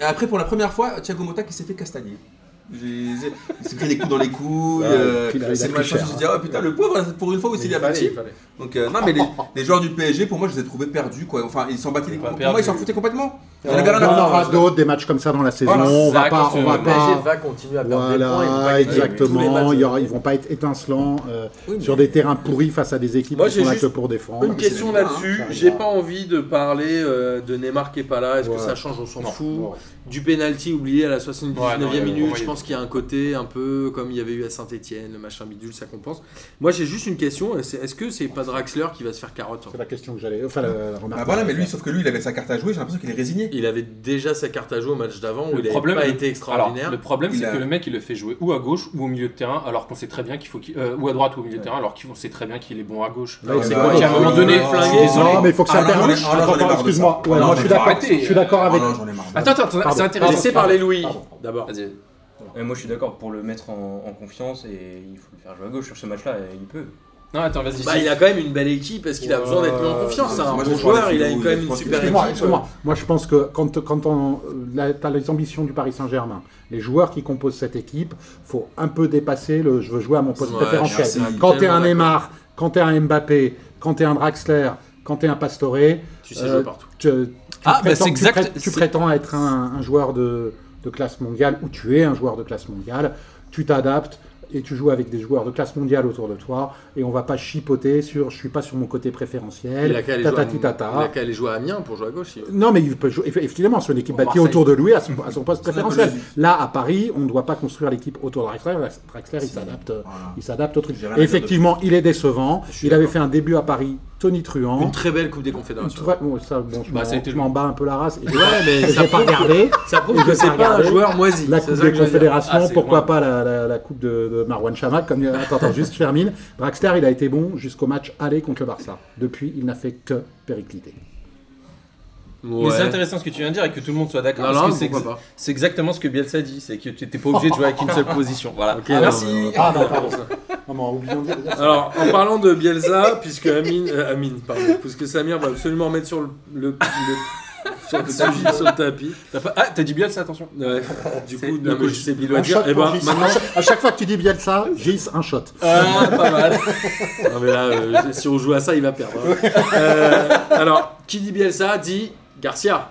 Speaker 3: et après pour la première fois, Thiago Motta qui s'est fait castagner. J'ai- Il s'est pris des coups dans les couilles.
Speaker 2: Ouais,
Speaker 3: euh,
Speaker 2: il a- il a
Speaker 3: c'est
Speaker 2: pris
Speaker 3: machin.
Speaker 2: cher, hein.
Speaker 3: J'ai dit, oh putain, le pauvre, pour une fois
Speaker 1: Mais
Speaker 3: aussi, il
Speaker 1: il
Speaker 3: a
Speaker 1: fallait,
Speaker 3: petit.
Speaker 1: il fallait.
Speaker 3: Donc euh, non, mais les, les joueurs du PSG, pour moi, je les ai trouvés perdus. Quoi. Enfin, ils s'en battaient les
Speaker 4: Pas
Speaker 3: couilles. Pour
Speaker 4: perdus.
Speaker 3: moi, ils s'en foutaient complètement. Ils
Speaker 2: On
Speaker 3: en avaient rien à
Speaker 2: en
Speaker 3: faire.
Speaker 2: aura d'autres, des matchs comme ça dans la saison.
Speaker 3: Voilà,
Speaker 2: on va
Speaker 4: ça,
Speaker 2: pas,
Speaker 4: quand,
Speaker 2: on
Speaker 4: euh,
Speaker 2: va
Speaker 1: Le
Speaker 2: pas.
Speaker 1: PSG Bah, va continuer à perdre des points. ils vont
Speaker 2: Bah, Voilà,
Speaker 1: pas gagner tous
Speaker 2: exactement.
Speaker 1: les
Speaker 2: Il y aura-
Speaker 1: matchs.
Speaker 2: ils vont pas être étincelants euh,
Speaker 3: Oui, mais-
Speaker 2: sur des terrains pourris face à des équipes
Speaker 1: Moi,
Speaker 2: qui
Speaker 1: j'ai
Speaker 2: sont là
Speaker 1: juste
Speaker 2: que pour défendre.
Speaker 1: Une
Speaker 3: mais c'est
Speaker 1: question
Speaker 3: bien, hein,
Speaker 1: là-dessus,
Speaker 2: ça
Speaker 1: j'ai
Speaker 2: arrivera.
Speaker 1: pas envie de parler euh, de Neymar qui est pas là, est-ce
Speaker 2: Ouais.
Speaker 1: que ça change, on s'en
Speaker 4: Non.
Speaker 1: fout.
Speaker 2: Ouais.
Speaker 1: Du penalty oublié à la 79e
Speaker 4: Ouais, non, il y avait-
Speaker 1: minute,
Speaker 4: ouais,
Speaker 1: je
Speaker 4: il-
Speaker 1: pense qu'il y a un côté un peu comme il y avait eu à Saint-Etienne, le machin bidule, ça compense. Moi j'ai juste une question, c'est- est-ce que c'est pas Draxler qui va se faire carotte hein
Speaker 2: C'est la question que j'allais. Enfin, la, la remarque.
Speaker 3: Bah voilà, mais lui, sauf que lui, il avait sa carte à jouer. J'ai l'impression qu'il est résigné.
Speaker 1: Il avait déjà sa carte à jouer au match d'avant où
Speaker 4: Le
Speaker 1: il n'avait
Speaker 4: problème-
Speaker 1: pas été
Speaker 4: Alors,
Speaker 1: extraordinaire.
Speaker 4: le problème,
Speaker 3: Il
Speaker 4: c'est
Speaker 3: a-
Speaker 4: que le mec, il le fait jouer ou à gauche ou au milieu de terrain, alors qu'on sait très bien qu'il faut qu'il. euh, ou à droite ou au milieu de terrain, alors qu'on sait très bien qu'il est bon à gauche.
Speaker 2: Ouais, bah
Speaker 3: c'est
Speaker 4: c'est
Speaker 3: quoi,
Speaker 4: quoi qu'à un
Speaker 3: euh,
Speaker 4: moment
Speaker 3: euh,
Speaker 4: donné,
Speaker 3: euh,
Speaker 4: flingué,
Speaker 3: euh,
Speaker 4: désolé.
Speaker 2: Non, mais il faut que
Speaker 3: Ah,
Speaker 2: ça
Speaker 3: non,
Speaker 2: permette.
Speaker 3: j'en ai- ah, non, j'en ai marre de ça.
Speaker 2: Excuse-moi. Ouais,
Speaker 3: Ah, non,
Speaker 2: moi,
Speaker 3: j'en
Speaker 2: je
Speaker 3: ai
Speaker 2: suis d'accord.
Speaker 3: marre.
Speaker 2: Je suis d'accord
Speaker 3: Ah
Speaker 2: avec.
Speaker 3: non, j'en ai marre.
Speaker 4: Attends, attends, attends,
Speaker 2: Pardon.
Speaker 4: c'est intéressant.
Speaker 1: Laissez parler Louis
Speaker 2: Pardon.
Speaker 1: d'abord.
Speaker 4: Vas-y.
Speaker 5: Et Euh, moi je suis d'accord pour le mettre en, en confiance et il faut le faire jouer à gauche sur ce match-là, et il peut.
Speaker 4: Non, attends, vas-y.
Speaker 1: Bah,
Speaker 4: si.
Speaker 1: il a quand même une belle équipe parce qu'il a besoin d'être mis en confiance. C'est un
Speaker 3: Moi, je
Speaker 1: bon
Speaker 3: crois
Speaker 1: joueur,
Speaker 3: qu'il
Speaker 1: il a
Speaker 3: faut-
Speaker 1: quand même
Speaker 3: je
Speaker 1: une
Speaker 3: pense qu'il
Speaker 1: super
Speaker 3: faut-
Speaker 1: équipe.
Speaker 2: Excuse-moi, excuse-moi. Moi, je pense que quand, quand on, as les ambitions du Paris Saint-Germain, les joueurs qui composent cette équipe, faut un peu dépasser le je veux jouer à mon poste
Speaker 1: Ouais,
Speaker 2: préférentiel.
Speaker 3: merci.
Speaker 2: Quand t'es
Speaker 1: Tellement
Speaker 2: un
Speaker 1: d'accord.
Speaker 2: Neymar, quand t'es un Mbappé, quand t'es un Draxler, quand t'es un Pastore,
Speaker 1: Tu sais
Speaker 2: Euh,
Speaker 1: jouer partout.
Speaker 2: tu, tu
Speaker 4: Ah, bah,
Speaker 2: prétends,
Speaker 4: c'est
Speaker 2: tu
Speaker 4: exact-
Speaker 2: prét- tu
Speaker 4: c'est-
Speaker 2: prétends être un, un joueur de, de classe mondiale ou tu es un joueur de classe mondiale, tu t'adaptes et tu joues avec des joueurs de classe mondiale autour de toi et on va pas chipoter sur je suis pas sur mon côté préférentiel,
Speaker 1: Il a qu'à aller jouer à-
Speaker 2: tatati
Speaker 1: il a
Speaker 2: tata.
Speaker 1: qu'à aller jouer à Amiens pour jouer à gauche. il-
Speaker 2: Non, mais il peut jouer, eff- effectivement, sur une équipe bâtie
Speaker 4: Marseille.
Speaker 2: autour de lui à son, à son poste
Speaker 3: C'est un peu
Speaker 2: préférentiel.
Speaker 3: logique.
Speaker 2: Là, à Paris, on ne doit pas construire l'équipe autour de Draxler. Draxler,
Speaker 3: Si.
Speaker 2: il s'adapte. euh,
Speaker 3: Voilà.
Speaker 2: Il s'adapte au truc.
Speaker 3: J'ai rien à
Speaker 2: Et
Speaker 3: dire
Speaker 2: effectivement, il est décevant.
Speaker 1: Je suis
Speaker 2: Il avait
Speaker 1: d'accord.
Speaker 2: fait un début à Paris tonitruant.
Speaker 1: Une très belle Coupe des
Speaker 2: Une
Speaker 1: Confédérations.
Speaker 2: tra- bon, ça, bon, je
Speaker 4: Bah,
Speaker 2: m'en-
Speaker 4: ça a été
Speaker 2: je
Speaker 4: le-
Speaker 2: m'en bats un peu la race. Et j'ai
Speaker 1: Ouais,
Speaker 2: (laughs)
Speaker 1: mais ça
Speaker 2: j'ai pas
Speaker 1: prouve,
Speaker 2: regardé
Speaker 1: ça prouve
Speaker 2: Et
Speaker 1: que
Speaker 2: j'ai
Speaker 1: c'est
Speaker 2: pas
Speaker 1: pas un
Speaker 2: regardé
Speaker 1: joueur moisi.
Speaker 2: la
Speaker 1: c'est
Speaker 2: Coupe
Speaker 1: ça
Speaker 2: des
Speaker 1: que je veux dire.
Speaker 2: Confédérations,
Speaker 4: Ah, c'est
Speaker 2: pourquoi
Speaker 4: loin.
Speaker 2: pas la, la- la Coupe de, de Marwan Chamak comme... euh, Attends, attends, juste je termine. Draxler, il a été bon jusqu'au match aller contre le Barça. Depuis, il n'a fait que péricliter.
Speaker 4: Mais c'est
Speaker 1: Ouais.
Speaker 4: intéressant ce que tu viens de dire et que tout le monde soit d'accord.
Speaker 1: Non,
Speaker 4: parce
Speaker 1: non,
Speaker 4: que c'est
Speaker 1: pourquoi pas.
Speaker 4: C'est exactement ce que Bielsa dit, c'est que tu n'es pas obligé de jouer avec
Speaker 1: (laughs)
Speaker 4: une seule position. Voilà.
Speaker 1: Ok, merci.
Speaker 2: Ah non, pardon. Non, mais oublions de dire
Speaker 1: Alors, en parlant de Bielsa, puisque Amine, euh, Amine, pardon, puisque Samir va absolument mettre sur le, le- le- sur le tapis. sur le tapis.
Speaker 4: T'as pas- Ah, t'as dit Bielsa, attention.
Speaker 1: Ouais. Du
Speaker 4: C'est
Speaker 1: coup,
Speaker 4: le
Speaker 1: non, mais je
Speaker 4: coach.
Speaker 1: sais plus
Speaker 2: Un
Speaker 1: doit
Speaker 2: shot
Speaker 1: dire. Eh
Speaker 2: pour
Speaker 1: ben,
Speaker 2: Gis.
Speaker 1: maintenant,
Speaker 2: À chaque fois que tu dis Bielsa, Gis, un shot.
Speaker 4: Ah, pas mal.
Speaker 1: (laughs) Non, mais là, euh, si on joue à ça, il va perdre. hein. Euh, alors, qui dit Bielsa dit Garcia.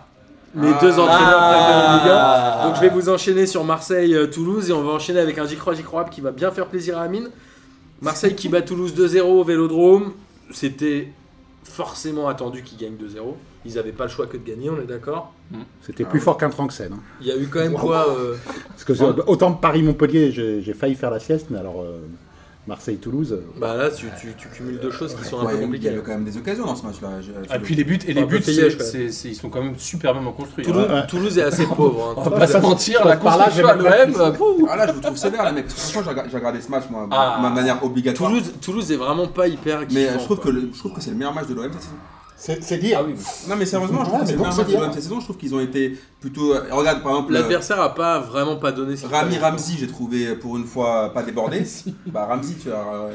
Speaker 1: Les
Speaker 3: Ah.
Speaker 1: deux entraîneurs préférés de Ligue un.
Speaker 5: Ah.
Speaker 1: Donc je vais vous enchaîner sur Marseille-Toulouse et on va enchaîner avec un j'y crois, j'y crois qui va bien faire plaisir à Amine. Marseille qui bat Toulouse 2-0 au Vélodrome. C'était forcément attendu qu'ils gagnent 2-0. Ils n'avaient pas le choix que de gagner, on est d'accord.
Speaker 2: C'était plus fort qu'un Tranxène. hein.
Speaker 1: Il y a eu quand même quoi euh,
Speaker 2: Parce que euh, autant Paris-Montpellier, j'ai j'ai failli faire la sieste, mais alors euh, Marseille-Toulouse. euh,
Speaker 1: Bah là, tu, tu- tu cumules deux choses qui sont un
Speaker 3: Ouais,
Speaker 1: peu
Speaker 3: Il y
Speaker 1: compliquées.
Speaker 3: avait quand même des occasions dans ce match-là. Je-
Speaker 4: Et Ah, puis les buts, et les
Speaker 1: Un peu
Speaker 4: buts,
Speaker 1: payé,
Speaker 4: c'est-
Speaker 1: quand même.
Speaker 4: c'est- c'est- ils sont quand même superbement construits.
Speaker 1: Toulouse,
Speaker 2: Ouais.
Speaker 1: Toulouse est assez pauvre. hein.
Speaker 4: On va pas se mentir, la
Speaker 2: Par là,
Speaker 4: construction à
Speaker 2: j'ai même
Speaker 4: l'OM, pouh.
Speaker 3: Ah là, je vous trouve sévère, les mecs. Parce que Franchement, j'ai regard- j'ai regardé ce match, moi,
Speaker 4: Ah.
Speaker 3: de manière obligatoire.
Speaker 1: Toulouse, Toulouse est vraiment pas hyper.
Speaker 3: mais
Speaker 1: kiffant,
Speaker 3: euh, je, trouve
Speaker 1: quoi.
Speaker 3: que le- je trouve que c'est le meilleur match de l'OM cette saison.
Speaker 2: C'est c'est dire.
Speaker 3: Ah Non, mais sérieusement, je trouve
Speaker 2: Ouais,
Speaker 3: que c'est
Speaker 2: mais
Speaker 3: le
Speaker 2: bon,
Speaker 3: meilleur
Speaker 2: c'est
Speaker 3: match de l'OM
Speaker 2: bien.
Speaker 3: cette saison. Je trouve qu'ils ont été plutôt. euh, Regarde, par exemple, euh,
Speaker 1: L'adversaire a pas vraiment pas donné ce qu'il
Speaker 3: Rami
Speaker 1: fallait.
Speaker 3: Ramzi, j'ai trouvé euh, pour une fois pas débordé. bah, Ramzi, tu as euh,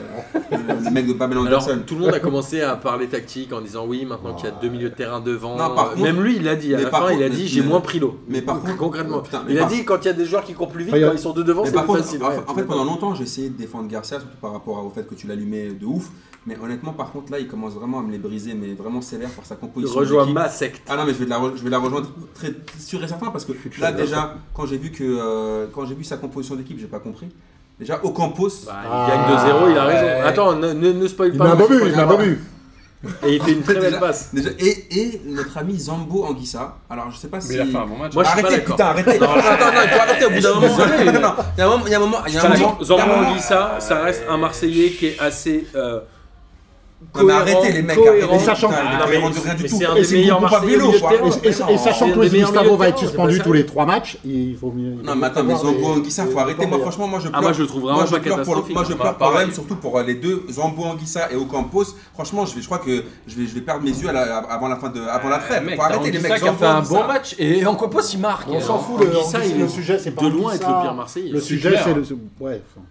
Speaker 3: le mec de Babylon
Speaker 1: Alors
Speaker 3: Johnson.
Speaker 1: tout le
Speaker 3: (laughs)
Speaker 1: monde a commencé à parler tactique en disant oui maintenant qu'il y a deux milieux de terrain devant.
Speaker 3: Non,
Speaker 1: Euh,
Speaker 3: par contre-
Speaker 1: Même lui il l'a dit. À
Speaker 3: mais
Speaker 1: la
Speaker 3: par
Speaker 1: fin il a
Speaker 3: contre-
Speaker 1: dit
Speaker 3: mais-
Speaker 1: j'ai
Speaker 3: mais-
Speaker 1: moins pris l'eau.
Speaker 3: mais par contre-
Speaker 1: (laughs)
Speaker 3: oh,
Speaker 1: concrètement,
Speaker 3: putain, mais
Speaker 1: il a
Speaker 3: par-
Speaker 1: dit quand il y a des joueurs qui courent plus vite
Speaker 2: Mais
Speaker 1: quand
Speaker 2: par
Speaker 1: ils sont deux devant
Speaker 3: Mais
Speaker 1: c'est
Speaker 3: par
Speaker 1: plus
Speaker 3: contre,
Speaker 1: facile.
Speaker 3: en,
Speaker 1: Ouais,
Speaker 3: en fait, pendant longtemps, j'ai essayé de défendre Garcia, surtout par rapport au fait que tu l'allumais de ouf. Mais honnêtement, par contre, là, il commence vraiment à me les briser, mais vraiment sévère par sa
Speaker 1: Il
Speaker 3: composition.
Speaker 1: rejoint
Speaker 3: d'équipe.
Speaker 1: ma secte.
Speaker 3: Ah non, mais je vais, de la re- je vais la rejoindre très sûr et certain parce que là, déjà, quand j'ai vu, que, euh, quand j'ai vu sa composition d'équipe, j'ai pas compris. Déjà, Ocampos.
Speaker 1: Bah,
Speaker 2: Ah.
Speaker 1: il gagne 2-0, il a raison.
Speaker 4: Ouais.
Speaker 1: Attends, ne, ne, ne spoil
Speaker 2: Il
Speaker 1: pas.
Speaker 2: m'a
Speaker 1: moi,
Speaker 2: pas
Speaker 1: je
Speaker 2: bu,
Speaker 1: crois
Speaker 2: il m'a
Speaker 1: qu'il
Speaker 2: pas bu.
Speaker 1: a- Et il fait une très belle
Speaker 3: (laughs) Déjà-
Speaker 1: passe.
Speaker 3: Déjà, et, et notre ami Zambo Anguissa. Alors, je sais pas si.
Speaker 4: Mais il a fait un bon match.
Speaker 1: Moi, je suis pas
Speaker 3: arrêtez,
Speaker 1: d'accord.
Speaker 3: putain, arrêtez. Non, attends, attends, il faut arrêter au bout (laughs) d'un moment. Non, non, il y a un moment, il y a un moment, il y a un moment. il y a un
Speaker 1: Zorro
Speaker 3: moment-
Speaker 1: Anguissa, ça reste un Marseillais qui est assez. euh,
Speaker 3: Non, mais
Speaker 1: cohérent,
Speaker 3: arrêtez les mecs,
Speaker 1: cohérent.
Speaker 3: arrêtez,
Speaker 2: Et sachant-
Speaker 3: putain, les
Speaker 1: Ah,
Speaker 3: mecs,
Speaker 1: mais
Speaker 3: ils rendent rien du
Speaker 1: mais
Speaker 3: tout.
Speaker 1: c'est un
Speaker 3: Et
Speaker 1: des
Speaker 3: c'est
Speaker 1: meilleurs
Speaker 3: Gougou
Speaker 1: Marseillais au
Speaker 3: Pavelo,
Speaker 1: milieu de
Speaker 3: quoi.
Speaker 1: terrain.
Speaker 2: Et, et- et
Speaker 1: c'est un des
Speaker 3: Non,
Speaker 2: sachant que Luis
Speaker 1: meilleurs
Speaker 2: Gustavo
Speaker 1: milieux
Speaker 2: va
Speaker 1: de
Speaker 2: être
Speaker 1: terrain,
Speaker 2: suspendu
Speaker 1: c'est pas
Speaker 2: tous
Speaker 1: ça.
Speaker 2: les trois matchs, il faut mieux. il
Speaker 3: Non,
Speaker 2: faut
Speaker 3: mais attends, mais
Speaker 2: voir les-
Speaker 3: Zambo Anguissa, faut arrêter. Moi,
Speaker 2: les-
Speaker 3: franchement, moi, je
Speaker 1: Ah,
Speaker 3: pleure.
Speaker 1: moi je le trouve vraiment
Speaker 3: Moi je,
Speaker 1: pas
Speaker 3: pleure pour,
Speaker 1: catastrophique.
Speaker 3: moi, je
Speaker 1: hein.
Speaker 3: pleure
Speaker 4: Bah,
Speaker 3: quand
Speaker 4: pareil.
Speaker 3: même, surtout pour euh, les deux, Zambo Anguissa et Ocampos. Franchement, je, vais, je crois que je vais, je vais perdre mes yeux à la- avant la fin de, avant la trêve.
Speaker 4: Mec,
Speaker 3: Faut
Speaker 4: t'as
Speaker 3: arrêter les
Speaker 4: Anguissa
Speaker 3: mecs.
Speaker 4: qui a
Speaker 3: Zambo
Speaker 4: fait un
Speaker 3: Anguissa.
Speaker 4: bon match et en quoi il marque. hein.
Speaker 2: On s'en fout, le,
Speaker 1: Anguissa, il
Speaker 2: le
Speaker 1: est
Speaker 2: sujet, c'est pas
Speaker 1: De loin être
Speaker 2: Anguissa.
Speaker 1: le pire Marseillais.
Speaker 2: Le
Speaker 4: C'est
Speaker 2: sujet,
Speaker 4: clair.
Speaker 2: c'est le. Ouais. enfin,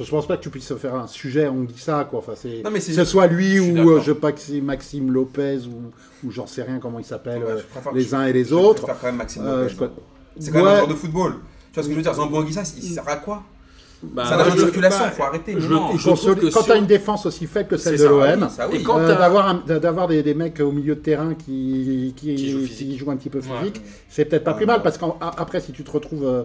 Speaker 2: Je pense pas que tu puisses faire un sujet à Anguissa, quoi. Enfin, c'est.
Speaker 3: Non, mais
Speaker 2: que
Speaker 3: c'est-
Speaker 2: ce soit lui
Speaker 4: Je suis
Speaker 2: ou
Speaker 4: d'accord.
Speaker 2: euh, je sais pas que c'est Maxime Lopez ou, ou j'en sais rien comment il s'appelle,
Speaker 3: Ouais,
Speaker 2: euh,
Speaker 3: je préfère-
Speaker 2: les uns et les
Speaker 3: je
Speaker 2: autres.
Speaker 3: préfère quand même Maxime
Speaker 2: Euh,
Speaker 3: Lopez,
Speaker 2: je crois-
Speaker 3: hein. C'est quand même
Speaker 2: Ouais.
Speaker 3: un joueur de football. Tu vois ce que je veux dire Zambo Anguissa, il sert à quoi
Speaker 1: Bah,
Speaker 3: C'est un
Speaker 1: moi,
Speaker 3: agent de
Speaker 1: je-
Speaker 3: circulation, faut arrêter.
Speaker 1: je
Speaker 3: non.
Speaker 1: le-
Speaker 2: Quand,
Speaker 1: trouve que
Speaker 2: quand
Speaker 1: sur-
Speaker 2: t'as une défense aussi faible que
Speaker 3: C'est
Speaker 2: celle de
Speaker 3: ça,
Speaker 2: l'OM,
Speaker 3: oui, ça, oui.
Speaker 1: Et quand
Speaker 2: euh,
Speaker 1: t'as-
Speaker 2: d'avoir un- d'avoir des, des mecs au milieu de terrain qui, qui,
Speaker 1: Qui jouent
Speaker 2: qui
Speaker 1: physique.
Speaker 2: jouent un petit peu
Speaker 4: Ouais.
Speaker 2: physique, c'est peut-être pas
Speaker 3: Ouais,
Speaker 2: plus mal
Speaker 3: ouais.
Speaker 2: parce qu'après, si tu te retrouves. euh,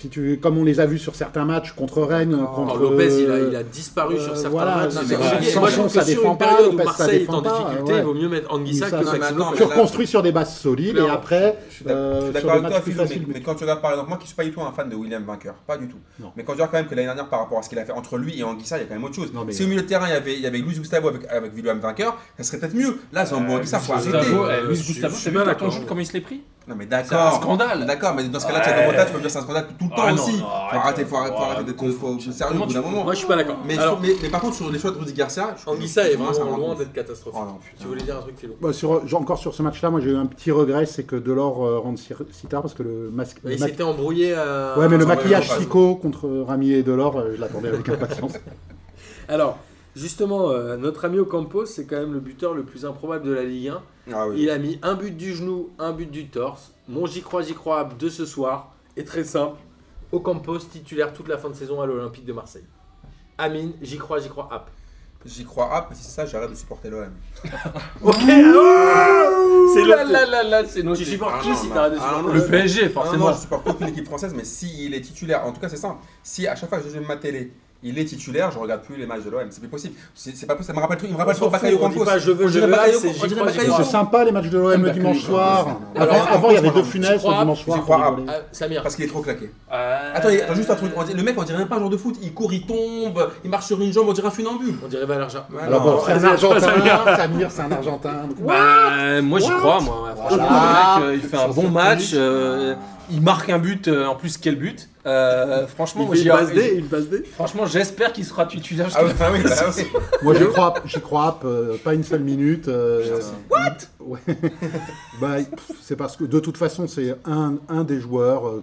Speaker 2: si tu, comme on les a vus sur certains matchs contre Rennes,
Speaker 3: Ah.
Speaker 2: contre
Speaker 1: Encore Lopez, il a,
Speaker 2: euh,
Speaker 1: il a disparu
Speaker 2: euh,
Speaker 1: sur certains
Speaker 2: voilà,
Speaker 1: matchs.
Speaker 2: non,
Speaker 3: mais
Speaker 1: C'est
Speaker 3: voilà,
Speaker 1: compliqué.
Speaker 3: sans
Speaker 1: Moi, je
Speaker 2: chance,
Speaker 1: trouve
Speaker 2: ça
Speaker 1: que sur
Speaker 2: défend
Speaker 1: une
Speaker 2: pas,
Speaker 1: période où
Speaker 2: Lopez, ça
Speaker 1: Marseille est en
Speaker 2: défend pas,
Speaker 1: difficulté,
Speaker 2: ouais.
Speaker 1: il vaut mieux mettre Anguissa
Speaker 2: Oui,
Speaker 1: que
Speaker 2: ça,
Speaker 1: Maxime
Speaker 3: c'est-
Speaker 1: Lopez.
Speaker 3: Non, mais
Speaker 2: Tu
Speaker 3: là-
Speaker 2: reconstruis euh, sur des bases solides
Speaker 3: Clairement.
Speaker 2: et après
Speaker 3: Je suis d'ac- je
Speaker 2: euh,
Speaker 3: suis d'accord
Speaker 2: sur des
Speaker 3: avec toi,
Speaker 2: matchs plus
Speaker 3: Philo, mais,
Speaker 2: faciles.
Speaker 3: mais quand tu regardes par exemple, moi qui suis pas du tout un fan de William Vainqueur, pas du tout.
Speaker 2: Non.
Speaker 3: Mais quand tu regardes quand même que l'année dernière par rapport à ce qu'il a fait entre lui et Anguissa, il y a quand même autre chose.
Speaker 2: Non, mais- euh,
Speaker 3: Si au milieu de terrain il y avait, il y avait Luis Gustavo avec, avec William Vainqueur, ça serait peut-être mieux. Là, Zambo Anguissa, faut arrêter.
Speaker 4: Gustavo,
Speaker 1: arrêter.
Speaker 4: eh, Luis
Speaker 1: Je suis-
Speaker 4: Gustavo,
Speaker 1: je suis
Speaker 4: t'as vu
Speaker 1: pas
Speaker 4: quand
Speaker 1: d'accord.
Speaker 4: on joue, comment il se l'est pris
Speaker 3: Non, mais
Speaker 4: C'est un
Speaker 3: d'accord.
Speaker 4: scandale.
Speaker 3: D'accord, mais dans ce cas-là, tu as
Speaker 4: Ouais.
Speaker 3: un scandale, tu peux dire c'est un scandale tout le temps
Speaker 4: Ah, non,
Speaker 3: aussi.
Speaker 4: non,
Speaker 3: faut
Speaker 4: arrête.
Speaker 3: arrêter, faut arrêter, faut
Speaker 4: Ouais,
Speaker 3: arrêter d'être faut- faut sérieux au
Speaker 4: Comment
Speaker 3: bout d'un moment.
Speaker 1: Moi, je suis pas d'accord.
Speaker 3: Mais, je
Speaker 1: Alors,
Speaker 3: trouve- mais- mais par contre, sur les choix de Rudy Garcia, je trouve-
Speaker 1: Anguissa est
Speaker 3: je trouve ça
Speaker 1: vraiment loin
Speaker 3: ouf.
Speaker 1: d'être catastrophique.
Speaker 3: Oh non, putain.
Speaker 1: Tu voulais dire un truc, Philo
Speaker 2: Bah, sur, j'ai- encore sur ce match-là, moi j'ai eu un petit regret, c'est que Delors euh, rentre si, si tard parce que le masque.
Speaker 1: Bah,
Speaker 2: le
Speaker 1: Il
Speaker 2: ma-
Speaker 1: s'était embrouillé euh, à.
Speaker 2: Ouais, mais le
Speaker 3: Ah, ouais,
Speaker 2: maquillage
Speaker 3: ouais, ouais.
Speaker 2: psycho contre Rami et Delors, euh, je l'attendais avec impatience.
Speaker 1: Alors, justement, euh, notre ami Ocampos, c'est quand même le buteur le plus improbable de la Ligue 1.
Speaker 3: Ah oui.
Speaker 1: Il a mis un but du genou, un but du torse. Mon j'y crois, j'y crois de ce soir est très simple. Ocampos titulaire toute la fin de saison à l'Olympique de Marseille. Amine, j'y crois, j'y crois, app.
Speaker 3: J'y crois, ah, si c'est ça, j'arrête de supporter l'OM.
Speaker 1: Ok, ah, c'est
Speaker 4: Là là là là, c'est
Speaker 1: Tu
Speaker 4: noté.
Speaker 1: supportes
Speaker 3: Ah
Speaker 1: qui
Speaker 3: non,
Speaker 1: si
Speaker 3: non.
Speaker 1: t'arrêtes de
Speaker 3: Ah
Speaker 1: supporter
Speaker 3: non,
Speaker 1: le
Speaker 4: Le PSG,
Speaker 3: Ah Non, non,
Speaker 4: forcément.
Speaker 3: je supporte aucune équipe française, mais s'il est titulaire, en tout cas c'est simple, si à chaque fois que je vais ma télé, il est titulaire, je regarde plus les matchs de l'OM, c'est plus possible. C'est c'est pas possible, ça me rappelle, tout- il me
Speaker 1: On
Speaker 3: rappelle
Speaker 1: s'en
Speaker 3: trop
Speaker 1: fout,
Speaker 3: Bakayo
Speaker 1: on dit
Speaker 3: Campos.
Speaker 1: pas je veux,
Speaker 3: On
Speaker 1: je
Speaker 3: dirait
Speaker 1: veux,
Speaker 3: Bakayo-
Speaker 1: c'est
Speaker 3: on
Speaker 1: j'y
Speaker 3: dirait
Speaker 1: crois, j'y
Speaker 3: Bakayo.
Speaker 1: crois.
Speaker 2: C'est sympa les matchs de l'OM le
Speaker 4: Mbappé,
Speaker 2: dimanche
Speaker 4: je-
Speaker 2: soir.
Speaker 3: je-
Speaker 2: Avant,
Speaker 1: Alors,
Speaker 2: avant, il y avait
Speaker 3: franchement,
Speaker 2: deux
Speaker 3: je
Speaker 2: funestes le
Speaker 1: crois-
Speaker 2: dimanche soir.
Speaker 3: je crois
Speaker 2: pour rigoler.
Speaker 1: Ah, Samir,
Speaker 3: Parce qu'il est trop claqué.
Speaker 4: Euh,
Speaker 3: Attends, il- attends, juste un truc, on dirait- le mec on dirait même pas un joueur de foot, il court, il tombe, il marche sur une jambe, on dirait un funambule.
Speaker 1: on dirait Valère Jar-
Speaker 3: Ouais,
Speaker 2: Alors
Speaker 3: non,
Speaker 2: bon, c'est un
Speaker 1: Samir,
Speaker 2: Argentin,
Speaker 1: Samir.
Speaker 2: Samir, c'est un Argentin. donc-
Speaker 4: Bah, moi j'y
Speaker 2: What
Speaker 4: crois, moi. ouais, Franchement,
Speaker 2: Voilà.
Speaker 4: le mec, euh, il fait un
Speaker 2: Sur
Speaker 4: bon
Speaker 2: cette
Speaker 4: match.
Speaker 2: minute.
Speaker 4: euh, il marque un but. euh, en plus, quel but Euh, Franchement,
Speaker 1: Il
Speaker 4: moi,
Speaker 1: fait
Speaker 4: j'y-
Speaker 1: une passe D, une passe D.
Speaker 4: franchement, j'espère qu'il sera titulaire.
Speaker 3: Ah
Speaker 4: jusqu'à
Speaker 3: oui, bah oui, bah
Speaker 1: (laughs)
Speaker 3: oui.
Speaker 2: Moi j'y crois, j'y crois euh, pas une seule minute. euh, Ouais. (laughs) bah, pff, c'est parce que de toute façon c'est un, un des joueurs. euh,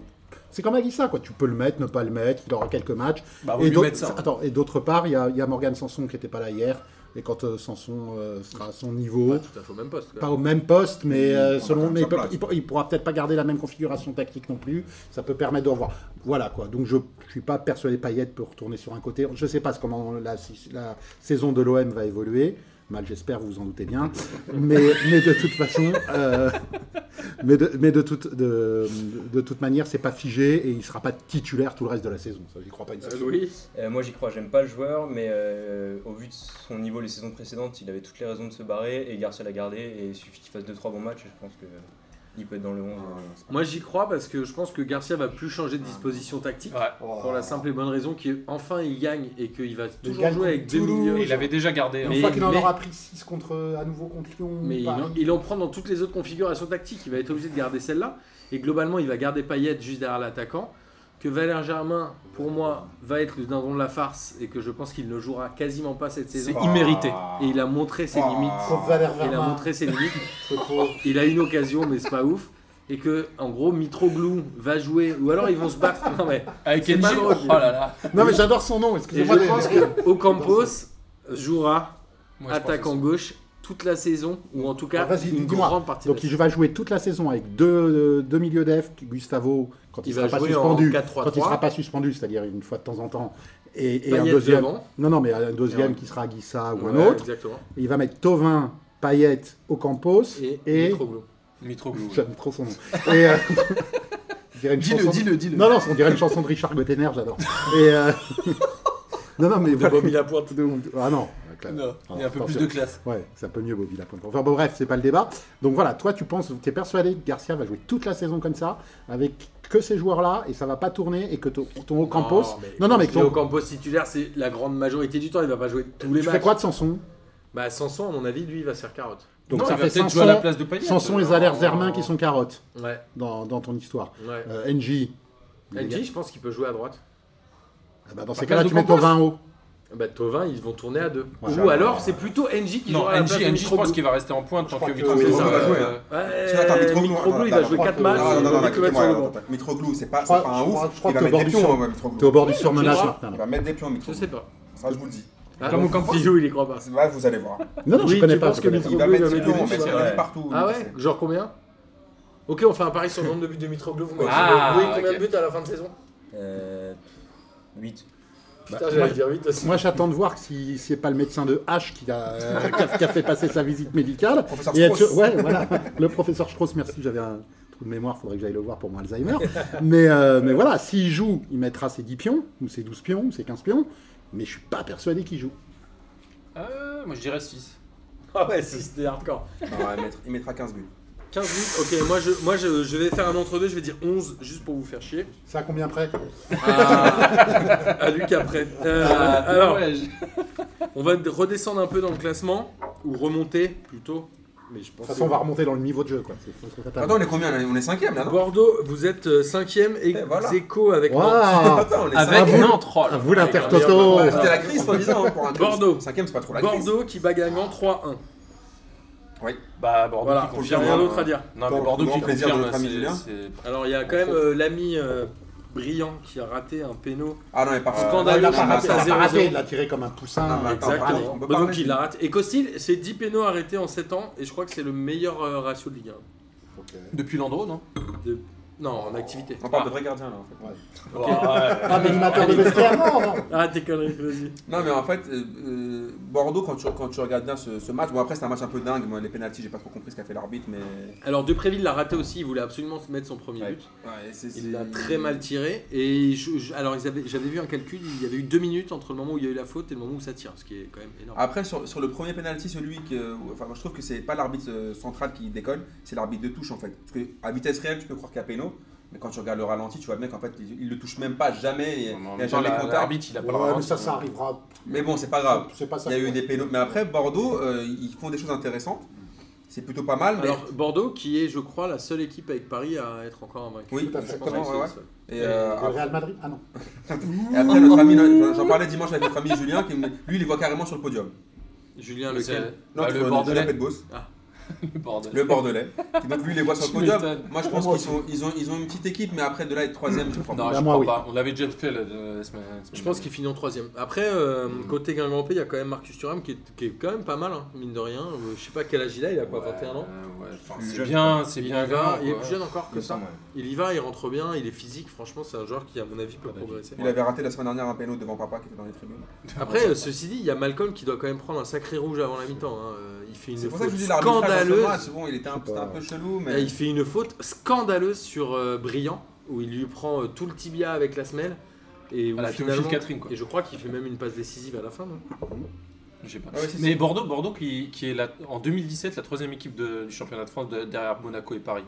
Speaker 2: c'est comme Aguissa quoi. Tu peux le mettre, ne pas le mettre. Il aura quelques matchs.
Speaker 4: Bah, vaut
Speaker 1: hein.
Speaker 4: mieux
Speaker 2: d'autre-
Speaker 4: mettre ça.
Speaker 2: attends, et d'autre part, il y a, il y a Morgan Sanson qui n'était pas là hier. et quand euh, Sanson euh, sera à son niveau.
Speaker 1: Ouais, tout à fait au même poste. quoi.
Speaker 2: Pas au même poste, mais
Speaker 3: Il
Speaker 2: euh,
Speaker 3: prendra
Speaker 2: selon,
Speaker 3: quand même
Speaker 2: mais
Speaker 3: sa
Speaker 2: il peut-
Speaker 3: place.
Speaker 2: il, peut- il pourra peut-être pas garder la même configuration tactique non plus. Ça peut permettre de revoir. Voilà quoi. Donc je, je suis pas persuadé Payet peut retourner sur un côté. Je sais pas comment la, la saison de l'OM va évoluer. Mal, j'espère, vous vous en doutez bien. Mais, mais de toute façon, euh, mais, de, mais de toute de, de toute manière, c'est pas figé et il sera pas titulaire tout le reste de la saison. Ça, j'y crois pas une
Speaker 1: Euh,
Speaker 2: seconde.
Speaker 1: Louis
Speaker 5: Euh, moi j'y crois, j'aime pas le joueur, mais euh, au vu de son niveau les saisons précédentes, il avait toutes les raisons de se barrer et Garcia l'a gardé et il suffit qu'il fasse 2-3 bons matchs et je pense que il peut être dans le 11.
Speaker 1: Moi j'y crois parce que je pense que Garcia va plus changer de disposition tactique
Speaker 4: Ouais.
Speaker 1: pour la simple et bonne raison qu'enfin il gagne et qu'il va toujours
Speaker 2: gagne
Speaker 1: jouer avec deux
Speaker 2: contre Toulouse.
Speaker 1: milieux.
Speaker 4: Et il avait déjà gardé.
Speaker 2: Et
Speaker 4: hein.
Speaker 1: Mais-
Speaker 2: une fois qu'il en
Speaker 1: mais-
Speaker 2: aura pris 6 contre, à nouveau contre Lyon, bah,
Speaker 1: Mais il
Speaker 2: Paris,
Speaker 1: en, il en prend dans toutes les autres configurations tactiques. Il va être obligé de garder celle-là. Et globalement, il va garder Payet juste derrière l'attaquant. Que Valère Germain, pour moi, va être le dindon de la farce et que je pense qu'il ne jouera quasiment pas cette saison.
Speaker 4: C'est immérité.
Speaker 1: Et il a montré ses
Speaker 3: Ah.
Speaker 1: limites.
Speaker 2: sauf Valère
Speaker 1: Il a
Speaker 2: Vermaat,
Speaker 1: montré ses limites.
Speaker 2: le pauvre.
Speaker 1: Il a une occasion, mais c'est pas ouf. Et que, en gros, Mitroglou va jouer. Ou alors ils vont se battre. Non, mais.
Speaker 4: Avec
Speaker 1: C'est pas
Speaker 4: Kenji.
Speaker 1: drôle.
Speaker 4: Oh là là.
Speaker 2: Non mais j'adore son nom,
Speaker 1: Et
Speaker 2: excusez-moi.
Speaker 1: je pense que Ocampos jouera
Speaker 4: Moi, je pense
Speaker 1: attaquant
Speaker 4: aussi.
Speaker 1: gauche toute la saison, ou en tout cas
Speaker 2: Ah, vas-y,
Speaker 1: une
Speaker 2: dis-moi.
Speaker 1: grande partie. de la
Speaker 2: Donc il va jouer toute la saison avec deux, euh, deux milieux d'EF, Gustavo, quand il,
Speaker 1: Il
Speaker 2: sera
Speaker 1: va
Speaker 2: pas
Speaker 1: jouer en
Speaker 2: suspendu.
Speaker 1: 4-3-3.
Speaker 2: Quand il sera pas suspendu, c'est-à-dire une fois de temps en temps. Et, et
Speaker 1: Payet
Speaker 2: un deuxième.
Speaker 1: devant.
Speaker 2: Non, non, mais un deuxième
Speaker 1: Et un-
Speaker 2: qui sera Guissa ou un
Speaker 1: Ouais,
Speaker 2: autre.
Speaker 1: Exactement.
Speaker 2: Et il va mettre Tovin, Payet, Ocampos
Speaker 1: Et,
Speaker 2: et.
Speaker 1: Mitroglou.
Speaker 4: Mitroglou.
Speaker 2: J'aime trop son nom. Et, euh, (laughs) on dirait une
Speaker 4: Dis-le,
Speaker 2: chanson-
Speaker 4: dis-le, dis-le.
Speaker 2: Non, non, on dirait une chanson de Richard Gottener, j'adore. Et. euh, (laughs) Non, non, mais voilà.
Speaker 1: la pointe.
Speaker 2: Ah non.
Speaker 4: Non, Il y a un peu
Speaker 2: Attention.
Speaker 4: plus de classe.
Speaker 2: Ouais, c'est un peu mieux Bobby Lapointe. Enfin bon, bref, c'est pas le débat. Donc voilà, toi tu penses, tu es persuadé que Garcia va jouer toute la saison comme ça, avec que ces joueurs-là, et ça va pas tourner, et que ton, ton Ocampos... Non, non, mais ton,
Speaker 1: Ocampos titulaire, c'est la grande majorité du temps, il va pas jouer tous les
Speaker 2: tu fais
Speaker 1: matchs.
Speaker 2: quoi de Sanson
Speaker 1: bah Sanson, à mon avis, lui, il va se faire carotte.
Speaker 2: Donc
Speaker 4: Non,
Speaker 2: ça
Speaker 4: il va
Speaker 2: fait
Speaker 4: peut-être jouer à la
Speaker 2: Sanson,
Speaker 4: place de Payet. euh,
Speaker 2: Sanson et
Speaker 4: Non.
Speaker 2: Valère Germain qui sont carottes
Speaker 1: Ouais,
Speaker 2: dans, dans ton histoire.
Speaker 1: ouais.
Speaker 2: Euh, NJ...
Speaker 1: LG, je pense qu'il peut jouer à droite.
Speaker 2: Ah bah, dans ces
Speaker 4: La
Speaker 2: cas-là,
Speaker 4: place
Speaker 2: tu
Speaker 4: de
Speaker 2: mets ton
Speaker 4: Campos
Speaker 2: 20 haut.
Speaker 1: Bah Tovin, ils vont tourner à deux.
Speaker 2: Ouais.
Speaker 1: Ou alors, c'est plutôt NJ qui
Speaker 4: Non,
Speaker 1: jouera à la
Speaker 4: NJ,
Speaker 1: place de
Speaker 4: NJ, je
Speaker 1: Mitroglou.
Speaker 4: pense qu'il va rester en pointe tant
Speaker 2: crois
Speaker 4: que
Speaker 2: que
Speaker 4: Mitroglou
Speaker 1: Mitroglou
Speaker 4: va
Speaker 1: va
Speaker 3: jouer,
Speaker 4: jouer.
Speaker 3: hein.
Speaker 1: Ouais,
Speaker 3: Parce que attends, Mitroglou,
Speaker 1: Mitroglou, il va
Speaker 3: attends,
Speaker 1: jouer
Speaker 2: attends,
Speaker 1: 4
Speaker 2: attends,
Speaker 1: matchs.
Speaker 2: attends,
Speaker 3: Non, non, non,
Speaker 1: il va
Speaker 3: non,
Speaker 1: que mettre sur
Speaker 3: excuse-moi,
Speaker 1: le
Speaker 3: attends,
Speaker 1: banc.
Speaker 3: attends. Mitroglou, c'est pas,
Speaker 2: Je crois-
Speaker 3: c'est pas un
Speaker 2: je crois-
Speaker 3: ouf.
Speaker 2: je crois
Speaker 3: il
Speaker 2: que
Speaker 3: va
Speaker 2: t'es au
Speaker 3: mettre
Speaker 2: bord
Speaker 3: des
Speaker 2: du
Speaker 3: pions,
Speaker 2: champ.
Speaker 3: hein, Mitroglou.
Speaker 2: T'es au bord du surmenage
Speaker 1: crois-
Speaker 2: Martin.
Speaker 3: Il
Speaker 2: là.
Speaker 3: va mettre des pions,
Speaker 1: Je
Speaker 3: Mitroglou.
Speaker 1: sais pas.
Speaker 3: Ça, je vous le dis.
Speaker 1: Ah,
Speaker 4: Comme
Speaker 1: bon,
Speaker 4: Ocampos.
Speaker 1: Fillou, il y croit pas.
Speaker 3: C'est vrai, vous allez voir.
Speaker 2: Non, non, je
Speaker 1: Oui,
Speaker 2: connais
Speaker 1: tu
Speaker 2: pas.
Speaker 1: penses
Speaker 2: je
Speaker 1: que
Speaker 2: connais
Speaker 1: Mitro-
Speaker 2: pas.
Speaker 3: Il va
Speaker 1: Mitroglou,
Speaker 3: mettre
Speaker 1: il
Speaker 3: des
Speaker 1: va mettre
Speaker 3: pions,
Speaker 1: des
Speaker 3: mais il
Speaker 5: pions,
Speaker 3: va
Speaker 5: ouais.
Speaker 3: mettre partout.
Speaker 1: Ah
Speaker 3: mais
Speaker 1: ouais
Speaker 3: c'est-
Speaker 1: Genre combien Ok, on fait un pari sur le nombre de buts de Mitroglou. Vous me dites
Speaker 4: Ah,
Speaker 1: oui, combien
Speaker 4: ok.
Speaker 1: de buts à la fin de saison
Speaker 5: Euh, 8.
Speaker 1: Putain, j'allais dire 8 aussi.
Speaker 2: Bah, Moi, j'attends de voir si c'est pas le médecin de H qui a, (laughs) euh, qui a- qui a fait passer sa visite médicale.
Speaker 3: Professeur
Speaker 2: Et être
Speaker 3: Strauss.
Speaker 2: sûr- ouais, voilà. Le professeur Strauss, merci, j'avais un trou de mémoire, faudrait que j'aille le voir pour mon Alzheimer. Mais, euh, mais voilà, s'il joue, il mettra ses 10 pions, ou ses 12 pions, ou ses 15 pions, mais je suis pas persuadé qu'il joue.
Speaker 4: Euh, Moi, je dirais 6.
Speaker 1: Ah ouais, si, c'était hardcore.
Speaker 3: Non, il mettra- Il mettra 15 buts.
Speaker 1: 15 buts, ok, moi, je, moi je, je vais faire un entre-deux, je vais dire 11 juste pour vous faire chier.
Speaker 2: C'est à combien près
Speaker 1: À, à Luc après. Euh, alors,
Speaker 4: Ouais, je-
Speaker 1: on va redescendre un peu dans le classement, ou remonter plutôt. Mais je
Speaker 2: De
Speaker 1: pense
Speaker 2: toute façon, on
Speaker 1: que-
Speaker 2: va remonter dans le niveau de jeu. Quoi. C'est- faut- faut- faut-
Speaker 3: Attends, on est combien là On est 5ème là, non
Speaker 1: Bordeaux, vous êtes 5ème et
Speaker 3: Eh, voilà.
Speaker 1: Zéco avec Nantes.
Speaker 3: (laughs)
Speaker 2: Waouh
Speaker 3: Attends, on est
Speaker 4: Avec
Speaker 3: cinquième.
Speaker 4: Nantes, oh là
Speaker 2: À
Speaker 4: là.
Speaker 2: vous
Speaker 1: Toto.
Speaker 2: l'intertoto
Speaker 3: Ouais, C'était la crise, soi disant, pour un
Speaker 1: Bordeaux.
Speaker 3: 5ème, c'est pas trop la crise.
Speaker 1: Bordeaux qui bat gagnant 3-1.
Speaker 4: Bah, Bordeaux
Speaker 1: Voilà,
Speaker 4: qui
Speaker 1: il n'y a
Speaker 4: confirme.
Speaker 1: rien
Speaker 3: hein.
Speaker 1: d'autre à dire.
Speaker 4: Non, mais
Speaker 3: Bordeaux,
Speaker 4: Bordeaux
Speaker 3: grand
Speaker 4: qui
Speaker 3: plaisir de
Speaker 4: confirme.
Speaker 3: notre ami
Speaker 4: c'est-
Speaker 3: Julien.
Speaker 4: c'est-
Speaker 1: Alors, il y a quand même euh, l'ami euh, brillant qui a raté un péno.
Speaker 3: Ah non, mais par
Speaker 1: Scandaleux,
Speaker 2: il a
Speaker 1: je
Speaker 2: pas
Speaker 1: passe
Speaker 2: raté,
Speaker 1: à
Speaker 2: il a pas raté,
Speaker 1: 0-0.
Speaker 2: il l'a tiré comme un poussin. euh,
Speaker 3: Non, mais attends,
Speaker 2: Exactement.
Speaker 3: on
Speaker 1: Exactement.
Speaker 3: peut
Speaker 1: Bah, donc
Speaker 3: parler.
Speaker 1: il la rate. Et Costil, c'est 10 pénaux arrêtés en 7 ans. Et je crois que c'est le meilleur euh, ratio de Ligue
Speaker 4: Depuis Landreau, non
Speaker 1: 1. De- Non, en activité.
Speaker 3: Ah, On parle de vrai gardien là en fait.
Speaker 4: Ouais.
Speaker 1: bah.
Speaker 2: Ah, mais animateur de vestiaire, non, non.
Speaker 1: Ah, t'es connerie, vas-y.
Speaker 3: Non mais en fait, euh, euh, Bordeaux quand tu, quand tu regardes bien ce, ce match, bon après c'est un match un peu dingue, moi les pénalties j'ai pas trop compris ce qu'a fait l'arbitre mais...
Speaker 1: Alors, Depréville l'a raté aussi. Il voulait absolument se mettre son premier
Speaker 5: Ouais.
Speaker 1: but.
Speaker 3: Ouais, c'est- c'est-
Speaker 1: Il l'a très mal tiré. Et je- je- alors, ils avaient- j'avais vu un calcul. Il y avait eu 2 minutes entre le moment où il y a eu la faute et le moment où ça tire. Ce qui est quand même énorme.
Speaker 3: Après sur, sur le premier pénalty, celui que... Enfin moi je trouve que c'est pas l'arbitre euh, central qui déconne, c'est l'arbitre de touche en fait. Parce que à vitesse réelle tu peux croire qu'il y a péno, mais quand tu regardes le ralenti tu vois bien qu'en fait il, il le touche même pas jamais, il il
Speaker 4: En
Speaker 3: y a
Speaker 4: même temps,
Speaker 3: jamais
Speaker 4: la-
Speaker 3: contact.
Speaker 4: l'arbitre, il a pas le hein.
Speaker 2: Ouais, mais
Speaker 4: ralenti.
Speaker 2: ça, ça arrivera.
Speaker 3: Mais bon c'est pas grave,
Speaker 2: C'est pas ça.
Speaker 3: Ah, il y a eu
Speaker 2: quoi.
Speaker 3: des pénaux. Mais après Bordeaux, euh, ils font des choses intéressantes, c'est plutôt pas mal. Ah, Mais...
Speaker 1: Alors, Bordeaux, qui est, je crois, la seule équipe avec Paris à être encore invaincue.
Speaker 3: oui,
Speaker 2: tout à fait.
Speaker 1: Je pense que
Speaker 3: exactement,
Speaker 1: c'est
Speaker 3: ouais,
Speaker 1: la
Speaker 3: ouais.
Speaker 1: seule.
Speaker 3: Et, euh,
Speaker 2: Le Real Madrid Ah non.
Speaker 3: Et après, notre ami, j'en- j'en parlais dimanche avec notre ami Julien, qui me- lui, il les voit carrément sur le podium.
Speaker 1: Julien,
Speaker 4: C'est-
Speaker 1: lequel
Speaker 3: Non,
Speaker 4: bah,
Speaker 3: tu
Speaker 4: le
Speaker 3: vois, Julien
Speaker 4: Bordelais.
Speaker 3: Petbos.
Speaker 1: Ah.
Speaker 4: le bordel.
Speaker 3: Le Bordelais. Qui donc lui les voit sur le
Speaker 4: Tu
Speaker 3: podium.
Speaker 4: m'étonnes.
Speaker 3: Moi je pense qu'ils sont, ils ont, ils ont une petite équipe, mais après de là être troisième, je crois
Speaker 4: Non,
Speaker 3: pas.
Speaker 2: Bah,
Speaker 4: je
Speaker 2: moi,
Speaker 4: crois
Speaker 2: oui.
Speaker 4: pas. On l'avait déjà fait la, la semaine.
Speaker 1: Je pense qu'il finit en troisième. Après, euh,
Speaker 4: Mm.
Speaker 1: côté Guingampé, il y a quand même Marcus Thuram qui est, qui est quand même pas mal, hein, mine de rien. Euh, Je sais pas quel âge il a, il a quoi, 21 ans
Speaker 4: Euh, Ouais, enfin,
Speaker 5: Plus
Speaker 4: c'est
Speaker 5: jeune,
Speaker 4: bien, c'est
Speaker 1: Il
Speaker 4: bien
Speaker 1: y va,
Speaker 4: grand.
Speaker 1: il est
Speaker 4: quoi.
Speaker 1: plus jeune encore
Speaker 5: Il me
Speaker 1: que ça.
Speaker 5: semble, ouais.
Speaker 1: Il y va, il rentre bien, il est physique. Franchement, c'est un joueur qui, à mon avis, peut progresser.
Speaker 3: Ah, bah, Il avait raté la semaine dernière un péno devant papa qui était dans les tribunes.
Speaker 1: Après, euh, ceci dit, il y a Malcolm qui doit quand même prendre un sacré rouge avant la mi-temps. hein. Euh, Il fait une
Speaker 3: C'est
Speaker 1: faute
Speaker 3: pour ça que je vous dis l'arbitrage dans ce
Speaker 1: scandaleuse.
Speaker 3: match, bon, il était un, c'était un peu chelou,
Speaker 1: Et
Speaker 3: mais
Speaker 1: Il fait une faute scandaleuse sur euh, Brillant, où il lui prend euh, tout le tibia avec la semelle. Et où
Speaker 4: À la
Speaker 1: finalement-
Speaker 4: Théophile Catherine, quoi.
Speaker 1: Et je crois qu'il fait même une passe décisive à la fin. non
Speaker 4: Je sais pas.
Speaker 3: Ah ouais, si, si.
Speaker 4: Mais Bordeaux, Bordeaux qui, qui est la- en 2017 la troisième équipe de- du championnat de France de- derrière Monaco et Paris.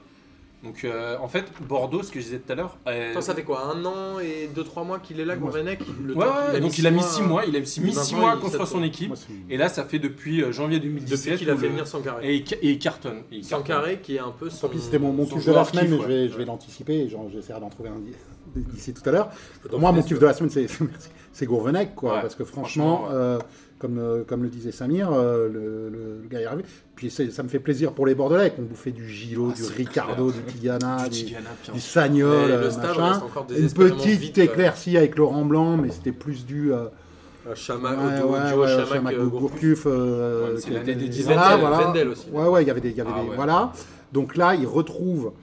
Speaker 4: Donc euh, en fait, Bordeaux, ce que je disais tout à l'heure. euh,
Speaker 1: Attends, ça fait quoi Un an et 2-3 mois qu'il est là, Gourvenec Le
Speaker 4: ouais,
Speaker 1: temps
Speaker 4: ouais,
Speaker 1: qu'il
Speaker 4: donc il a mis 6
Speaker 1: euh,
Speaker 4: mois, il a mis 6
Speaker 1: Vincent,
Speaker 4: mois à
Speaker 1: il-
Speaker 4: construire
Speaker 1: ça-
Speaker 4: son équipe.
Speaker 2: Moi, c'est-
Speaker 4: Et là, ça fait depuis euh, janvier 2017.
Speaker 1: Depuis qu'il a
Speaker 4: où
Speaker 1: fait
Speaker 4: le-
Speaker 1: venir Sankaré.
Speaker 4: euh, Et il ca- et il cartonne. Il cartonne.
Speaker 1: Sankaré qui est un peu son.
Speaker 2: Tant pis, c'était mon, mon
Speaker 4: son
Speaker 2: kiff de la
Speaker 4: joueur
Speaker 2: semaine,
Speaker 4: kiff,
Speaker 2: mais je vais,
Speaker 4: ouais.
Speaker 2: je vais l'anticiper et j'en- j'essaierai d'en trouver un d'i- d'ici tout à l'heure. Moi, mon kiff de la semaine, c'est- (laughs) c'est Gourvenec, quoi,
Speaker 4: Ouais,
Speaker 2: parce que franchement,
Speaker 4: franchement,
Speaker 2: euh, comme, euh, comme le disait Samir, euh, le, le- le gars est arrivé. Puis c'est- ça me fait plaisir pour les Bordelais qu'on bouffait du Gilo,
Speaker 4: Ah,
Speaker 2: du
Speaker 4: c'est
Speaker 2: Ricardo, du Tigana,
Speaker 4: Du
Speaker 2: du,
Speaker 4: Tigana, putain.
Speaker 2: du Sagnol,
Speaker 1: Et
Speaker 2: euh,
Speaker 1: le stade
Speaker 2: machin.
Speaker 1: reste encore
Speaker 2: Une
Speaker 1: désespérément euh,
Speaker 2: petite
Speaker 1: vide,
Speaker 2: éclaircie avec Laurent Blanc, mais c'était plus du. euh,
Speaker 1: euh, Chama,
Speaker 2: Ouais,
Speaker 1: duo-
Speaker 2: ouais,
Speaker 1: duo
Speaker 2: ouais,
Speaker 1: Chamac,
Speaker 2: Chamac,
Speaker 1: euh, Gourcuff.
Speaker 2: Gourcuff, euh,
Speaker 4: Ouais, c'est
Speaker 2: qui
Speaker 4: l'année
Speaker 2: était-
Speaker 4: des dix-
Speaker 2: voilà,
Speaker 1: Wendel,
Speaker 2: voilà.
Speaker 1: Wendel aussi.
Speaker 2: Ouais, ouais, il y avait des, il y avait
Speaker 4: Ah
Speaker 2: des-
Speaker 4: ouais.
Speaker 2: voilà. Donc là, il retrouve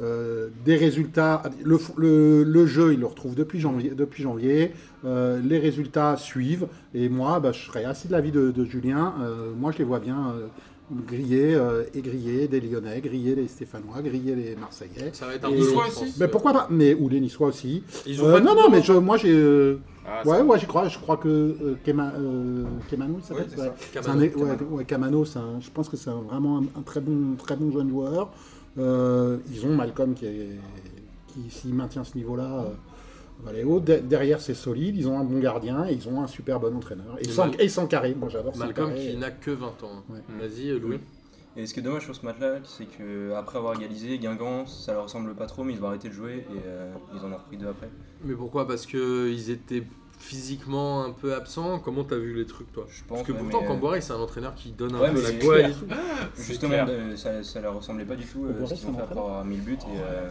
Speaker 2: euh, des résultats. Le, f- le- le jeu, il le retrouve depuis janvier. Depuis janvier. Euh, les résultats suivent. Et moi, bah, je serais assis de l'avis de, de Julien. Euh, moi, je les vois bien euh, griller euh, et griller des Lyonnais, griller les Stéphanois, griller les Marseillais.
Speaker 1: Ça va être un
Speaker 2: Et-
Speaker 1: peu long,
Speaker 4: Niçois
Speaker 1: je
Speaker 4: aussi
Speaker 1: pense.
Speaker 2: Mais pourquoi pas Mais ou les Niçois aussi.
Speaker 1: Ils ont
Speaker 2: Euh,
Speaker 1: pas de hein.
Speaker 2: non, non, mais je- moi, j'ai. euh,
Speaker 4: Ah,
Speaker 2: Ouais, ouais, j'y crois. Je crois que euh, Kema- euh, Kemano, il s'appelle.
Speaker 3: Ouais, c'est
Speaker 2: ouais.
Speaker 3: ça.
Speaker 2: C'est un-
Speaker 1: Kamano.
Speaker 2: ouais, ouais, Kamano, c'est un- je pense que c'est un- vraiment un, un très bon, très bon jeune joueur. Euh, ils ont Malcolm qui, est- qui s'il maintient ce niveau-là, euh, va aller haut. De- derrière, c'est solide. Ils ont un bon gardien et ils ont un super bon entraîneur. Et
Speaker 1: Mais
Speaker 2: sans,
Speaker 1: Mal-
Speaker 2: et sans carré, moi j'adore sans
Speaker 1: Malcolm
Speaker 2: carré.
Speaker 1: qui n'a que 20 ans.
Speaker 2: Ouais.
Speaker 1: Vas-y, euh, Louis.
Speaker 5: Et ce qui est dommage sur ce match-là, c'est que après avoir égalisé, Guingamp, ça leur ressemble pas trop, mais ils ont arrêté de jouer et euh, ils en ont repris deux après.
Speaker 1: Mais pourquoi Parce que ils étaient physiquement un peu absents. Comment t'as vu les trucs, toi
Speaker 5: Je pense
Speaker 1: Parce que
Speaker 5: ouais,
Speaker 1: pourtant,
Speaker 5: mais, euh,
Speaker 1: Camboire, c'est un entraîneur qui donne un
Speaker 5: Ouais,
Speaker 1: peu
Speaker 5: mais
Speaker 1: la
Speaker 5: c'est
Speaker 1: gouaille et
Speaker 4: clair.
Speaker 1: tout.
Speaker 5: Justement,
Speaker 4: clair.
Speaker 5: euh, ça, ça leur ressemblait pas du tout euh,
Speaker 2: Au Bordeaux,
Speaker 5: ce qu'ils ont
Speaker 2: ça
Speaker 5: fait après
Speaker 2: m'entraîne.
Speaker 5: avoir mis le but. Et, euh,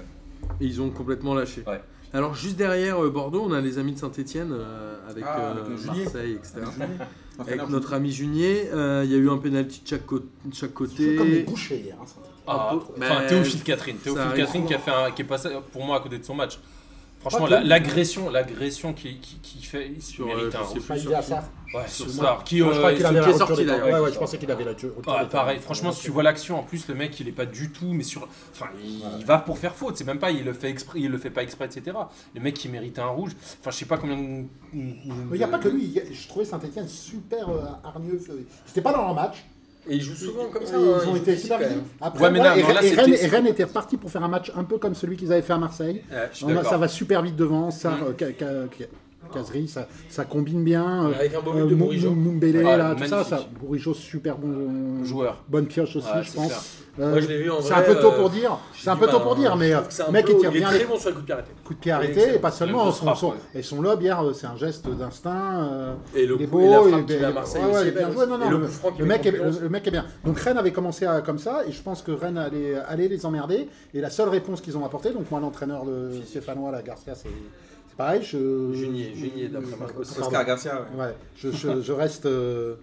Speaker 1: Et ils ont complètement lâché.
Speaker 5: Ouais.
Speaker 1: Alors juste derrière euh, Bordeaux, on a les amis de Saint-Etienne avec,
Speaker 3: Ah,
Speaker 1: euh,
Speaker 3: avec le Junier.
Speaker 1: Marseille, etc.
Speaker 3: Entraîneur,
Speaker 1: Avec notre ami Junier, euh, il y a eu un pénalty de chaque, co- de chaque
Speaker 2: Ils jouent
Speaker 1: côté.
Speaker 2: comme des bouchers hier. hein, Saint-Étienne.
Speaker 4: Ah,
Speaker 1: Mais-
Speaker 4: enfin, Théophile Catherine.
Speaker 1: Ça
Speaker 4: Théophile
Speaker 1: arrive
Speaker 4: Catherine qui, a fait un- qui est passé pour moi à côté de son match. Franchement,
Speaker 2: Pas
Speaker 4: la-
Speaker 2: Théo.
Speaker 4: l'agression, l'agression qui, qui, qui fait il
Speaker 1: Ah, Sur,
Speaker 4: mérite
Speaker 1: euh,
Speaker 4: un
Speaker 1: je sais
Speaker 4: rouge.
Speaker 1: plus
Speaker 2: Pas
Speaker 1: sur
Speaker 2: Ida
Speaker 1: qui.
Speaker 2: Sarr.
Speaker 4: Ouais,
Speaker 1: sur
Speaker 4: sur
Speaker 1: moi.
Speaker 4: Star, qui,
Speaker 2: Moi, je
Speaker 4: euh,
Speaker 2: crois qu'il
Speaker 4: se-
Speaker 2: avait la
Speaker 1: qui est
Speaker 2: rupture
Speaker 1: sorti,
Speaker 2: d'état.
Speaker 1: d'ailleurs.
Speaker 2: Ouais, ouais, je pensais qu'il avait la rupture
Speaker 4: Ah,
Speaker 2: d'état.
Speaker 4: pareil, franchement,
Speaker 2: euh,
Speaker 4: si tu vois l'action, en plus, le mec, il est pas du tout, mais sur. Enfin, il il va pour faire faute, c'est même pas, il le fait exprès, il le fait pas exprès, etc. Le mec, qui mérite un rouge. Enfin, je sais pas combien de.
Speaker 2: Mais il n'y a pas que lui. il y a- Je trouvais Saint-Etienne super euh, hargneux. C'était pas dans leur match.
Speaker 1: Et ils jouent souvent comme ça.
Speaker 2: Et
Speaker 1: hein,
Speaker 2: Euh, ils ont
Speaker 1: jouent
Speaker 2: été
Speaker 1: physique,
Speaker 2: super
Speaker 1: quand
Speaker 2: visibles.
Speaker 1: même.
Speaker 2: Après,
Speaker 4: Ouais, mais
Speaker 2: voilà,
Speaker 4: là,
Speaker 2: et,
Speaker 4: non, là,
Speaker 2: et
Speaker 4: c'était-
Speaker 2: Rennes, et Rennes était reparti pour faire un match un peu comme celui qu'ils avaient fait à Marseille.
Speaker 4: Ouais, je suis
Speaker 2: On a- ça
Speaker 4: d'accord.
Speaker 2: va super vite devant, ça,
Speaker 4: Mm.
Speaker 2: euh, Ca- Ca- Ca- Casery, ça, ça combine bien. euh,
Speaker 1: Avec un beau but de
Speaker 2: Mou-
Speaker 1: Bourigeaud.
Speaker 2: Mou- Moumbélé,
Speaker 4: Ouais,
Speaker 2: là, tout ça,
Speaker 4: magnifique.
Speaker 2: ça. Bourigeaud, super bon
Speaker 4: Joueur.
Speaker 2: Bonne pioche aussi,
Speaker 4: Ouais,
Speaker 2: je
Speaker 4: c'est
Speaker 2: pense.
Speaker 4: clair.
Speaker 2: Euh,
Speaker 1: Moi, je l'ai vu en
Speaker 2: C'est un
Speaker 1: vrai,
Speaker 2: peu tôt
Speaker 1: euh,
Speaker 2: pour dire.
Speaker 1: J'ai
Speaker 2: C'est un
Speaker 1: du
Speaker 2: peu
Speaker 1: mal,
Speaker 2: tôt
Speaker 1: hein.
Speaker 2: pour dire, mais
Speaker 1: Je
Speaker 2: euh,
Speaker 1: trouve que c'est un
Speaker 2: mec,
Speaker 1: peu-
Speaker 2: il tire
Speaker 1: il est
Speaker 2: bien
Speaker 1: très
Speaker 2: les
Speaker 1: bon sur les coups de pied arrêtés.
Speaker 2: coups de
Speaker 1: Il
Speaker 2: pied
Speaker 1: est
Speaker 2: arrêtés. Et
Speaker 1: excellent.
Speaker 2: pas seulement,
Speaker 4: Le
Speaker 2: son,
Speaker 4: frappe,
Speaker 2: son-
Speaker 4: ouais.
Speaker 2: et son lob hier, euh, c'est un geste d'instinct. euh,
Speaker 1: Et le
Speaker 2: il est
Speaker 1: coup, et la
Speaker 2: beau,
Speaker 1: frappe
Speaker 2: il est
Speaker 1: qu'il a à Marseille
Speaker 2: ouais, ouais,
Speaker 1: aussi,
Speaker 2: il est
Speaker 1: belle
Speaker 2: bien
Speaker 1: aussi.
Speaker 2: joué. Non, non,
Speaker 1: Et le
Speaker 2: le,
Speaker 1: coup franc qui
Speaker 2: le
Speaker 1: met
Speaker 2: mec est,
Speaker 1: confiance.
Speaker 2: le mec est bien. Donc Rennes avait commencé à- comme ça, et je pense que Rennes allait, allait les emmerder. Et la seule réponse qu'ils ont apportée, donc moi l'entraîneur de Stéphanois, la Garcia, c'est c'est pareil. Je...
Speaker 1: Junier, Junier, d'après Marcos.
Speaker 2: Pardon.
Speaker 3: Oscar Garcia, ouais.
Speaker 2: Ouais, je, je- je reste, euh,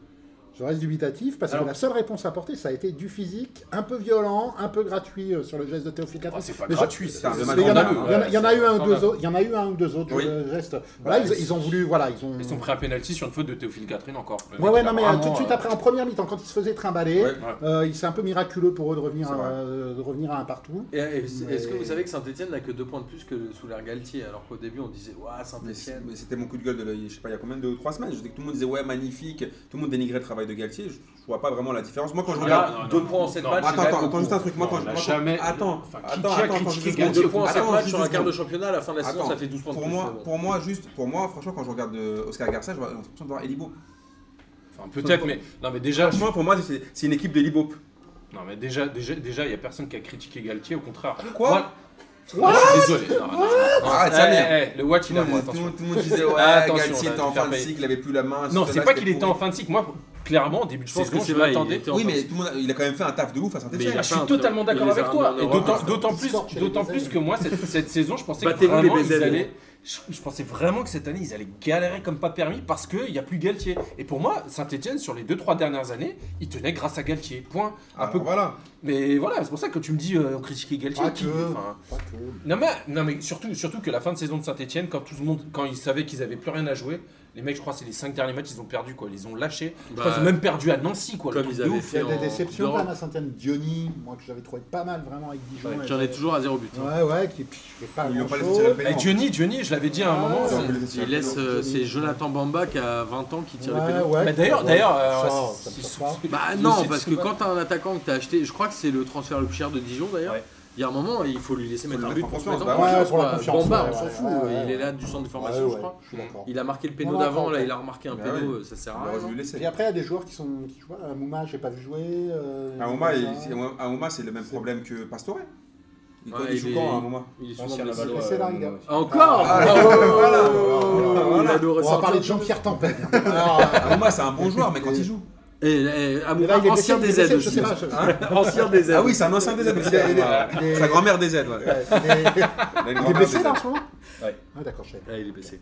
Speaker 2: je reste dubitatif parce
Speaker 1: Alors-
Speaker 2: que la seule réponse apportée, ça a été du physique, un peu violent, un peu gratuit euh, sur le geste de Théophile Catherine.
Speaker 4: Oh, c'est pas
Speaker 2: Mais je-
Speaker 4: gratuit,
Speaker 3: c'est un
Speaker 2: mais
Speaker 3: dommage
Speaker 2: Il y en a-
Speaker 3: scandaleux, hein.
Speaker 2: il y en a- il y en a eu
Speaker 4: ouais,
Speaker 2: un
Speaker 4: c'est
Speaker 2: ou deux
Speaker 4: scandaleux.
Speaker 2: autres. Il y en a eu un ou deux autres
Speaker 3: Oui.
Speaker 2: euh, gestes. Voilà, ils, ils ont voulu, voilà, ils ont.
Speaker 4: Ils ont pris un penalty sur une faute de Théophile Catherine encore. Le
Speaker 2: Ouais,
Speaker 4: mec,
Speaker 2: ouais,
Speaker 4: il a
Speaker 2: non, mais euh,
Speaker 4: vraiment,
Speaker 2: tout de suite
Speaker 4: euh,
Speaker 2: après, en première mi-temps, quand ils se faisaient trimballer,
Speaker 3: Ouais.
Speaker 2: euh, il- c'est un peu miraculeux pour eux de revenir,
Speaker 3: C'est vrai.
Speaker 2: à, de revenir à un partout.
Speaker 1: Et- et- Est-ce que
Speaker 2: Mais-
Speaker 1: vous savez que Saint-Etienne n'a que deux points de plus que sous l'air Galtier Alors qu'au début, on disait Waouh,
Speaker 3: Mais c'est-
Speaker 1: Saint-Etienne.
Speaker 3: mais c'était mon coup de gueule de la- je sais pas il y a combien de trois semaines je dis que tout le monde disait ouais magnifique tout le monde dénigrait le travail de Galtier je, je vois pas vraiment la différence moi quand
Speaker 4: Ah,
Speaker 3: je
Speaker 1: Il y
Speaker 3: regarde
Speaker 1: a
Speaker 4: non,
Speaker 1: deux
Speaker 4: non,
Speaker 1: points en
Speaker 4: non,
Speaker 1: sept
Speaker 4: non,
Speaker 1: matchs.
Speaker 3: attends
Speaker 1: c'est
Speaker 3: attends
Speaker 1: quand même
Speaker 3: attends juste un truc moi
Speaker 4: Non,
Speaker 3: quand
Speaker 4: on
Speaker 3: je
Speaker 4: l'a
Speaker 3: moi, quand-
Speaker 4: jamais-
Speaker 3: attends
Speaker 4: Enfin, qui-
Speaker 3: attends
Speaker 4: qui a
Speaker 3: attends, attends
Speaker 4: critiqué
Speaker 3: juste
Speaker 4: Galtier
Speaker 3: deux
Speaker 1: Deux
Speaker 3: secondes.
Speaker 1: points en sept
Speaker 3: Attends,
Speaker 1: matchs
Speaker 3: juste
Speaker 1: sur
Speaker 3: deux
Speaker 1: un quart de
Speaker 3: secondes.
Speaker 1: championnat, à la fin de la saison,
Speaker 3: Attends,
Speaker 1: ça fait 12 points de
Speaker 3: pour
Speaker 1: plus.
Speaker 3: moi
Speaker 1: mais bon.
Speaker 3: pour moi juste pour moi franchement quand je regarde euh, Oscar Garcia j'ai l'impression de voir Elibo
Speaker 4: Enfin, peut-être, mais. Non, mais déjà, Ah, je-
Speaker 3: franchement pour moi c'est c'est une équipe d'Elibo
Speaker 4: Non mais déjà, déjà, déjà, il y a personne qui a critiqué Galtier, au contraire.
Speaker 3: Quoi
Speaker 4: Moi- Moi, Je suis désolé. Non, non, non, non.
Speaker 3: Arrête, ça
Speaker 4: Eh,
Speaker 3: merde.
Speaker 4: eh, le watch
Speaker 3: tout
Speaker 4: il a moi,
Speaker 3: le
Speaker 4: attention. (laughs)
Speaker 3: monde tout le monde disait ouais
Speaker 4: Attention,
Speaker 3: Galtier
Speaker 4: là,
Speaker 3: était en
Speaker 4: tu fais
Speaker 3: fin de
Speaker 4: payer.
Speaker 3: cycle il avait plus la main
Speaker 4: Non,
Speaker 3: cela,
Speaker 4: c'est pas qu'il
Speaker 3: pourri.
Speaker 4: était en fin de cycle. Moi, clairement, au début de
Speaker 1: Je pense
Speaker 4: saison,
Speaker 1: que
Speaker 4: je
Speaker 1: c'est vrai, il
Speaker 4: m'attendais.
Speaker 1: était en
Speaker 3: Oui,
Speaker 1: face.
Speaker 3: mais tout le monde, a- il a quand même fait un taf de ouf à Saint-Etienne.
Speaker 1: Mais il a
Speaker 4: Je
Speaker 1: fait un
Speaker 4: suis totalement
Speaker 1: truc.
Speaker 4: d'accord
Speaker 1: Il les a
Speaker 4: avec toi.
Speaker 1: ramenés en
Speaker 4: Et
Speaker 1: Europe.
Speaker 4: d'autant- d'autant plus,
Speaker 2: Sortent chez les
Speaker 4: d'autant
Speaker 2: Bézels.
Speaker 4: plus que moi, cette, cette saison, je pensais que
Speaker 1: Battez-vous, les
Speaker 4: vraiment, ils
Speaker 1: Bézels.
Speaker 4: allaient- Je, je pensais vraiment que cette année, ils allaient galérer comme pas permis parce qu'il n'y a plus Galtier. Et pour moi, Saint-Etienne, sur les 2-3 dernières années, ils tenaient grâce à Galtier. Point. Un
Speaker 2: Ah,
Speaker 3: Alors
Speaker 4: peu.
Speaker 3: voilà.
Speaker 4: Mais voilà, c'est pour ça que tu me dis, euh, on critiquait Galtier.
Speaker 2: Pas
Speaker 4: qui-
Speaker 2: Ah, que.
Speaker 4: enfin, non mais, non mais surtout, surtout que la fin de saison de Saint-Etienne, quand tout le monde, quand ils savaient qu'ils avaient plus rien à jouer, les mecs, je crois, c'est les cinq derniers matchs, ils ont perdu quoi, ils les ont lâchés. Je crois
Speaker 1: Bah,
Speaker 4: qu'ils ont même perdu à Nancy quoi. le
Speaker 1: comme
Speaker 4: truc
Speaker 1: ils
Speaker 4: de
Speaker 1: avaient
Speaker 4: ouf.
Speaker 2: Il y a
Speaker 1: en
Speaker 2: des déceptions
Speaker 1: Coupe
Speaker 2: quand
Speaker 1: d'Europe.
Speaker 2: même à Saint-Etienne. Diony, moi que j'avais trouvé pas mal vraiment avec Dijon. et
Speaker 1: J'en ai
Speaker 2: j'avais-
Speaker 1: toujours à zéro but. hein.
Speaker 2: Ouais, ouais, qui qui fait pas
Speaker 3: Ils lui ont pas laissé tirer le
Speaker 2: grand-chose.
Speaker 3: péno.
Speaker 4: Et Johnny, Johnny, je l'avais dit à un moment.
Speaker 2: Ah,
Speaker 4: c'est-
Speaker 3: Ils lui ont laissé tirer
Speaker 1: Il
Speaker 3: le
Speaker 1: laisse,
Speaker 3: péno.
Speaker 1: euh, c'est Jonathan Bamba qui a 20 ans qui tire les
Speaker 2: Ouais,
Speaker 1: pénaux.
Speaker 2: ouais.
Speaker 4: Bah, d'ailleurs,
Speaker 2: Ouais,
Speaker 4: d'ailleurs,
Speaker 2: ça,
Speaker 4: euh,
Speaker 2: ça me
Speaker 4: ils
Speaker 2: choque
Speaker 4: sont-
Speaker 2: pas.
Speaker 1: Bah
Speaker 4: Le
Speaker 1: non,
Speaker 4: site
Speaker 1: parce que
Speaker 4: Scuba.
Speaker 1: quand t'as un attaquant que t'as acheté, je crois que c'est le transfert le plus cher de Dijon d'ailleurs.
Speaker 5: Ouais.
Speaker 1: Il y a un moment, il faut lui laisser mettre
Speaker 3: lui
Speaker 1: un but
Speaker 3: mettre
Speaker 1: pour
Speaker 3: en
Speaker 1: se mettre en
Speaker 3: confiance,
Speaker 2: bah ouais.
Speaker 1: confiance.
Speaker 2: Ouais, pour la
Speaker 1: quoi.
Speaker 2: confiance,
Speaker 1: Bamba,
Speaker 2: ouais,
Speaker 1: on s'en
Speaker 2: ouais,
Speaker 1: fout,
Speaker 2: ouais, ouais.
Speaker 1: il est là du centre de formation,
Speaker 2: Ouais,
Speaker 1: je
Speaker 2: ouais,
Speaker 1: crois.
Speaker 2: Je suis d'accord.
Speaker 1: Il a marqué le péno
Speaker 2: Ouais,
Speaker 1: d'avant,
Speaker 2: ouais,
Speaker 1: là
Speaker 2: ouais.
Speaker 1: il a remarqué un
Speaker 3: Bah
Speaker 1: péno,
Speaker 3: ouais.
Speaker 1: euh, ça sert
Speaker 4: Ah,
Speaker 3: Il
Speaker 1: à rien.
Speaker 3: aurait dû le laisser.
Speaker 2: Et après, il y a des joueurs qui sont. Qui, jouent. Euh, Mouma, j'ai pas vu jouer. euh,
Speaker 3: Aouma,
Speaker 2: comme
Speaker 3: Ah, il-
Speaker 2: ça.
Speaker 3: c'est- Aouma, c'est le même problème que Pastore. Il
Speaker 1: Ouais,
Speaker 3: connaît des
Speaker 1: il est-
Speaker 3: choukans à un moment.
Speaker 1: Il est souvent
Speaker 5: Ancien
Speaker 1: blessé.
Speaker 5: Lavallois.
Speaker 2: C'est là,
Speaker 5: euh,
Speaker 2: il a-
Speaker 5: aussi.
Speaker 1: Ah, Encore
Speaker 3: Ah,
Speaker 1: Oh,
Speaker 3: voilà,
Speaker 1: Il
Speaker 3: voilà.
Speaker 1: a le
Speaker 2: On va
Speaker 1: ressortir.
Speaker 2: parler de Jean-Pierre Tempête.
Speaker 3: Aouma, c'est un bon joueur, mais quand il joue.
Speaker 1: Et, et
Speaker 2: Mais là,
Speaker 1: Amoura,
Speaker 2: il est
Speaker 1: ancien
Speaker 2: blessé,
Speaker 1: des aides
Speaker 2: il est blessé, je
Speaker 1: aussi.
Speaker 2: sais pas, je-
Speaker 3: Hein
Speaker 1: (laughs) Ancien des aides.
Speaker 3: Ah oui, c'est un ancien des aides. parce qu'il a- il a-
Speaker 2: Il est-
Speaker 3: Sa grand-mère des aides, ouais.
Speaker 2: Ouais, il est-
Speaker 3: Il a une
Speaker 2: Il est
Speaker 3: grand-mère
Speaker 2: blessé
Speaker 3: des
Speaker 2: là en
Speaker 3: aides.
Speaker 2: ce moment
Speaker 5: Ouais.
Speaker 2: Ah d'accord, je savais.
Speaker 1: Ah, il est blessé.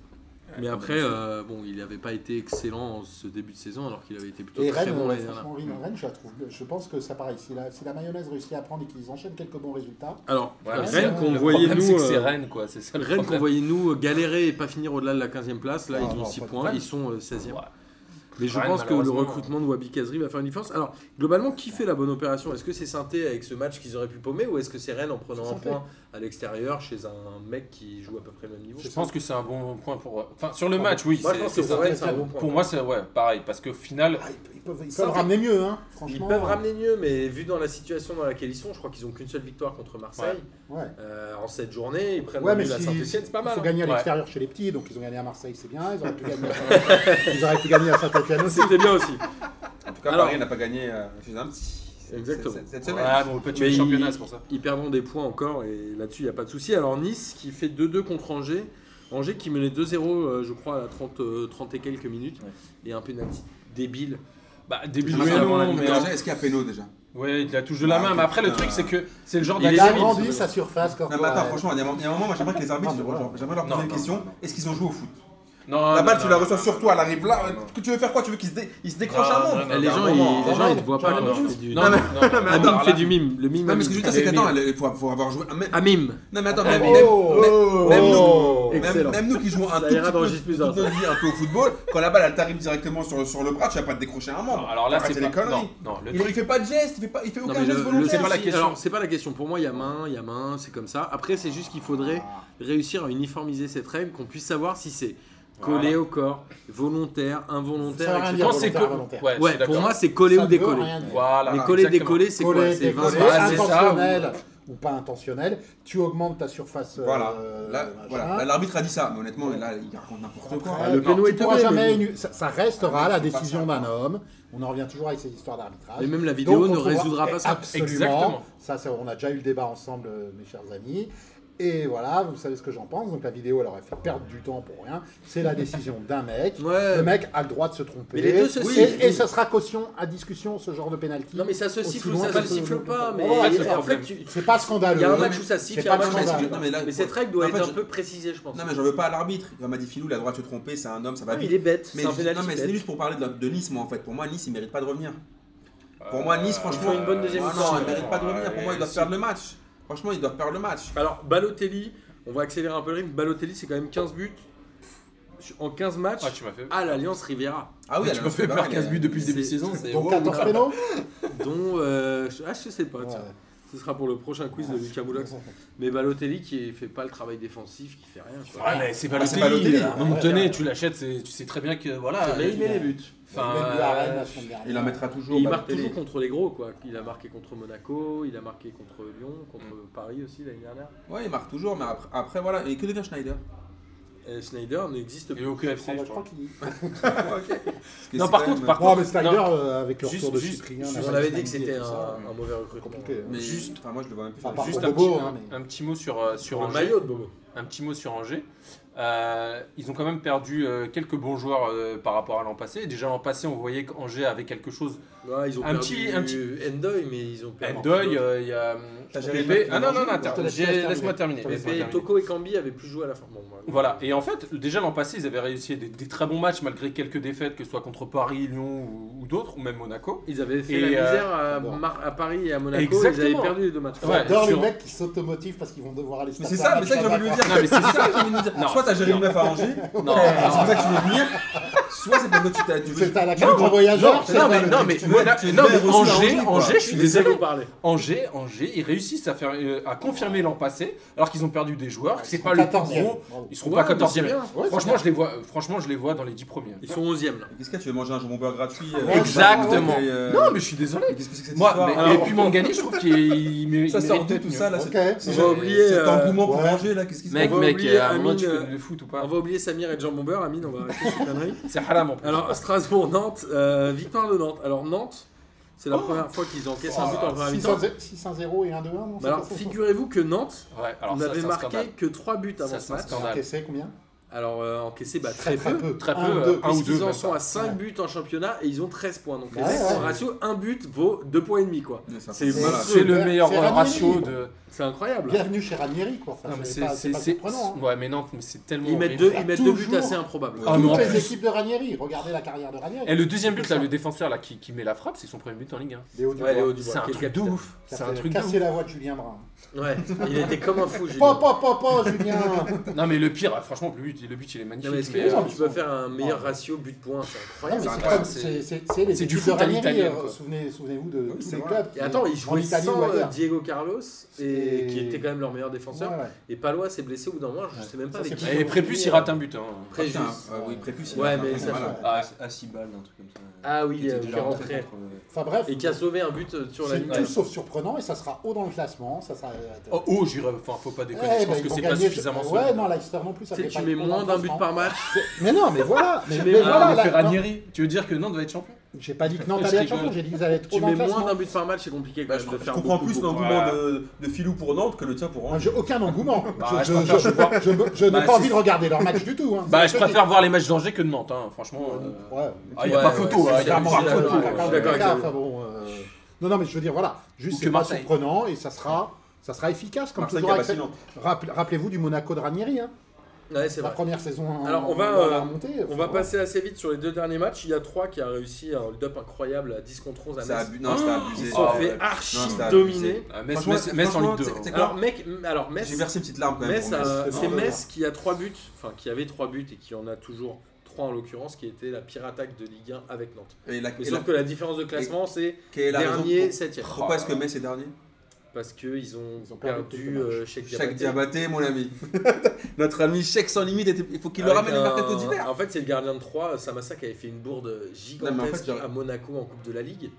Speaker 1: Mais après, euh, bon, il n'avait pas été excellent en ce début de saison alors qu'il avait été plutôt
Speaker 2: Et
Speaker 1: très
Speaker 2: Rennes,
Speaker 1: bon
Speaker 2: euh,
Speaker 1: l'année dernière.
Speaker 2: franchement, oui, non, Rennes, je la trouve. Je pense que ça pareil. Si la, si la mayonnaise réussit à prendre et qu'ils enchaînent quelques bons résultats,
Speaker 1: Alors,
Speaker 4: Ouais, mais c'est-
Speaker 1: Rennes qu'on
Speaker 4: le
Speaker 1: voyait
Speaker 4: problème, c'est
Speaker 1: nous.
Speaker 4: que c'est
Speaker 1: euh,
Speaker 4: Rennes quoi, c'est ça le
Speaker 1: Rennes qu'on
Speaker 4: problème.
Speaker 1: voyait nous euh, galérer et pas finir au-delà de la 15e place, là
Speaker 2: Ah,
Speaker 1: ils ont
Speaker 2: non,
Speaker 1: 6
Speaker 2: pas de
Speaker 1: points,
Speaker 2: problème.
Speaker 1: ils sont euh, 16e.
Speaker 4: Ouais.
Speaker 1: Mais je
Speaker 4: Rennes,
Speaker 1: pense que le
Speaker 4: malheureusement,
Speaker 1: recrutement de Wabi Kazri va faire une différence. Alors, globalement, qui fait la bonne opération Est-ce que c'est Sainté avec ce match qu'ils auraient pu paumer ou est-ce que c'est Rennes en prenant un
Speaker 2: Sainté.
Speaker 1: point à l'extérieur chez un mec qui joue à peu près le même niveau
Speaker 4: Je pense que c'est un bon point pour. Enfin, sur le match, oui.
Speaker 1: Moi, je
Speaker 4: c'est-
Speaker 1: pense
Speaker 4: c'est
Speaker 1: que
Speaker 4: ça.
Speaker 1: pour Rennes, c'est un bon point.
Speaker 4: Pour moi, c'est ouais, pareil, parce que final,
Speaker 2: ah, ils, pe- ils peuvent, ils
Speaker 1: Ça,
Speaker 2: peuvent
Speaker 1: c'est-
Speaker 2: ramener mieux, hein,
Speaker 1: Ils
Speaker 2: franchement.
Speaker 1: peuvent ramener mieux, mais vu dans la situation dans laquelle ils sont, je crois qu'ils ont qu'une seule victoire contre Marseille.
Speaker 2: Ouais,
Speaker 1: Euh, en cette journée, ils prennent
Speaker 2: ouais
Speaker 1: le
Speaker 2: mais
Speaker 1: nul à
Speaker 2: si-
Speaker 1: Saint-Etienne, c'est pas
Speaker 2: il
Speaker 1: mal.
Speaker 2: faut
Speaker 1: hein.
Speaker 2: gagner à
Speaker 4: Ouais.
Speaker 2: l'extérieur chez les petits, donc ils ont gagné à Marseille, c'est bien. Ils auraient pu gagner à Saint- ils auraient pu gagner à Saint-Etienne aussi.
Speaker 1: C'était bien aussi.
Speaker 3: En tout cas,
Speaker 1: Alors-
Speaker 3: Paris n'a pas gagné euh, chez un petit.
Speaker 1: Exactement.
Speaker 3: Cette- Cette semaine.
Speaker 4: ouais, bon, petit
Speaker 1: Mais ils-
Speaker 4: championnat, c'est pour ça.
Speaker 1: Ils perdront des points encore et là-dessus, il n'y a pas de souci. Alors Nice qui fait 2-2 contre Angers. Angers qui menait 2-0, euh, je crois, à la 30, euh, 30 et quelques minutes.
Speaker 5: Ouais.
Speaker 1: Et un penalty débile.
Speaker 4: Bah, début
Speaker 3: Ah,
Speaker 4: de
Speaker 3: mais
Speaker 1: Oui,
Speaker 3: attends,
Speaker 1: non,
Speaker 4: saison,
Speaker 3: on a-
Speaker 4: mais.
Speaker 3: déjà, Est-ce qu'il y a Péno déjà
Speaker 4: Ouais, il la touche de la
Speaker 3: Ah,
Speaker 4: main, mais après, le
Speaker 3: putain.
Speaker 4: truc, c'est que c'est le genre
Speaker 1: Il est
Speaker 2: Il
Speaker 4: d'action-
Speaker 2: a
Speaker 1: débile,
Speaker 2: agrandi
Speaker 1: ce
Speaker 2: sa surface quand
Speaker 3: Non, mais attends, franchement, il y a un moment- il y a un moment, moi, j'aimerais que les arbitres, je- j'aimerais leur
Speaker 4: Non,
Speaker 3: poser une
Speaker 4: non,
Speaker 3: question
Speaker 4: non, non.
Speaker 3: est-ce qu'ils ont joué au foot
Speaker 4: Non,
Speaker 3: La
Speaker 4: non,
Speaker 3: balle,
Speaker 4: non,
Speaker 3: tu la
Speaker 4: non,
Speaker 3: reçois
Speaker 4: non,
Speaker 3: sur
Speaker 4: non,
Speaker 3: toi, elle arrive là.
Speaker 4: non, non.
Speaker 3: Que Tu veux faire quoi Tu veux qu'ils se, dé- ils se décrochent
Speaker 4: Non,
Speaker 3: un
Speaker 4: non,
Speaker 3: monde
Speaker 4: non,
Speaker 1: Et les
Speaker 4: non,
Speaker 1: gens,
Speaker 4: non,
Speaker 1: ils,
Speaker 4: non,
Speaker 1: les gens,
Speaker 4: non,
Speaker 1: ils ne voient
Speaker 4: non,
Speaker 1: pas
Speaker 4: non,
Speaker 1: quand
Speaker 4: non,
Speaker 1: tu fais du.
Speaker 3: non, Ah, mais-
Speaker 4: non, non, non,
Speaker 1: Amim
Speaker 3: alors
Speaker 1: fait
Speaker 3: là-
Speaker 1: du mime. Le mime.
Speaker 3: Non, mais ce que je veux dire, c'est
Speaker 1: Amim.
Speaker 3: qu'attends, il faut faut avoir joué. même-
Speaker 1: Amim.
Speaker 3: Non, mais attends, même,
Speaker 2: Oh,
Speaker 3: même-
Speaker 2: oh,
Speaker 3: même-
Speaker 2: oh,
Speaker 3: même
Speaker 2: oh.
Speaker 3: nous, même,
Speaker 1: Excellent.
Speaker 3: même nous qui jouons
Speaker 1: Ça
Speaker 3: un tout
Speaker 1: ira
Speaker 3: petit
Speaker 1: dans
Speaker 3: peu,
Speaker 1: J+1,
Speaker 3: toute notre vie un peu au football, quand la balle elle t'arrive directement sur, sur le bras, tu vas pas te décrocher un membre.
Speaker 4: non. Alors là,
Speaker 3: Arrêtez
Speaker 4: c'est
Speaker 3: les
Speaker 4: pas.
Speaker 3: conneries.
Speaker 4: Non, non, le
Speaker 3: Il, il
Speaker 4: truc.
Speaker 3: fait pas de geste, il fait, pas, il fait
Speaker 1: Non,
Speaker 3: aucun
Speaker 1: mais le-
Speaker 3: geste
Speaker 1: le
Speaker 3: volontaire.
Speaker 1: souci-
Speaker 4: pas la question.
Speaker 1: Alors, c'est pas la question. Pour moi, il y a main, il y a main, c'est comme ça. Après, c'est juste qu'il faudrait
Speaker 2: Ah.
Speaker 1: réussir à uniformiser cette règle, qu'on puisse savoir si c'est collé
Speaker 4: Voilà.
Speaker 1: au corps, volontaire,
Speaker 2: Ça
Speaker 1: involontaire,
Speaker 2: va rien
Speaker 1: etc.
Speaker 2: dire.
Speaker 4: Quand c'est
Speaker 2: volontaire,
Speaker 4: que.
Speaker 2: volontaire.
Speaker 4: Ouais, je suis
Speaker 1: Ouais, pour
Speaker 4: d'accord.
Speaker 1: moi, c'est collé
Speaker 2: Ça
Speaker 1: ou
Speaker 2: ne veut
Speaker 1: décollé.
Speaker 2: rien dire.
Speaker 4: Voilà.
Speaker 1: Mais coller,
Speaker 4: exactement.
Speaker 1: décoller, c'est quoi
Speaker 2: Collé,
Speaker 1: C'est 20
Speaker 2: décollé,
Speaker 4: Ah, c'est ça,
Speaker 2: intentionnel ou pas intentionnel, tu augmentes ta surface. euh,
Speaker 3: Voilà, là,
Speaker 2: machin.
Speaker 3: voilà. Là, l'arbitre a dit ça, mais honnêtement, là, il raconte n'importe quoi.
Speaker 2: Après,
Speaker 1: Ah, le
Speaker 2: non,
Speaker 1: péno
Speaker 2: tu
Speaker 1: est
Speaker 2: pourras
Speaker 1: tombé,
Speaker 2: jamais
Speaker 1: mais-
Speaker 2: une- ça, ça restera
Speaker 3: Ah, mais
Speaker 2: la
Speaker 3: c'est pas
Speaker 2: décision
Speaker 3: ça.
Speaker 2: d'un homme. On en revient toujours avec ces histoires d'arbitrage.
Speaker 1: Et même la vidéo
Speaker 2: on Ah,
Speaker 1: ne
Speaker 2: trouvera-
Speaker 1: résoudra pas ça.
Speaker 2: Absolument.
Speaker 4: Exactement.
Speaker 2: Ça, ça, on a déjà eu le débat ensemble, euh, mes chers amis. Et voilà, vous savez ce que j'en pense. Donc la vidéo, elle aurait fait perdre du temps pour rien. C'est la décision d'un mec.
Speaker 1: Ouais.
Speaker 2: Le mec a le droit de se tromper.
Speaker 1: Mais les deux se
Speaker 2: Oui,
Speaker 1: sifflent.
Speaker 2: et, et ça sera caution à discussion, ce genre de pénalty.
Speaker 1: Non, mais ça se
Speaker 2: Aussi
Speaker 1: siffle ou
Speaker 2: loin
Speaker 1: ça
Speaker 2: que-
Speaker 1: se siffle pas. Mais
Speaker 2: Voilà,
Speaker 1: en fait,
Speaker 2: c'est le
Speaker 1: en fait,
Speaker 2: problème.
Speaker 1: tu-
Speaker 2: C'est pas scandaleux.
Speaker 1: il y a un
Speaker 3: Non,
Speaker 1: match
Speaker 3: mais
Speaker 1: où ça
Speaker 2: c'est
Speaker 1: siffle, il y a un
Speaker 2: pas
Speaker 1: match où ça
Speaker 2: scandaleux.
Speaker 1: siffle.
Speaker 3: Non, mais là,
Speaker 1: Mais
Speaker 3: pour-
Speaker 1: cette règle doit
Speaker 3: en fait,
Speaker 1: être un
Speaker 3: je-
Speaker 1: peu précisée, je pense.
Speaker 3: Non, mais j'en veux pas à l'arbitre. Il m'a dit Filou, il a le droit de se tromper, c'est un homme, ça va
Speaker 1: Non,
Speaker 3: vite.
Speaker 1: il est bête,
Speaker 3: Mais
Speaker 1: c'est un
Speaker 3: je- non,
Speaker 1: pénalty
Speaker 3: mais c'est
Speaker 1: bête.
Speaker 3: juste pour parler de, la- de Nice, moi en fait. Pour moi, Nice, il mérite pas de revenir.
Speaker 4: Euh,
Speaker 3: Pour moi, Nice, franchement.
Speaker 1: une bonne deuxième
Speaker 3: Ah
Speaker 1: mi-temps, ouais.
Speaker 3: non, il
Speaker 4: hein.
Speaker 3: mérite pas de revenir. Pour moi, ils doivent
Speaker 4: faire
Speaker 3: perdre le match. Franchement, ils doivent perdre le match.
Speaker 1: Alors, Balotelli, on va accélérer un peu le rythme. Balotelli, c'est quand même 15 buts en 15 matchs
Speaker 4: Ah, tu m'as fait.
Speaker 1: à l'Alliance Riviera,
Speaker 3: Ah oui,
Speaker 4: tu
Speaker 3: alors,
Speaker 4: m'as fait
Speaker 3: c'est
Speaker 4: peur
Speaker 3: pareil,
Speaker 4: 15 buts depuis le début de
Speaker 1: c'est-
Speaker 4: saison. c'est-
Speaker 2: Donc
Speaker 4: wow.
Speaker 2: 14 pénaux
Speaker 1: dont. euh, je- Ah, je sais pas, tiens.
Speaker 2: Ouais.
Speaker 1: Ce sera pour le prochain quiz de Lucas Moulox. Mais Balotelli qui fait pas le travail défensif, qui fait rien. quoi.
Speaker 4: Ouais, mais c'est pas
Speaker 3: Ah, c'est Balotelli.
Speaker 4: À un moment donné, tu l'achètes, c'est- tu sais très bien que voilà.
Speaker 1: Mais il met
Speaker 4: euh,
Speaker 1: les buts.
Speaker 4: enfin,
Speaker 2: Il a même eu à Rennes
Speaker 4: euh,
Speaker 2: la semaine dernière. Ah,
Speaker 3: Il en mettra
Speaker 1: Et
Speaker 3: toujours.
Speaker 1: il marque
Speaker 3: Balotelli.
Speaker 1: toujours contre les gros, quoi. Il a marqué contre Monaco, il a marqué contre Lyon, contre Paris aussi l'année dernière.
Speaker 3: Ouais, il marque toujours, mais après, après voilà. Et que devient Schneider
Speaker 4: (laughs)
Speaker 1: Et Schneider n'existe
Speaker 4: Et
Speaker 1: plus.
Speaker 4: au
Speaker 2: Ah,
Speaker 4: KFC,
Speaker 2: bah,
Speaker 4: je
Speaker 2: je crois
Speaker 4: crois.
Speaker 2: qu'il-
Speaker 3: Parce que
Speaker 4: Non,
Speaker 3: c'est
Speaker 4: par
Speaker 3: quand
Speaker 4: contre,
Speaker 3: même-
Speaker 4: par
Speaker 2: Ouais,
Speaker 4: contre.
Speaker 2: mais Snyder,
Speaker 4: non.
Speaker 2: euh, avec le
Speaker 4: Juste-
Speaker 2: retour de
Speaker 4: juste-
Speaker 2: Cyprien,
Speaker 1: Juste,
Speaker 2: la
Speaker 1: on avait dit
Speaker 2: Snyder
Speaker 1: que c'était
Speaker 2: et
Speaker 1: un,
Speaker 2: tout ça,
Speaker 1: un mauvais recrutement.
Speaker 2: compliqué, hein.
Speaker 3: Mais
Speaker 4: Juste-
Speaker 3: juste. Enfin, moi, je le vois un peu.
Speaker 2: Enfin, par-
Speaker 4: Juste
Speaker 2: contre,
Speaker 4: un petit,
Speaker 2: Bobo, hein,
Speaker 4: un,
Speaker 2: mais-
Speaker 4: un petit mot sur, euh, sur
Speaker 1: Pour le
Speaker 4: Angers.
Speaker 1: maillot de Bobo.
Speaker 4: un petit mot sur Angers. Euh, ils ont quand même perdu euh, quelques bons joueurs euh, par rapport à l'an passé. Déjà l'an passé, on voyait qu'Angers avait quelque chose.
Speaker 1: Ouais, ils ont
Speaker 4: Un
Speaker 1: perdu
Speaker 4: petit- un petit-
Speaker 1: Ndoye, mais ils ont perdu.
Speaker 4: Endoy, euh, il y a.
Speaker 3: T'as jamais
Speaker 4: Pépé.
Speaker 3: marqué hein.
Speaker 4: Ah non, non, non,
Speaker 3: Angers,
Speaker 4: attends,
Speaker 3: ou-
Speaker 4: j'ai- laisse-moi terminer. laisse-moi
Speaker 1: Pepe,
Speaker 4: terminer.
Speaker 1: Toko et Kambi avaient plus joué à la fin. Bon, bah,
Speaker 4: Voilà, et en fait, déjà l'an passé, ils avaient réussi des, des très bons matchs malgré quelques défaites, que ce soit contre Paris, Lyon ou, ou d'autres, ou même Monaco.
Speaker 1: Ils avaient fait
Speaker 4: Et,
Speaker 1: la
Speaker 4: euh,
Speaker 1: misère à,
Speaker 2: bon.
Speaker 1: Mar- à Paris et à Monaco. Ils
Speaker 4: Exactement.
Speaker 1: avaient perdu les deux matchs.
Speaker 4: Ouais.
Speaker 2: J'adore les
Speaker 4: sur-
Speaker 2: mecs qui s'automotivent parce qu'ils vont devoir aller se
Speaker 3: Mais c'est
Speaker 2: taper un
Speaker 3: ça, mais ça que j'ai
Speaker 2: match
Speaker 3: envie de
Speaker 2: à
Speaker 3: lui dire.
Speaker 4: Non, mais c'est ça.
Speaker 3: j'ai envie de lui dire.
Speaker 4: Non.
Speaker 3: Soit t'as Jérémy Meuf à Angers,
Speaker 4: Non,
Speaker 3: (laughs) c'est
Speaker 4: non,
Speaker 3: pour ça que tu veux venir. Soit c'est parce que tu t'as. tu
Speaker 2: Dakar.
Speaker 3: veux-
Speaker 2: C'est à la carte grand voyageur.
Speaker 3: non,
Speaker 2: c'est
Speaker 4: non,
Speaker 2: vrai,
Speaker 4: mais,
Speaker 2: le
Speaker 4: non,
Speaker 2: mec.
Speaker 4: mais,
Speaker 3: tu veux-
Speaker 4: Mona-
Speaker 3: tu veux
Speaker 4: non, mais
Speaker 3: faire aussi
Speaker 4: Angers,
Speaker 3: l'Angers, quoi.
Speaker 4: Angers, je suis désolé.
Speaker 1: vous parler.
Speaker 4: Angers, Angers, ils réussissent à, faire, euh, à confirmer l'an passé, alors qu'ils ont perdu des joueurs, c'est
Speaker 2: Ils
Speaker 4: pas
Speaker 2: sont
Speaker 4: le plus
Speaker 2: 14e.
Speaker 4: gros,
Speaker 2: Bravo.
Speaker 4: ils seront
Speaker 1: Ouais,
Speaker 4: pas
Speaker 1: mais c'est
Speaker 4: 14e.
Speaker 1: bien.
Speaker 2: Ouais,
Speaker 4: franchement, je les vois, euh, franchement, je les vois dans les 10 premiers.
Speaker 1: Ils sont 11e là.
Speaker 3: Qu'est-ce que tu veux manger un jambon beurre gratuit euh,
Speaker 4: Exactement.
Speaker 3: et, euh,
Speaker 4: Non, mais je suis désolé.
Speaker 3: mais Qu'est-ce que euh, c'est que cette
Speaker 4: Moi,
Speaker 3: histoire
Speaker 4: mais-
Speaker 3: Alors,
Speaker 4: et puis Mangani, je trouve qu'il mé-
Speaker 3: Ça sort
Speaker 4: il mérite
Speaker 3: d'où
Speaker 4: d'être
Speaker 3: tout
Speaker 4: mieux.
Speaker 3: ça là
Speaker 2: Ok.
Speaker 3: c'est-
Speaker 1: On
Speaker 3: c'est-
Speaker 1: va oublier,
Speaker 3: Cet
Speaker 1: euh,
Speaker 3: engouement pour
Speaker 2: ouais.
Speaker 3: Angers là, qu'est-ce qui se
Speaker 4: Mec,
Speaker 1: On va
Speaker 4: mec,
Speaker 1: oublier
Speaker 4: à un moment, tu
Speaker 3: euh,
Speaker 1: Amine,
Speaker 4: connais le foot ou pas
Speaker 1: On va oublier Samir et Jean Bomber. Amine, on va arrêter ces conneries.
Speaker 4: C'est haram en plus.
Speaker 1: Alors Strasbourg, Nantes, euh, victoire de Nantes. Alors Nantes, c'est
Speaker 4: Oh.
Speaker 1: la première fois qu'ils encaissent un but en première mi-temps.
Speaker 2: 6-1-0 6-1-0 et 1-2-1, non
Speaker 1: Bah alors figurez-vous que Nantes
Speaker 4: Ouais, alors ça,
Speaker 1: n'avait
Speaker 4: c'est un
Speaker 1: marqué
Speaker 4: scandale.
Speaker 1: que 3 buts avant
Speaker 4: Ça,
Speaker 1: ce
Speaker 4: c'est un
Speaker 1: match.
Speaker 4: scandale.
Speaker 2: Encaissé combien
Speaker 1: Alors euh, encaissé bah, très, peu.
Speaker 4: Très peu,
Speaker 2: Un,
Speaker 4: euh,
Speaker 2: deux.
Speaker 4: un ou deux.
Speaker 1: Ils en
Speaker 4: même
Speaker 1: sont
Speaker 4: pas.
Speaker 1: à 5 buts en championnat et ils ont 13 points. Donc les
Speaker 2: Ouais,
Speaker 1: mecs,
Speaker 2: ouais.
Speaker 1: en ratio, un but vaut 2 points et demi quoi.
Speaker 3: Mais ça,
Speaker 1: C'est-
Speaker 3: voilà.
Speaker 4: C'est le
Speaker 2: C'est
Speaker 4: meilleur
Speaker 2: Ranieri.
Speaker 4: ratio de.
Speaker 1: C'est incroyable.
Speaker 2: Bienvenue chez Ranieri, quoi. Enfin,
Speaker 4: Non, mais
Speaker 2: c'est
Speaker 4: c'est-
Speaker 2: pas- c'est
Speaker 4: c'est.
Speaker 2: pas
Speaker 4: c'est-
Speaker 2: surprenant. hein.
Speaker 4: Ouais, mais non, mais c'est tellement.
Speaker 1: Ils mettent
Speaker 4: horrible.
Speaker 1: deux, ils mettent deux buts
Speaker 2: Toujours.
Speaker 1: assez improbables.
Speaker 3: Ah,
Speaker 4: Ah, mais en
Speaker 2: Toutes les
Speaker 4: plus-
Speaker 2: équipes de Ranieri, regardez la carrière de Ranieri.
Speaker 4: Et le deuxième but, là, le défenseur là, qui, qui met la frappe, c'est son premier but en Ligue 1.
Speaker 2: Léo Dubois.
Speaker 1: Ouais, Léo Dubois,
Speaker 4: C'est un
Speaker 1: qui est
Speaker 4: truc de
Speaker 1: capitaine.
Speaker 4: ouf.
Speaker 2: Ça
Speaker 4: C'est un
Speaker 2: fait
Speaker 4: truc de ouf.
Speaker 2: Casser la voix de Julien Brun.
Speaker 1: Ouais, il était comme un
Speaker 2: (laughs)
Speaker 1: fou. Julien.
Speaker 2: Pa, pa, pa, pa, Julien
Speaker 4: Non, mais le pire, franchement, le but, le but il est magnifique.
Speaker 1: Non, mais est-ce que
Speaker 4: mais, euh,
Speaker 1: tu peux faire un meilleur ratio but-point C'est
Speaker 2: Ouais, mais
Speaker 1: incroyable.
Speaker 2: c'est
Speaker 3: incroyable,
Speaker 2: comme-
Speaker 4: c'est-
Speaker 2: C'est c'est- c'est les
Speaker 4: c'est
Speaker 2: équipes
Speaker 4: du
Speaker 2: de
Speaker 4: foot à
Speaker 2: Ranieri,
Speaker 4: l'italienne,
Speaker 2: euh,
Speaker 4: quoi.
Speaker 2: souvenez- Souvenez-vous de
Speaker 3: Oui,
Speaker 2: tous
Speaker 3: c'est
Speaker 2: les
Speaker 3: vrai.
Speaker 2: clubs.
Speaker 1: Et attends, ils
Speaker 2: En
Speaker 1: jouaient
Speaker 2: Italie ou
Speaker 1: sans euh,
Speaker 2: ailleurs.
Speaker 1: Diego Carlos, et...
Speaker 2: Et-
Speaker 1: qui était quand même leur meilleur défenseur.
Speaker 2: Ouais, ouais.
Speaker 1: Et Palois s'est blessé au bout d'un moment, je sais même pas
Speaker 2: Ça,
Speaker 1: avec
Speaker 2: c'est
Speaker 1: qui.
Speaker 2: plus-
Speaker 4: Et Prépuce, il rate un but. hein.
Speaker 3: Ah, putain,
Speaker 1: Préjus.
Speaker 3: euh, oui, prépuce. il
Speaker 1: Ouais,
Speaker 3: a un
Speaker 1: mais
Speaker 3: peu
Speaker 1: ça,
Speaker 3: mal,
Speaker 1: c'est-
Speaker 3: hein.
Speaker 5: Ah, à 6 balles, un truc comme ça.
Speaker 1: Ah oui,
Speaker 5: Qui était
Speaker 1: euh, qui
Speaker 5: déjà
Speaker 1: est
Speaker 5: rentré
Speaker 1: rentré.
Speaker 5: contre.
Speaker 2: Enfin bref,
Speaker 1: Et qui a sauvé un but euh, sur la
Speaker 2: c'est
Speaker 1: ligne.
Speaker 2: tout sauf surprenant et ça sera haut dans le classement. Ça sera... euh,
Speaker 4: Oh, oh j'irais. Enfin, faut pas
Speaker 2: Eh,
Speaker 4: déconner. je pense
Speaker 2: bah, ils
Speaker 4: que
Speaker 2: vont
Speaker 4: c'est pas
Speaker 2: gagner-
Speaker 4: suffisamment
Speaker 2: Ouais,
Speaker 4: solide.
Speaker 2: non, Leicester non plus. Ça
Speaker 1: Tu sais,
Speaker 2: fait
Speaker 1: tu
Speaker 2: pas
Speaker 1: mets
Speaker 2: haut dans
Speaker 1: moins
Speaker 2: le
Speaker 1: d'un but
Speaker 2: classement.
Speaker 1: par match.
Speaker 2: Mais non, mais voilà. Mais,
Speaker 1: mets
Speaker 2: mais
Speaker 1: moins
Speaker 4: Ah,
Speaker 2: voilà.
Speaker 4: on fait
Speaker 2: là, non,
Speaker 4: Ranieri. Tu veux dire que Nantes va être champion
Speaker 2: J'ai pas dit que non,
Speaker 4: Je
Speaker 2: t'allais être
Speaker 4: rigole.
Speaker 2: champion. J'ai dit qu'ils allaient être haut
Speaker 1: Tu
Speaker 2: dans le
Speaker 1: mets moins
Speaker 2: classement.
Speaker 1: d'un but par match, c'est compliqué quand
Speaker 3: Bah, je,
Speaker 1: même de
Speaker 3: je
Speaker 1: faire
Speaker 3: comprends
Speaker 1: beaucoup,
Speaker 3: plus
Speaker 1: beaucoup.
Speaker 3: l'engouement de, de Filou pour Nantes que le tien pour
Speaker 2: Non,
Speaker 3: Angers.
Speaker 2: J'ai aucun engouement.
Speaker 4: Bah,
Speaker 2: Je-
Speaker 4: je
Speaker 2: je-
Speaker 4: préfère-
Speaker 2: je- je- Je je n'ai
Speaker 4: Bah,
Speaker 2: pas envie
Speaker 4: c'est-
Speaker 2: de regarder leur match du tout. hein.
Speaker 4: Bah,
Speaker 2: C'est
Speaker 4: je
Speaker 2: ce que
Speaker 4: préfère voir les matchs d'Angers que de Nantes, hein, franchement.
Speaker 2: dis.
Speaker 4: euh.
Speaker 2: Ouais.
Speaker 4: Ah, il n'y a pas
Speaker 1: Ouais,
Speaker 4: photo,
Speaker 1: ouais,
Speaker 4: hein,
Speaker 1: c'est
Speaker 4: il y a
Speaker 1: sûr,
Speaker 4: pas
Speaker 1: c'est
Speaker 4: photo.
Speaker 1: sûr,
Speaker 4: hein.
Speaker 1: euh, je suis d'accord avec
Speaker 2: Enfin,
Speaker 1: toi.
Speaker 2: bon, euh, Non, non, mais je veux dire, voilà. Juste,
Speaker 4: Ou
Speaker 2: c'est
Speaker 4: que
Speaker 2: pas
Speaker 4: Marseille.
Speaker 2: surprenant et ça sera, ça sera efficace comme
Speaker 3: Marseille
Speaker 2: toujours.
Speaker 3: qui a
Speaker 2: avec
Speaker 3: battu
Speaker 2: cette- Rappel- Rappelez-vous du Monaco de Ranieri, hein,
Speaker 1: Ouais, c'est
Speaker 2: la
Speaker 1: vrai.
Speaker 2: première saison. en-
Speaker 1: Alors, on va,
Speaker 2: en- en
Speaker 1: euh,
Speaker 2: remontée,
Speaker 1: On
Speaker 2: enfin,
Speaker 1: va
Speaker 2: voilà.
Speaker 1: passer assez vite sur les deux derniers matchs. Il y a 3 qui a réussi un hold-up incroyable à 10 contre 11 à
Speaker 3: Ça a
Speaker 1: Metz.
Speaker 3: bu- non, c'était abusé.
Speaker 1: Ils se
Speaker 4: Ah
Speaker 1: sont
Speaker 4: ouais.
Speaker 1: fait archi
Speaker 3: Non, c'était abusé.
Speaker 1: dominer.
Speaker 4: Ah, Metz,
Speaker 3: Franchement,
Speaker 4: Metz, Metz en
Speaker 3: franchement,
Speaker 4: Ligue 2.
Speaker 3: c'est- c'est
Speaker 4: hein.
Speaker 3: quoi
Speaker 1: Alors mec, m- alors Metz,
Speaker 3: J'ai versé une petite larme quand même.
Speaker 1: Metz,
Speaker 3: pour Metz.
Speaker 1: euh, c'est
Speaker 2: Non, mais-
Speaker 1: Metz qui a 3 buts, enfin qui avait 3 buts et qui en a toujours 3 en l'occurrence, qui était la pire attaque de Ligue 1 avec Nantes.
Speaker 3: Et la,
Speaker 1: Mais
Speaker 3: et la,
Speaker 1: sauf que la différence de classement c'est
Speaker 3: quelle est la raison
Speaker 1: dernier,
Speaker 3: pour-
Speaker 1: 7
Speaker 3: Pourquoi est-ce que Metz est dernier
Speaker 1: Parce qu'ils ont,
Speaker 2: Ils ont perdu
Speaker 1: perdu
Speaker 2: quelques matchs.
Speaker 1: euh, Cheikh
Speaker 3: Chèque
Speaker 1: Diabaté.
Speaker 3: Diabaté, mon ami. Notre ami Chèque sans limite, était- il faut qu'il le
Speaker 1: Avec
Speaker 3: ramène les
Speaker 1: un-
Speaker 3: mercato d'hiver.
Speaker 1: En fait, c'est le gardien de 3, Samassa, qui avait fait une bourde
Speaker 3: Non, mais en
Speaker 1: gigantesque
Speaker 3: fait, j'aurais-
Speaker 1: à Monaco en Coupe de la Ligue,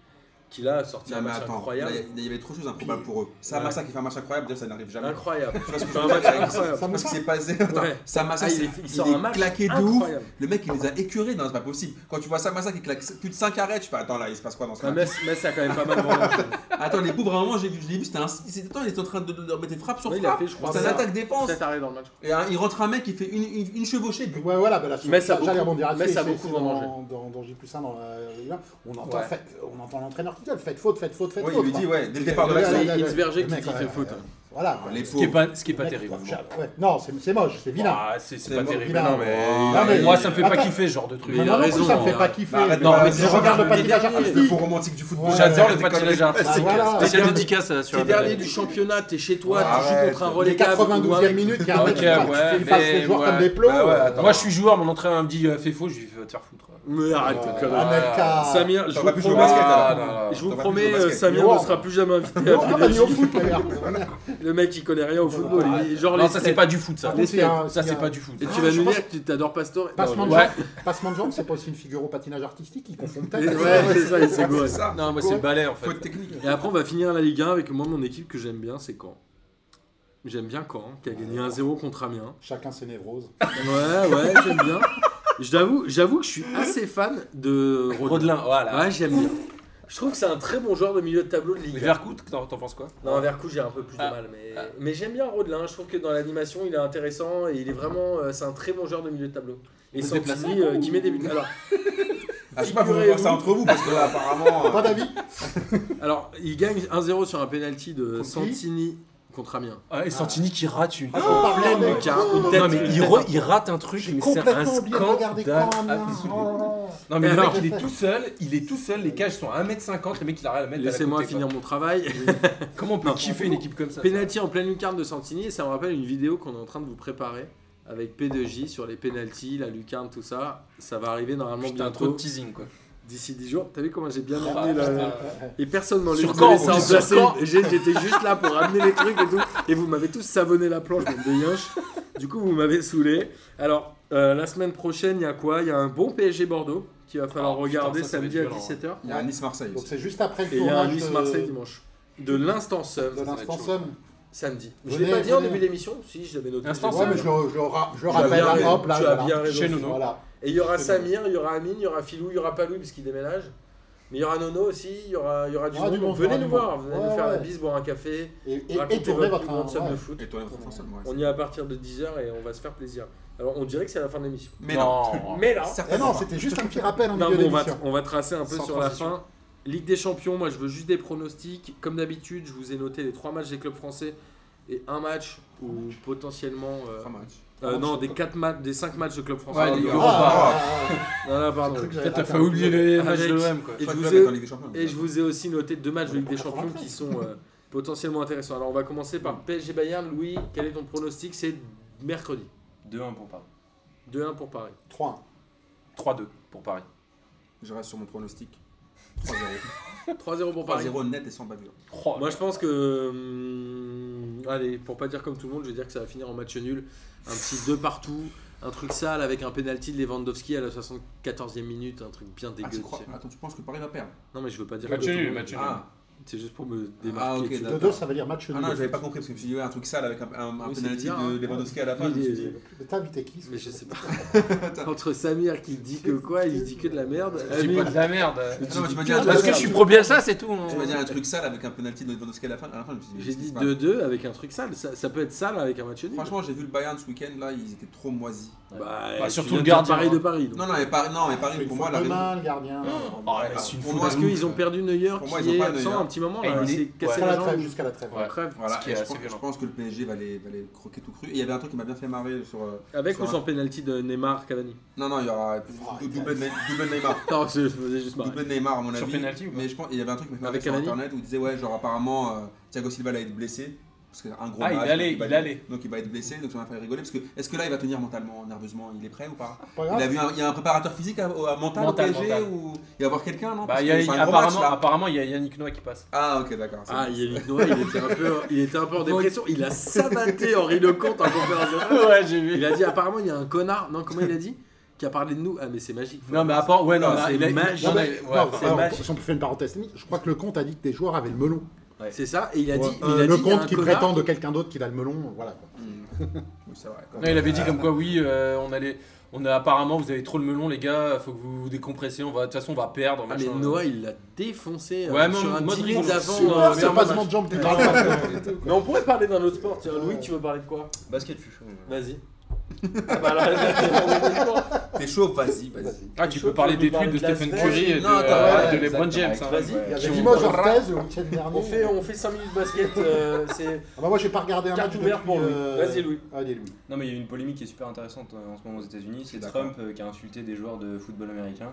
Speaker 1: qui là a sorti
Speaker 3: Non,
Speaker 1: un
Speaker 3: mais
Speaker 1: match
Speaker 3: attends, là,
Speaker 1: incroyable.
Speaker 3: il y avait trop de choses improbables pour eux. Samassa qui fait un match incroyable, déjà ça n'arrive jamais. (laughs)
Speaker 1: Incroyable.
Speaker 3: Tu vois ce que je
Speaker 1: Enfin, un
Speaker 3: veux dire
Speaker 1: match
Speaker 3: avec-
Speaker 1: incroyable.
Speaker 2: Ça me
Speaker 3: Parce qu'il
Speaker 2: semble-
Speaker 3: s'est passé. Attends,
Speaker 1: Ouais.
Speaker 3: Samassa,
Speaker 1: Ah, il
Speaker 3: c'est-
Speaker 1: est- il
Speaker 3: il
Speaker 1: sort un
Speaker 3: est
Speaker 1: match
Speaker 3: claqué de ouf.
Speaker 1: incroyable.
Speaker 3: Le mec, il les a écœurés. Non, c'est pas possible. Quand tu vois Samassa qui claque plus de 5 arrêts, tu fais Attends, là, il se passe quoi dans ce
Speaker 1: Ah,
Speaker 3: match
Speaker 1: Metz, Metz a quand même pas mal (laughs) vendu.
Speaker 3: Attends, les pauvres, à un moment, j'ai vu, je l'ai vu, c'était un. c'était- attends, il était en train de, de leur mettre des frappes sur
Speaker 1: Ouais, il a
Speaker 3: frappe.
Speaker 1: fait, je crois,
Speaker 3: C'est un
Speaker 1: ça.
Speaker 3: attaque-défense.
Speaker 1: Sept arrêts dans le match.
Speaker 3: Et un- il rentre un mec qui fait une, une, une chevauchée. but.
Speaker 2: Ouais, voilà, bah, là,
Speaker 1: Metz a beaucoup-
Speaker 2: j'allais rebondir là-dessus,
Speaker 1: Metz a
Speaker 2: c'est-
Speaker 1: beaucoup
Speaker 2: c'est
Speaker 1: vendangé.
Speaker 2: dans, dans J plus 1 dans la euh, Ligue 1, on entend,
Speaker 4: Ouais.
Speaker 2: fait- on entend l'entraîneur qui gueule, faites faute, faites faute, faites
Speaker 3: Ouais,
Speaker 2: faute.
Speaker 3: il lui dit,
Speaker 2: quoi.
Speaker 3: ouais, dès le départ de
Speaker 2: Ouais,
Speaker 3: l'action.
Speaker 2: ouais, ouais,
Speaker 1: Berger
Speaker 2: ouais,
Speaker 1: qui
Speaker 2: mec,
Speaker 1: dit,
Speaker 2: ouais,
Speaker 1: faites
Speaker 2: ouais,
Speaker 1: faute.
Speaker 2: ouais. Voilà.
Speaker 3: Les
Speaker 4: Ce qui est
Speaker 3: pauvres.
Speaker 4: pas, ce qui est pas
Speaker 2: Mec,
Speaker 4: terrible.
Speaker 2: franchement, ouais. Non, c'est c'est moche, c'est vilain.
Speaker 4: Ah, c'est c'est
Speaker 3: C'est
Speaker 4: pas
Speaker 3: mort,
Speaker 4: terrible.
Speaker 2: vilain.
Speaker 4: Non,
Speaker 3: mais-
Speaker 2: Non, mais-
Speaker 4: mais moi, ça me fait pas
Speaker 2: Attends.
Speaker 4: kiffer ce genre de truc.
Speaker 1: Mais il a
Speaker 2: Non, non,
Speaker 1: raison,
Speaker 2: Ça me
Speaker 1: hein.
Speaker 2: fait pas kiffer.
Speaker 3: Bah, arrête
Speaker 2: mais-
Speaker 3: de-
Speaker 4: Non, mais
Speaker 2: je
Speaker 4: tu
Speaker 2: regarde le
Speaker 1: regardes
Speaker 2: patinage
Speaker 1: les derniers.
Speaker 3: Le Ah, faux
Speaker 2: artistique.
Speaker 3: romantique du football.
Speaker 2: Ouais.
Speaker 4: J'adore
Speaker 3: Arrête
Speaker 4: le
Speaker 3: de
Speaker 4: patinage
Speaker 3: déconner.
Speaker 4: artistique.
Speaker 2: voilà.
Speaker 4: Spécial
Speaker 1: T'es
Speaker 4: dédicace euh, sur
Speaker 1: T'es
Speaker 4: la
Speaker 1: dernier
Speaker 4: bataille.
Speaker 1: du championnat, t'es chez toi, tu joues
Speaker 3: Arrête.
Speaker 1: contre un
Speaker 2: Les
Speaker 1: relégable. ou un
Speaker 2: 92e
Speaker 1: mec-
Speaker 2: minute, il y a un
Speaker 4: Ok,
Speaker 2: mec qui passe,
Speaker 4: ouais,
Speaker 2: qui fait passer
Speaker 4: mais
Speaker 2: les joueurs
Speaker 4: ouais.
Speaker 2: comme des plots.
Speaker 3: Bah ouais,
Speaker 2: euh,
Speaker 3: attends.
Speaker 4: Moi, je suis joueur, mon entraîneur me dit euh, fais faux, je lui fais te faire foutre.
Speaker 1: Mais arrête,
Speaker 2: euh,
Speaker 1: quand même.
Speaker 2: Anelka.
Speaker 1: Samir, je
Speaker 3: T'auras
Speaker 1: vous
Speaker 3: plus joué au
Speaker 1: promets-
Speaker 3: basket,
Speaker 1: Ah,
Speaker 3: alors.
Speaker 4: non, non, non.
Speaker 1: Je vous
Speaker 3: T'auras
Speaker 1: promets,
Speaker 3: plus joué au
Speaker 1: euh,
Speaker 3: basket.
Speaker 1: Samir
Speaker 2: Mais
Speaker 1: ne
Speaker 2: wow. Ah,
Speaker 1: sera plus jamais invité à
Speaker 2: Non, on
Speaker 1: Coupe
Speaker 2: a
Speaker 1: de
Speaker 2: mis
Speaker 1: la
Speaker 2: au
Speaker 1: Ligue.
Speaker 2: foot,
Speaker 1: (laughs)
Speaker 2: d'ailleurs.
Speaker 1: Le mec, il connaît rien au football. il- Genre
Speaker 4: Non,
Speaker 1: les
Speaker 4: ça
Speaker 1: stats.
Speaker 4: c'est pas du foot ça.
Speaker 1: Les
Speaker 2: c'est un-
Speaker 1: stats.
Speaker 4: Ça
Speaker 2: c'est
Speaker 4: c'est
Speaker 2: un-
Speaker 4: pas du foot.
Speaker 1: Et
Speaker 4: ça.
Speaker 1: tu vas
Speaker 2: je
Speaker 1: nous
Speaker 2: pense-
Speaker 1: dire que tu t'adores Pastore.
Speaker 2: Passement de
Speaker 1: Non,
Speaker 2: jambe,
Speaker 4: Ouais.
Speaker 2: passement de jambe, c'est pas aussi une figure au patinage artistique, ils confondent
Speaker 1: mais-
Speaker 2: peut-être.
Speaker 1: Ouais, c'est ça, il s'est gouré.
Speaker 3: C'est ça.
Speaker 4: Non, moi c'est le balai en fait.
Speaker 3: Faute technique.
Speaker 1: Et après, on va finir la Ligue 1 avec moi, mon équipe que j'aime bien, c'est Caen. J'aime bien Caen, qui a gagné 1-0 contre Amiens.
Speaker 2: Chacun ses névroses.
Speaker 1: Ouais, ouais, j'aime bien. J'avoue, j'avoue que je suis assez fan de Rodelin.
Speaker 4: Rodelin, voilà.
Speaker 1: Ouais, j'aime bien. Je trouve que c'est un très bon joueur de milieu de tableau de
Speaker 4: Mais
Speaker 1: Ligue.
Speaker 4: Vercoute, t'en t'en penses quoi
Speaker 1: Non, vers coup, j'ai un peu plus
Speaker 4: Ah.
Speaker 1: de mal, mais,
Speaker 4: Ah.
Speaker 1: mais j'aime bien Rodelin. Je trouve que dans l'animation, il est intéressant et il est vraiment. euh, c'est un très bon joueur de milieu de tableau. Et
Speaker 4: Vous êtes
Speaker 1: Santini
Speaker 4: placé,
Speaker 1: euh, qui met des buts. Alors,
Speaker 3: Ah, je sais pas, faut voir ça entre vous parce que là, apparemment. euh,
Speaker 2: Pas d'avis
Speaker 1: alors, il gagne 1-0 sur un penalty de
Speaker 2: Contre qui
Speaker 1: Santini contre Amiens.
Speaker 4: Ah, Et Santini qui rate une.
Speaker 2: Ah, on parlait de-
Speaker 1: mec, hein.
Speaker 2: Oh,
Speaker 4: non, mais il, re- il rate un truc,
Speaker 2: J'ai
Speaker 4: mais c'est un
Speaker 2: complètement oublié de regarder
Speaker 4: scandale.
Speaker 2: quand même.
Speaker 4: absolu.
Speaker 1: Ah,
Speaker 2: Oh.
Speaker 4: Non, mais
Speaker 1: Et
Speaker 4: le mec,
Speaker 1: alors
Speaker 4: il est tout seul, il est tout seul, les cages sont à 1m50, le mec, il arrive à la mettre. à la
Speaker 1: Laissez-moi
Speaker 4: côté, quoi.
Speaker 1: finir mon travail.
Speaker 4: Comment on peut
Speaker 1: Non.
Speaker 4: kiffer une équipe comme ça
Speaker 1: Penalty en pleine lucarne de Santini, et ça me rappelle une vidéo qu'on est en train de vous préparer avec P2J sur les penalties, la lucarne, tout ça. Ça va arriver normalement
Speaker 4: Putain, trop de
Speaker 1: bientôt,
Speaker 4: teasing quoi.
Speaker 1: d'ici 10 jours. T'as vu comment j'ai bien
Speaker 4: Ah,
Speaker 1: amené la-
Speaker 4: putain.
Speaker 1: Et personne m'en
Speaker 4: Sur
Speaker 1: vous
Speaker 4: quand,
Speaker 1: avez
Speaker 4: on dit sur
Speaker 1: placé.
Speaker 4: quand
Speaker 1: J'ai- J'étais juste là pour amener les trucs et tout. Et vous m'avez tous savonné la planche, bande de yinches. Du coup, vous m'avez saoulé. Alors, euh, la semaine prochaine, il y a quoi Il y a un bon PSG Bordeaux qu'il va falloir
Speaker 4: Ah, putain,
Speaker 1: regarder
Speaker 4: ça, ça va
Speaker 1: samedi
Speaker 4: être
Speaker 1: à
Speaker 2: hein.
Speaker 4: violent,
Speaker 1: 17h.
Speaker 3: Il y a Nice-Marseille
Speaker 2: Donc
Speaker 3: aussi.
Speaker 2: c'est juste après le
Speaker 1: Et il y a un
Speaker 2: tournage
Speaker 1: Nice
Speaker 2: de-
Speaker 1: Marseille dimanche. De l'instant seum,
Speaker 2: de
Speaker 1: ça va être
Speaker 2: l'instant
Speaker 1: chaud.
Speaker 2: somme.
Speaker 1: samedi. je
Speaker 2: Venez,
Speaker 1: l'ai pas dit en
Speaker 2: venez.
Speaker 1: début d'émission Si, je l'avais noté.
Speaker 4: Instant
Speaker 1: Je l'ai
Speaker 2: Ouais,
Speaker 1: pas
Speaker 2: mais je
Speaker 1: dit.
Speaker 2: le, je le ra- je le
Speaker 1: Tu as
Speaker 2: rappelle
Speaker 1: bien
Speaker 2: là,
Speaker 1: raison,
Speaker 2: hop, là,
Speaker 1: tu as
Speaker 2: voilà.
Speaker 1: bien raison.
Speaker 4: Chez nous, non
Speaker 2: Voilà.
Speaker 1: Et il y aura Samir, il y aura Amine, il y aura Filou, il y aura Palou parce qu'il déménage. Mais il y aura Nono aussi, il y aura, il y aura du
Speaker 2: Ah, du
Speaker 1: monde.
Speaker 2: monde, il y
Speaker 1: Venez
Speaker 2: aura
Speaker 1: nous
Speaker 2: du
Speaker 1: voir,
Speaker 2: monde.
Speaker 1: venez
Speaker 2: Ouais,
Speaker 1: nous faire la
Speaker 2: ouais.
Speaker 1: bise, boire un café.
Speaker 2: Et, et- et
Speaker 1: raconter
Speaker 2: tournez
Speaker 1: votre
Speaker 2: votre
Speaker 1: plus grande somme
Speaker 2: ouais.
Speaker 1: de foot.
Speaker 3: Et toi, on prend ensemble, ouais.
Speaker 1: On y est à partir de 10h et on va se faire plaisir. Alors on dirait que c'est la fin de l'émission.
Speaker 3: Mais non.
Speaker 4: Oh.
Speaker 1: Mais là,
Speaker 2: Eh non,
Speaker 3: Certainement.
Speaker 2: c'était juste un petit rappel en
Speaker 1: non,
Speaker 2: milieu
Speaker 1: mais on, va,
Speaker 2: d'émission.
Speaker 1: on va tracer un peu
Speaker 3: Sans
Speaker 1: sur
Speaker 3: transition.
Speaker 1: la fin. Ligue des Champions, moi je veux juste des pronostics. Comme d'habitude, je vous ai noté les trois matchs des clubs français et un match ou potentiellement. euh,
Speaker 3: Trois matchs.
Speaker 1: euh, non, des quatre matchs, des 5 matchs de clubs français.
Speaker 4: Ouais, les
Speaker 1: Non,
Speaker 4: gars.
Speaker 2: Ah,
Speaker 1: non, non, pardon.
Speaker 2: J'ai cru que j'avais
Speaker 4: Peut-être t'as
Speaker 2: raté
Speaker 4: fait
Speaker 2: un
Speaker 4: oublier
Speaker 2: truc.
Speaker 4: les
Speaker 1: Avec-
Speaker 4: matchs de l'OM quoi.
Speaker 1: Et je
Speaker 3: Trois
Speaker 1: vous
Speaker 3: clubs
Speaker 1: ai-
Speaker 3: étant en Ligue des Champions,
Speaker 1: Et je
Speaker 3: ça.
Speaker 1: vous ai aussi noté deux matchs de Ligue des
Speaker 2: On est pas
Speaker 1: Champions
Speaker 2: contre
Speaker 1: qui sont euh, potentiellement intéressants. Alors on va commencer par PSG Bayern. Louis, quel est ton pronostic C'est mercredi.
Speaker 5: 2-1 pour Paris.
Speaker 1: 2-1 pour Paris.
Speaker 2: 3.
Speaker 4: 3-2 pour Paris.
Speaker 3: Je reste sur mon pronostic. 3-0.
Speaker 1: 3-0 pour Paris.
Speaker 3: 3-0 net et sans bavure.
Speaker 4: Oh,
Speaker 1: Moi je pense que. hum, allez, pour pas dire comme tout le monde, je vais dire que ça va finir en match nul. Un petit 2 partout, un truc sale avec un penalty de Lewandowski à la 74e minute, un truc bien
Speaker 3: Ah,
Speaker 1: dégueu.
Speaker 3: tu crois
Speaker 1: tu sais.
Speaker 3: Attends, tu penses que Paris va perdre
Speaker 1: Non mais je veux pas dire
Speaker 4: Match
Speaker 1: que tout le
Speaker 4: nul,
Speaker 1: monde-
Speaker 4: match nul.
Speaker 3: Ah,
Speaker 1: C'est juste pour me
Speaker 3: Ah,
Speaker 1: démarquer.
Speaker 3: ok,
Speaker 1: tu vois.
Speaker 3: d'accord.
Speaker 2: 2-2, ça veut dire match
Speaker 3: ah
Speaker 2: nul.
Speaker 3: non, j'avais pas compris parce que je me suis dit, ouais, un truc sale avec un, un, un
Speaker 1: Oui, c'est
Speaker 3: penalty
Speaker 1: bizarre, hein.
Speaker 3: de Lewandowski à la fin.
Speaker 1: Oui,
Speaker 3: je me suis
Speaker 1: il
Speaker 3: dit, Ah,
Speaker 1: est-
Speaker 2: Le table, t'es qui ce
Speaker 1: euh, Mais je
Speaker 2: soir
Speaker 3: (laughs)
Speaker 1: sais pas. Entre Samir qui dit que quoi, il dit que de la merde.
Speaker 4: Je dis
Speaker 1: Amine-
Speaker 4: pas de la merde.
Speaker 3: Ah non, mais tu m'as dit un
Speaker 4: Parce que
Speaker 3: truc
Speaker 4: je suis
Speaker 3: sale.
Speaker 4: pro Bielsa, c'est tout. hein.
Speaker 3: Tu m'as dit un truc sale avec un penalty de Lewandowski à la fin. À la fin, je me suis dit, mais
Speaker 1: J'ai
Speaker 3: qu'est-ce qui
Speaker 1: dit
Speaker 3: se passe
Speaker 1: 2-2 avec un truc sale. Ça, ça peut être sale avec un match nul.
Speaker 3: Franchement, j'ai vu le Bayern ce week-end, là, ils étaient trop moisis.
Speaker 1: bah,
Speaker 4: Bah,
Speaker 1: tu
Speaker 4: surtout
Speaker 1: viens
Speaker 4: le
Speaker 1: de dire
Speaker 4: gardien,
Speaker 1: Paris
Speaker 4: hein.
Speaker 1: de Paris. donc.
Speaker 3: Non, non, mais Paris, non, mais
Speaker 1: Ah,
Speaker 2: Il
Speaker 3: Paris
Speaker 2: faut
Speaker 3: pour moi, la raison. Ah,
Speaker 2: demain, le gardien.
Speaker 4: Oh, mais c'est une
Speaker 3: Pour
Speaker 4: faute
Speaker 3: moi,
Speaker 1: Parce
Speaker 4: de
Speaker 1: qu'ils ont perdu Neuer
Speaker 3: Pour moi,
Speaker 1: qui
Speaker 3: ils ont
Speaker 1: est
Speaker 3: pas
Speaker 1: absent
Speaker 3: Neuer.
Speaker 1: un petit moment.
Speaker 4: Et
Speaker 1: Là,
Speaker 4: il
Speaker 1: c'est
Speaker 4: est-
Speaker 1: cassé
Speaker 2: Jusqu'à
Speaker 1: la
Speaker 2: la
Speaker 1: jambe.
Speaker 2: trêve, jusqu'à la trêve.
Speaker 4: Ouais.
Speaker 1: On crève.
Speaker 3: Voilà,
Speaker 4: Ce qui
Speaker 3: et
Speaker 4: est
Speaker 3: je
Speaker 4: assez
Speaker 3: pense,
Speaker 4: violent.
Speaker 3: je pense que le PSG va les, va les croquer tout cru. Et il y avait un truc qui m'a bien fait marrer sur. euh,
Speaker 1: Avec
Speaker 3: sur
Speaker 1: ou
Speaker 3: un-
Speaker 1: sans penalty de Neymar Cavani
Speaker 3: Non, non, il y aura
Speaker 2: Oh,
Speaker 3: double, Ney- double Neymar.
Speaker 1: Non, je je faisais juste marrer.
Speaker 3: Double Neymar, à mon
Speaker 4: Bah, Sur
Speaker 3: avis.
Speaker 4: penalty ou pas
Speaker 3: mais je pense, il y avait un truc qui m'a fait marrer
Speaker 1: Avec
Speaker 3: sur
Speaker 1: Cavani
Speaker 3: internet où il disait, ouais, genre apparemment, euh, Thiago Silva allait être blessé. Parce que un gros
Speaker 4: Ah, il
Speaker 3: match,
Speaker 4: allait,
Speaker 3: donc va-
Speaker 4: il allait.
Speaker 3: Donc il va être blessé, donc ça m'a fait rigoler. Parce que est-ce que là, il va tenir mentalement, nerveusement Il est prêt ou pas
Speaker 2: Pas
Speaker 3: Il a
Speaker 2: grave.
Speaker 3: vu un, il y a un préparateur physique à, au- à mental,
Speaker 4: Mental,
Speaker 3: au PSG
Speaker 4: mental.
Speaker 3: ou il va y avoir quelqu'un non
Speaker 4: Bah,
Speaker 3: Parce
Speaker 4: il y
Speaker 3: que
Speaker 4: a-
Speaker 3: c'est un gros match,
Speaker 4: apparemment,
Speaker 3: là.
Speaker 4: apparemment, il y a Yannick Noah
Speaker 3: (laughs)
Speaker 4: qui passe.
Speaker 3: Ah ok d'accord. c'est
Speaker 1: Ah,
Speaker 3: bon.
Speaker 1: Yannick Noah, il était un peu, il était un peu en dépression. Il a sabaté Henri Lecomte en conférence de presse.
Speaker 4: Ouais, j'ai
Speaker 1: Il a dit apparemment, il y a un connard. Non, comment il a dit Qui a parlé de nous. Ah, mais c'est magique.
Speaker 4: Non, mais à part, ouais, non,
Speaker 1: Non,
Speaker 4: mais
Speaker 1: c'est
Speaker 4: il a-
Speaker 1: magique.
Speaker 4: non, mais-
Speaker 2: Non,
Speaker 4: ouais,
Speaker 2: alors,
Speaker 4: c'est magique.
Speaker 2: si on peut faire une parenthèse technique, je crois que le comte a dit que tes joueurs avaient le melon.
Speaker 1: C'est ça. Et il a dit.
Speaker 2: Ouais.
Speaker 1: il a
Speaker 2: Euh, le
Speaker 1: dit, il y a un
Speaker 2: comte qui
Speaker 1: connard
Speaker 2: prétend de quelqu'un d'autre qu'il a le melon, voilà. quoi.
Speaker 3: Hmm. Oui, c'est vrai. quand
Speaker 4: Non,
Speaker 3: même.
Speaker 4: il avait dit comme quoi, oui, euh, on allait. On a apparemment, vous avez trop le melon, les gars, faut que vous vous décompressiez, on va, de toute façon, on va perdre.
Speaker 1: Ah, mais
Speaker 4: machin.
Speaker 1: Noah, il l'a défoncé euh,
Speaker 4: Ouais, mais
Speaker 1: sur un
Speaker 4: moi,
Speaker 1: petit
Speaker 4: Rodrigo,
Speaker 1: d'avant.
Speaker 4: super,
Speaker 2: Ah,
Speaker 1: dans le
Speaker 4: c'est
Speaker 1: meilleur
Speaker 4: pas
Speaker 1: match.
Speaker 2: Passement de jambes, t'es dans le bateau.
Speaker 1: Mais on pourrait parler d'un autre sport. Tiens, Louis, tu veux parler de quoi
Speaker 5: Basket, je suis chaud. ouais.
Speaker 1: Vas-y. Ah bah là, là,
Speaker 3: T'es chaud, vas-y, vas-y.
Speaker 4: Ah, tu peux parler des tweets de Stephen Curry et de,
Speaker 3: Non, attends,
Speaker 4: euh,
Speaker 1: ouais,
Speaker 4: de LeBron James. hein.
Speaker 1: Vas-y.
Speaker 2: Il y avait
Speaker 4: Qui ont-
Speaker 2: Limoges Orthez le week-end dernier.
Speaker 1: on, fait, on fait 5 minutes basket. euh, c'est
Speaker 2: Ah bah moi j'ai pas regardé un
Speaker 1: Carte
Speaker 2: match
Speaker 1: ouverte
Speaker 2: depuis,
Speaker 1: pour Louis.
Speaker 2: euh,
Speaker 1: Vas-y, Louis.
Speaker 2: Allez Louis.
Speaker 5: Non, mais il y a eu une polémique qui est super intéressante euh, en ce moment aux États-Unis. C'est
Speaker 3: D'accord.
Speaker 5: Trump euh, qui a insulté des joueurs de football américain.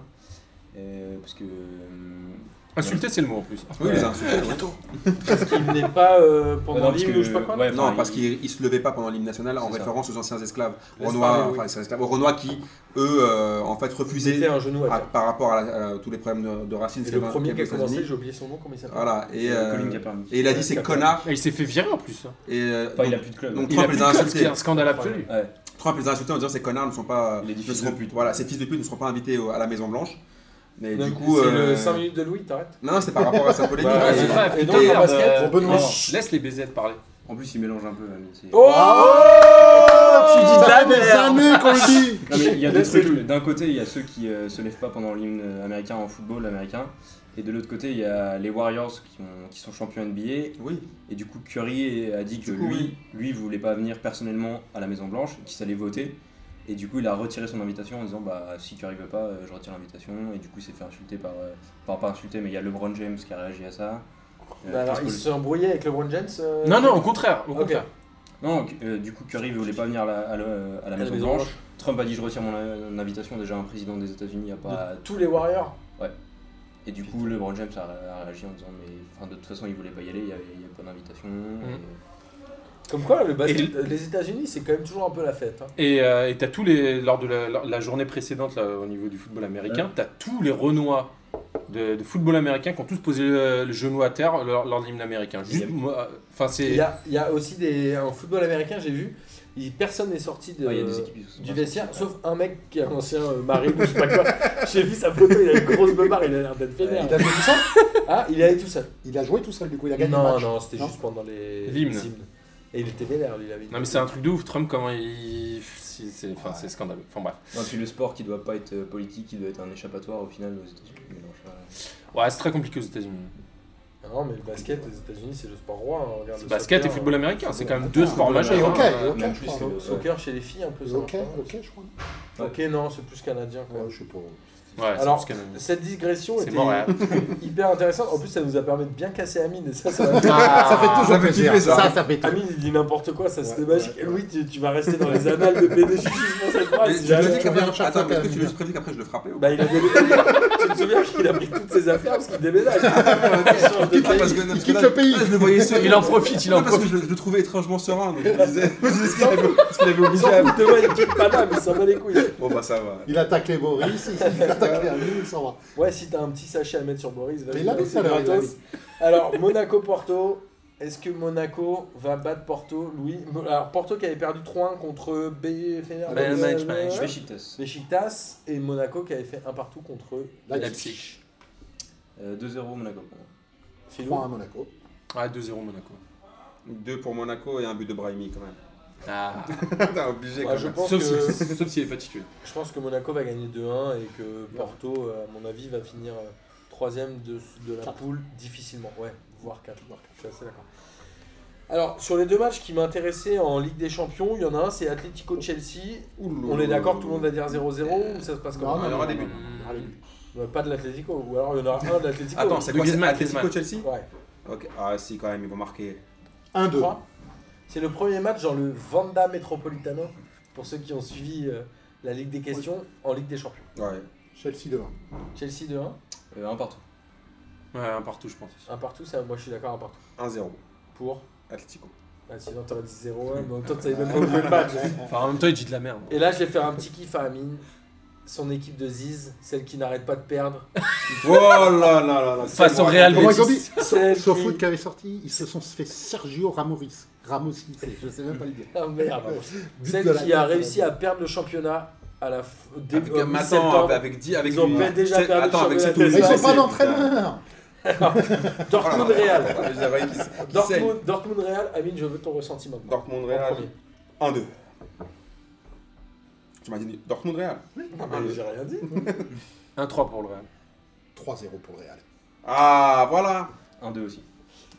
Speaker 5: Et, parce que. euh,
Speaker 4: Insulter, c'est le mot en plus.
Speaker 3: Oui,
Speaker 5: Ouais.
Speaker 3: les insultes.
Speaker 1: (laughs) parce qu'il n'est pas euh,
Speaker 5: Non,
Speaker 1: pendant
Speaker 5: parce
Speaker 1: l'hymne
Speaker 5: que-
Speaker 1: ou je sais pas quoi. non
Speaker 5: ouais, enfin,
Speaker 3: Non, parce
Speaker 5: il-
Speaker 3: qu'ils ils se levaient pas pendant l'hymne national en
Speaker 5: C'est ça.
Speaker 3: référence aux anciens esclaves
Speaker 1: Laisse
Speaker 3: renois,
Speaker 1: parler, oui.
Speaker 3: enfin les esclaves renois qui eux euh, en fait
Speaker 1: C'était
Speaker 3: refusaient
Speaker 1: un genou à
Speaker 3: à-
Speaker 1: terre.
Speaker 3: par rapport à, la- à tous les problèmes de, de racisme.
Speaker 1: C'est le
Speaker 3: qu'avaient-
Speaker 1: premier qui a
Speaker 3: qu'avaient les
Speaker 1: commencé,
Speaker 3: États-Unis.
Speaker 1: j'ai oublié son nom, comment il s'appelle
Speaker 3: Voilà et,
Speaker 5: euh,
Speaker 3: euh,
Speaker 5: Colin Kaepernick.
Speaker 3: et il a dit ces connards
Speaker 4: Et Ah, il s'est fait virer en plus. hein.
Speaker 3: et euh,
Speaker 5: Enfin, il a
Speaker 3: donc,
Speaker 5: plus de club.
Speaker 3: donc,
Speaker 4: Il a
Speaker 3: Trump
Speaker 4: plus
Speaker 3: les
Speaker 4: de
Speaker 3: a
Speaker 4: classe, ce qui est
Speaker 3: insultés.
Speaker 4: un scandale absolu.
Speaker 5: Ouais.
Speaker 3: Trump les a insultés en disant ces connards ne sont pas
Speaker 5: Il est
Speaker 3: ne
Speaker 5: difficile
Speaker 3: seront-
Speaker 5: de pute.
Speaker 3: Voilà, ces fils de pute ne seront pas invités au- à la Maison Blanche. Mais
Speaker 1: Donc,
Speaker 3: du coup
Speaker 1: C'est
Speaker 3: euh,
Speaker 1: le 5 minutes de Louis, t'arrêtes
Speaker 3: Non, non, c'était par rapport à sa polémique.
Speaker 1: Bah,
Speaker 5: Ouais,
Speaker 3: Et-
Speaker 5: c'est
Speaker 4: vrai,
Speaker 1: Et
Speaker 4: putain,
Speaker 1: donc, en
Speaker 4: merde,
Speaker 1: basket,
Speaker 4: euh,
Speaker 1: pour Benoît.
Speaker 4: non, Laisse les BZ parler.
Speaker 5: En plus, il mélange un peu. hein, mais c'est-
Speaker 1: Oh
Speaker 4: Oh
Speaker 2: Tu dis
Speaker 1: de la
Speaker 2: des
Speaker 1: merde.
Speaker 2: années qu'on le dit
Speaker 5: Non, mais il y a deux
Speaker 1: Laisse-le.
Speaker 5: trucs. D'un côté, il y a ceux qui euh, se lèvent pas pendant l'hymne américain en football américain. Et de l'autre côté, il y a les Warriors qui, ont- qui sont champions NBA.
Speaker 3: Oui,
Speaker 5: Et du coup, Curry a dit que
Speaker 3: coup,
Speaker 5: lui,
Speaker 3: oui.
Speaker 5: lui voulait pas venir personnellement à la Maison Blanche, qu'il s'allait voter. Et du coup, il a retiré son invitation en disant Bah, si Curry veut pas, euh, je retire l'invitation. Et du coup, il s'est fait insulter par. euh, Enfin, pas insulter, mais il y a LeBron James qui a réagi à ça. Euh,
Speaker 1: Bah, alors,
Speaker 5: Chris
Speaker 1: ils
Speaker 5: Paul-
Speaker 1: se sont embrouillés avec LeBron James euh,
Speaker 4: Non, non, au contraire. Au
Speaker 1: Ok.
Speaker 4: contraire.
Speaker 5: Non, euh, du coup, Curry voulait pas venir à la, à la- à la Maison,
Speaker 6: Maison
Speaker 5: Blanche.
Speaker 6: Blanche.
Speaker 5: Trump a dit Je retire mon, mon invitation. Déjà, un président des États-Unis a pas.
Speaker 1: Tous les Warriors
Speaker 5: Et du coup, LeBron James a, a réagi en disant Mais enfin, de toute façon, il voulait pas y aller, il y avait, il y avait pas d'invitation.
Speaker 1: Comme quoi, le basket,
Speaker 4: Et-
Speaker 1: les États-Unis, c'est quand même toujours un peu la fête. hein.
Speaker 4: Et euh, et t'as tous les lors de la, la- la journée précédente là, au niveau du football américain, t'as tous les Renois de, de football américain qui ont tous posé le, le genou à terre lors, lors de l'hymne américain. Juste,
Speaker 5: Il y
Speaker 4: moi, enfin
Speaker 1: Il
Speaker 4: c'est.
Speaker 1: y a, il y a aussi des. En football américain, j'ai vu, il- personne n'est sorti de-
Speaker 5: Et- Ouais, il y a des équipes qui se sont
Speaker 1: du
Speaker 5: pas
Speaker 1: vestiaire,
Speaker 5: sorties, ouais.
Speaker 1: sauf un mec qui est un ancien euh, mari ou je sais pas quoi. (laughs) j'ai vu sa photo, il a une grosse beubare, il a l'air d'être
Speaker 2: Il
Speaker 1: vénère.
Speaker 2: a joué tout seul
Speaker 1: Ah, il est allé tout seul.
Speaker 2: Il a joué tout seul, du coup, il a gagné le
Speaker 1: Non,
Speaker 2: match.
Speaker 1: non, c'était
Speaker 2: Non
Speaker 1: juste pendant les.
Speaker 4: L'hymne.
Speaker 1: les hymnes. Et il était vénère, lui, il avait dit.
Speaker 4: Non mais c'est un truc de ouf. Trump comment il, si, c'est enfin, c'est scandaleux. Enfin bref.
Speaker 5: Non, puis le sport qui doit pas être euh, politique, qui doit être un échappatoire au final aux États-Unis. Mais non, je sais pas.
Speaker 4: Ouais, c'est très compliqué aux États-Unis.
Speaker 1: Ah Non, mais le basket, les États-Unis, c'est le sport roi. hein, regarde
Speaker 4: C'est
Speaker 1: le
Speaker 4: basket et
Speaker 1: soccer,
Speaker 4: football
Speaker 1: hein. euh,
Speaker 4: américain, c'est quand même
Speaker 2: Football
Speaker 4: deux sports
Speaker 2: Et
Speaker 4: majeurs.
Speaker 2: ok,
Speaker 4: hein.
Speaker 2: et ok,
Speaker 5: Même
Speaker 2: je
Speaker 5: plus
Speaker 2: crois.
Speaker 5: que le-
Speaker 1: Soccer chez les filles, un peu ça.
Speaker 2: Ok,
Speaker 1: hein.
Speaker 2: ok, je crois.
Speaker 1: Ok, non, c'est plus canadien. Quoi.
Speaker 2: Ouais, je sais pas.
Speaker 4: Ouais, c'est
Speaker 1: Alors,
Speaker 4: parce que-
Speaker 1: Cette digression
Speaker 4: c'est
Speaker 1: était
Speaker 4: Montréal.
Speaker 1: hyper intéressante. En plus, ça nous a permis de bien casser Amine. Et ça, ça (laughs)
Speaker 2: ça
Speaker 4: Ah,
Speaker 2: fait toujours
Speaker 3: ça fait
Speaker 2: plaisir.
Speaker 3: kiffer, ça.
Speaker 2: ça, fait toujours.
Speaker 1: Amine, il dit n'importe quoi, ça c'était
Speaker 2: Ouais,
Speaker 1: magique. Et Louis, tu, tu vas rester dans les annales de PDG juste pour cette
Speaker 3: Mais
Speaker 1: phrase.
Speaker 3: tu
Speaker 1: si jamais-
Speaker 3: veux dire qu'après-
Speaker 2: reviens chaque
Speaker 3: attends,
Speaker 2: fois
Speaker 3: mais est-ce
Speaker 2: qu'elle
Speaker 3: que tu
Speaker 2: vient.
Speaker 3: veux juste prévenir qu'après je le frappais ou pas
Speaker 1: Bah, il a déménagé. (laughs) tu te souviens qu'il a pris toutes ses affaires parce qu'il déménage. Il change de
Speaker 3: Parce
Speaker 1: pays.
Speaker 3: que- parce que
Speaker 2: quitte
Speaker 3: là,
Speaker 2: le pays.
Speaker 3: là, je le voyais seul.
Speaker 4: Il en profite, il
Speaker 3: Non,
Speaker 4: en
Speaker 3: parce
Speaker 4: profite.
Speaker 3: que je, je le trouvais étrangement serein, donc je me disais, (laughs) je me disais ce qu'il avait, ce qu'il avait
Speaker 1: Il
Speaker 3: obligé
Speaker 1: s'en
Speaker 3: à
Speaker 1: fout, demain il quitte Paname, il s'en bat les couilles.
Speaker 3: (laughs) Bon, bah ça va.
Speaker 2: Il attaque les Boris, il attaque les Amine, il s'en va.
Speaker 1: Ouais, si t'as un petit sachet à mettre sur Boris, vas-y.
Speaker 2: Il l'a mis
Speaker 1: c'est
Speaker 2: tout à l'heure, il l'a
Speaker 1: gratos. Alors, Monaco-Porto. Est-ce que Monaco va battre Porto, Louis Alors, Porto qui avait perdu 3-1 contre B.
Speaker 5: Ben,
Speaker 1: Fener-
Speaker 5: ben, ben, je vais
Speaker 1: Beşiktash et Monaco qui avait fait un partout contre
Speaker 4: Leipzig.
Speaker 5: Euh, 2-0 Monaco pour moi.
Speaker 1: Philou.
Speaker 2: 3 à Monaco.
Speaker 4: Ouais, 2-0 Monaco.
Speaker 3: Deux pour Monaco et un but de Brahimi quand même. (laughs)
Speaker 4: Ah.
Speaker 3: T'as obligé
Speaker 1: Ouais,
Speaker 3: quand
Speaker 1: je
Speaker 3: même.
Speaker 1: pense
Speaker 4: Sauf si-
Speaker 1: que
Speaker 4: (laughs) sauf s'il n'est pas titulé.
Speaker 1: je pense que Monaco va gagner 2-1 et que Porto, à mon avis, va finir euh, troisième de, de la
Speaker 2: Quatre.
Speaker 1: poule difficilement. Ouais, voire 4. Je suis assez d'accord. Alors sur les deux matchs qui m'intéressaient en Ligue des Champions, il y en a un, c'est Atlético Chelsea.
Speaker 3: Ouh là
Speaker 1: On est
Speaker 3: là
Speaker 1: d'accord,
Speaker 3: là
Speaker 1: tout le monde
Speaker 3: là.
Speaker 1: va dire 0-0 ou ça se passe
Speaker 2: Non,
Speaker 1: comment
Speaker 3: Ah, Il y aura des buts.
Speaker 1: Bah, Pas de l'Atlético, ou alors il y en a un de l'Atlético.
Speaker 3: Attends, c'est
Speaker 4: De
Speaker 3: quoi c'est
Speaker 4: Griezmann,
Speaker 3: Atlético Chelsea
Speaker 1: Ouais.
Speaker 3: Ok, ah si quand même, ils vont marquer.
Speaker 2: 1-2.
Speaker 1: Trois. C'est le premier match dans le Vanda Metropolitano, pour ceux qui ont suivi euh, la Ligue des questions en Ligue des Champions.
Speaker 3: Ouais.
Speaker 2: Chelsea devant.
Speaker 1: Chelsea 2-1,
Speaker 5: Euh, un partout.
Speaker 4: Ouais, un partout je pense.
Speaker 1: un partout, ça, moi je suis d'accord, un partout.
Speaker 3: 1-0.
Speaker 1: Pour
Speaker 3: Atlético.
Speaker 1: ah, Sinon t'aurais dit 0-1, mais en même temps t'avais même pas oublié le match.
Speaker 4: Enfin, en même temps, il dit de la merde.
Speaker 1: Et là je vais faire un petit kiff à Amine, son équipe de Ziz, celle qui n'arrête pas de perdre. (laughs)
Speaker 3: Oh là là là là.
Speaker 4: Face au
Speaker 3: tellement-
Speaker 4: Real
Speaker 2: Comment ils ont
Speaker 4: Betis.
Speaker 2: dit
Speaker 1: Celle
Speaker 2: Sofoot
Speaker 1: qui...
Speaker 2: qui avait sorti, ils se sont fait Sergio Ramoris. Ramosis, je sais même pas le dire.
Speaker 1: Ah, merde.
Speaker 2: But de
Speaker 1: Celle
Speaker 2: la
Speaker 1: qui a
Speaker 2: tête,
Speaker 1: réussi
Speaker 2: là.
Speaker 1: à perdre le championnat à la f- début
Speaker 3: Avec,
Speaker 1: euh,
Speaker 3: euh, attends,
Speaker 1: mi-septembre.
Speaker 3: avec 10 avec
Speaker 1: Ils ont
Speaker 3: lui.
Speaker 1: peut-être déjà
Speaker 3: C'est-
Speaker 1: perdu
Speaker 3: Attends,
Speaker 1: le
Speaker 3: avec
Speaker 1: championnat
Speaker 3: cette
Speaker 1: de
Speaker 2: Mais ils sont pas
Speaker 3: d'entraîneur
Speaker 2: d'entraîneur
Speaker 3: oh
Speaker 1: Dortmund Real.
Speaker 3: Dortmund
Speaker 1: Dortmund, Dortmund Real, Amine, je veux ton ressenti maintenant.
Speaker 3: Dortmund
Speaker 1: En
Speaker 3: Real
Speaker 1: premier.
Speaker 3: 1-2. Tu m'as dit Dortmund Real
Speaker 1: Ah, mais j'ai rien dit.
Speaker 4: 1-3 pour le Real.
Speaker 2: 3-0 pour le Real.
Speaker 3: Ah voilà.
Speaker 5: 1-2 aussi.